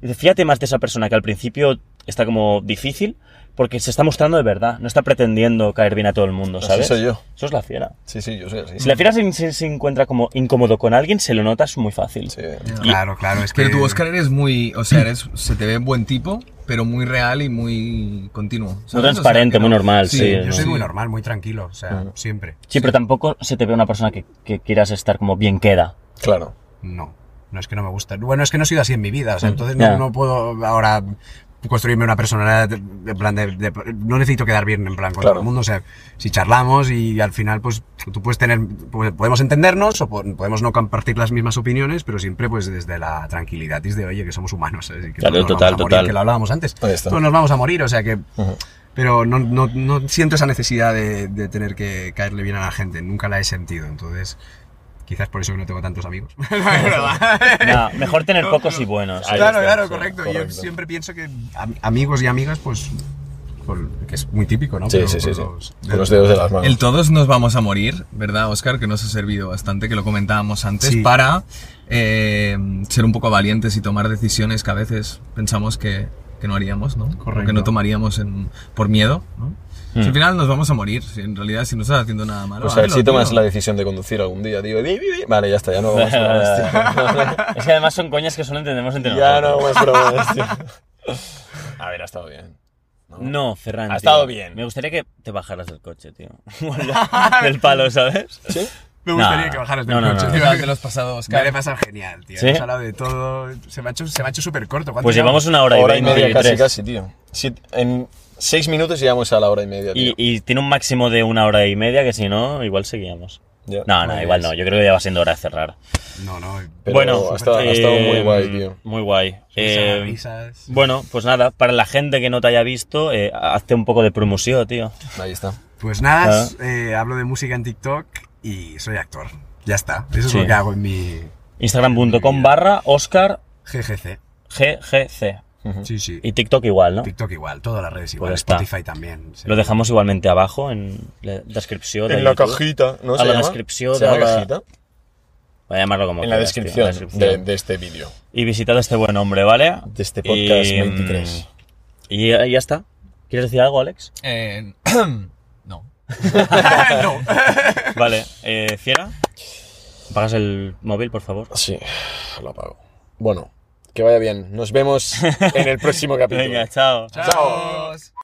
Speaker 2: Dice, fíjate más de esa persona que al principio está como difícil, porque se está mostrando de verdad, no está pretendiendo caer bien a todo el mundo,
Speaker 4: Así
Speaker 2: ¿sabes?
Speaker 4: soy yo. Mm.
Speaker 2: Eso es la fiera.
Speaker 4: Sí, sí, yo soy así.
Speaker 2: Si la fiera se, se- se encuentra como incómodo con alguien, se lo notas muy fácil.
Speaker 4: Sí.
Speaker 3: Claro, claro, es que...
Speaker 1: Pero tú, Oscar, eres muy. O sea, eres, se te ve buen tipo, pero muy real y muy continuo. ¿sabes?
Speaker 2: Muy transparente,
Speaker 1: O sea, que
Speaker 2: muy normal, sí,
Speaker 3: Yo soy
Speaker 2: Sí.
Speaker 3: muy normal, muy tranquilo, o sea,
Speaker 2: Mm.
Speaker 3: siempre.
Speaker 2: Sí, pero tampoco se te ve una persona que, que quieras estar como bien queda.
Speaker 4: Claro.
Speaker 3: No, no es que no me gusta. Bueno, es que no he sido así en mi vida, o sea, entonces
Speaker 2: Ya.
Speaker 3: no, no puedo ahora construirme una personalidad de- de plan de, de- no necesito quedar bien en plan con
Speaker 4: Claro.
Speaker 3: todo el mundo, o sea, si charlamos y al final pues tú puedes tener pues, podemos entendernos o po- podemos no compartir las mismas opiniones, pero siempre pues desde la tranquilidad y de oye, que somos humanos, ¿sabes? Y que
Speaker 2: Claro,
Speaker 3: no nos
Speaker 2: total,
Speaker 3: vamos a morir,
Speaker 2: total.
Speaker 3: que lo hablábamos antes. Pues
Speaker 4: Ahí está.
Speaker 3: No nos vamos a morir, o sea que
Speaker 4: Ujú.
Speaker 3: pero no, no- no siento esa necesidad de, de tener que caerle bien a la gente, nunca la he sentido, entonces quizás por eso que no tengo tantos amigos. No, es verdad.
Speaker 2: Nah, mejor tener pocos y buenos.
Speaker 4: Ahí
Speaker 3: claro,
Speaker 4: está,
Speaker 3: claro,
Speaker 4: sí,
Speaker 3: correcto. Yo
Speaker 4: correcto.
Speaker 3: siempre pienso que am- amigos y amigas, pues, por- que es muy típico, ¿no?
Speaker 4: Sí,
Speaker 3: Pero
Speaker 4: sí,
Speaker 3: por
Speaker 4: sí, sí.
Speaker 3: los-
Speaker 4: Con los dedos de las manos.
Speaker 1: El todos nos vamos a morir, ¿verdad, Oscar? Que nos ha servido bastante, que lo comentábamos antes,
Speaker 3: Sí.
Speaker 1: para eh, ser un poco valientes y tomar decisiones que a veces pensamos que, que no haríamos, ¿no?
Speaker 3: Correcto.
Speaker 1: O Que no tomaríamos en- por miedo, ¿no? Si al final nos vamos a morir, si en realidad si no estás haciendo nada malo.
Speaker 4: Hmm. Pues a ver
Speaker 1: hazlo,
Speaker 4: si tomas
Speaker 1: tío.
Speaker 4: la decisión de conducir algún día, tío. Di, di, di. Vale, ya está, ya no vamos a bromas,
Speaker 2: Es que además son coñas que solo entendemos entre
Speaker 4: tío. Ya
Speaker 2: nosotros.
Speaker 4: no vamos a bromas, tío. A ver, ha estado bien.
Speaker 2: No, Ferran.
Speaker 4: Ha
Speaker 2: tío.
Speaker 4: estado bien.
Speaker 2: Me gustaría que te bajaras del coche, tío. del palo, ¿sabes?
Speaker 4: ¿Sí?
Speaker 3: Me gustaría
Speaker 2: No,
Speaker 3: que bajaras
Speaker 2: no,
Speaker 3: del
Speaker 2: no,
Speaker 3: coche.
Speaker 2: no,
Speaker 1: ¿Qué
Speaker 3: tío.
Speaker 1: tal te lo has pasado,
Speaker 3: Me lo he
Speaker 1: Oscar?
Speaker 3: pasado genial, tío.
Speaker 2: ¿Sí?
Speaker 3: Hemos hablado de todo. Se me ha hecho, se me ha hecho súper corto. ¿Cuánto
Speaker 2: Pues
Speaker 3: llevamos?
Speaker 2: llevamos una hora y
Speaker 4: hora y
Speaker 2: veinte
Speaker 4: media
Speaker 2: y
Speaker 4: casi,
Speaker 2: tres.
Speaker 4: casi, tío. Siete- en seis minutos llegamos a la hora y media, tío.
Speaker 2: Y, y tiene un máximo de una hora y media, que si no, igual seguíamos.
Speaker 4: Ya.
Speaker 2: No, no, igual no. Yo creo que ya va siendo hora de cerrar.
Speaker 3: No, no.
Speaker 2: Eh,
Speaker 4: Pero
Speaker 2: bueno, eh,
Speaker 4: ha estado, ha estado muy guay, tío.
Speaker 2: Muy guay. Eh,
Speaker 3: risas.
Speaker 2: bueno, pues nada, para la gente que no te haya visto, eh, hazte un poco de promoción, tío.
Speaker 4: Ahí está.
Speaker 3: Pues nada,
Speaker 2: ah.
Speaker 3: eh, hablo de música en TikTok y soy actor. Ya está. Eso es
Speaker 2: Sí.
Speaker 3: lo que hago en mi
Speaker 2: Instagram.com barra Oscar
Speaker 3: GGC.
Speaker 2: GGC.
Speaker 3: Sí, sí.
Speaker 2: Y TikTok igual, ¿no?
Speaker 3: TikTok igual, todas las redes igual.
Speaker 2: Pues está.
Speaker 3: Spotify también. sí.
Speaker 2: Lo dejamos igualmente abajo en la descripción. de
Speaker 4: En la
Speaker 2: YouTube.
Speaker 4: cajita, ¿no?
Speaker 2: A
Speaker 4: se
Speaker 2: la
Speaker 4: llama?
Speaker 2: descripción
Speaker 4: ¿Se llama
Speaker 2: de la-
Speaker 4: cajita?
Speaker 2: Voy a llamarlo como
Speaker 4: En la
Speaker 2: quieras, tío,
Speaker 4: descripción,
Speaker 2: en la descripción.
Speaker 4: De, de este vídeo.
Speaker 2: Y visitad a este buen hombre, ¿vale?
Speaker 4: De este podcast
Speaker 2: Y, mm,
Speaker 4: 23.
Speaker 2: Y, y ya está. ¿Quieres decir algo, Alex?
Speaker 1: Eh, no.
Speaker 3: no.
Speaker 2: Vale. Eh, Fiera, ¿apagas el móvil, por favor?
Speaker 4: Sí, lo apago. Bueno, que vaya bien. Nos vemos en el próximo capítulo.
Speaker 2: Venga, chao.
Speaker 4: Chao.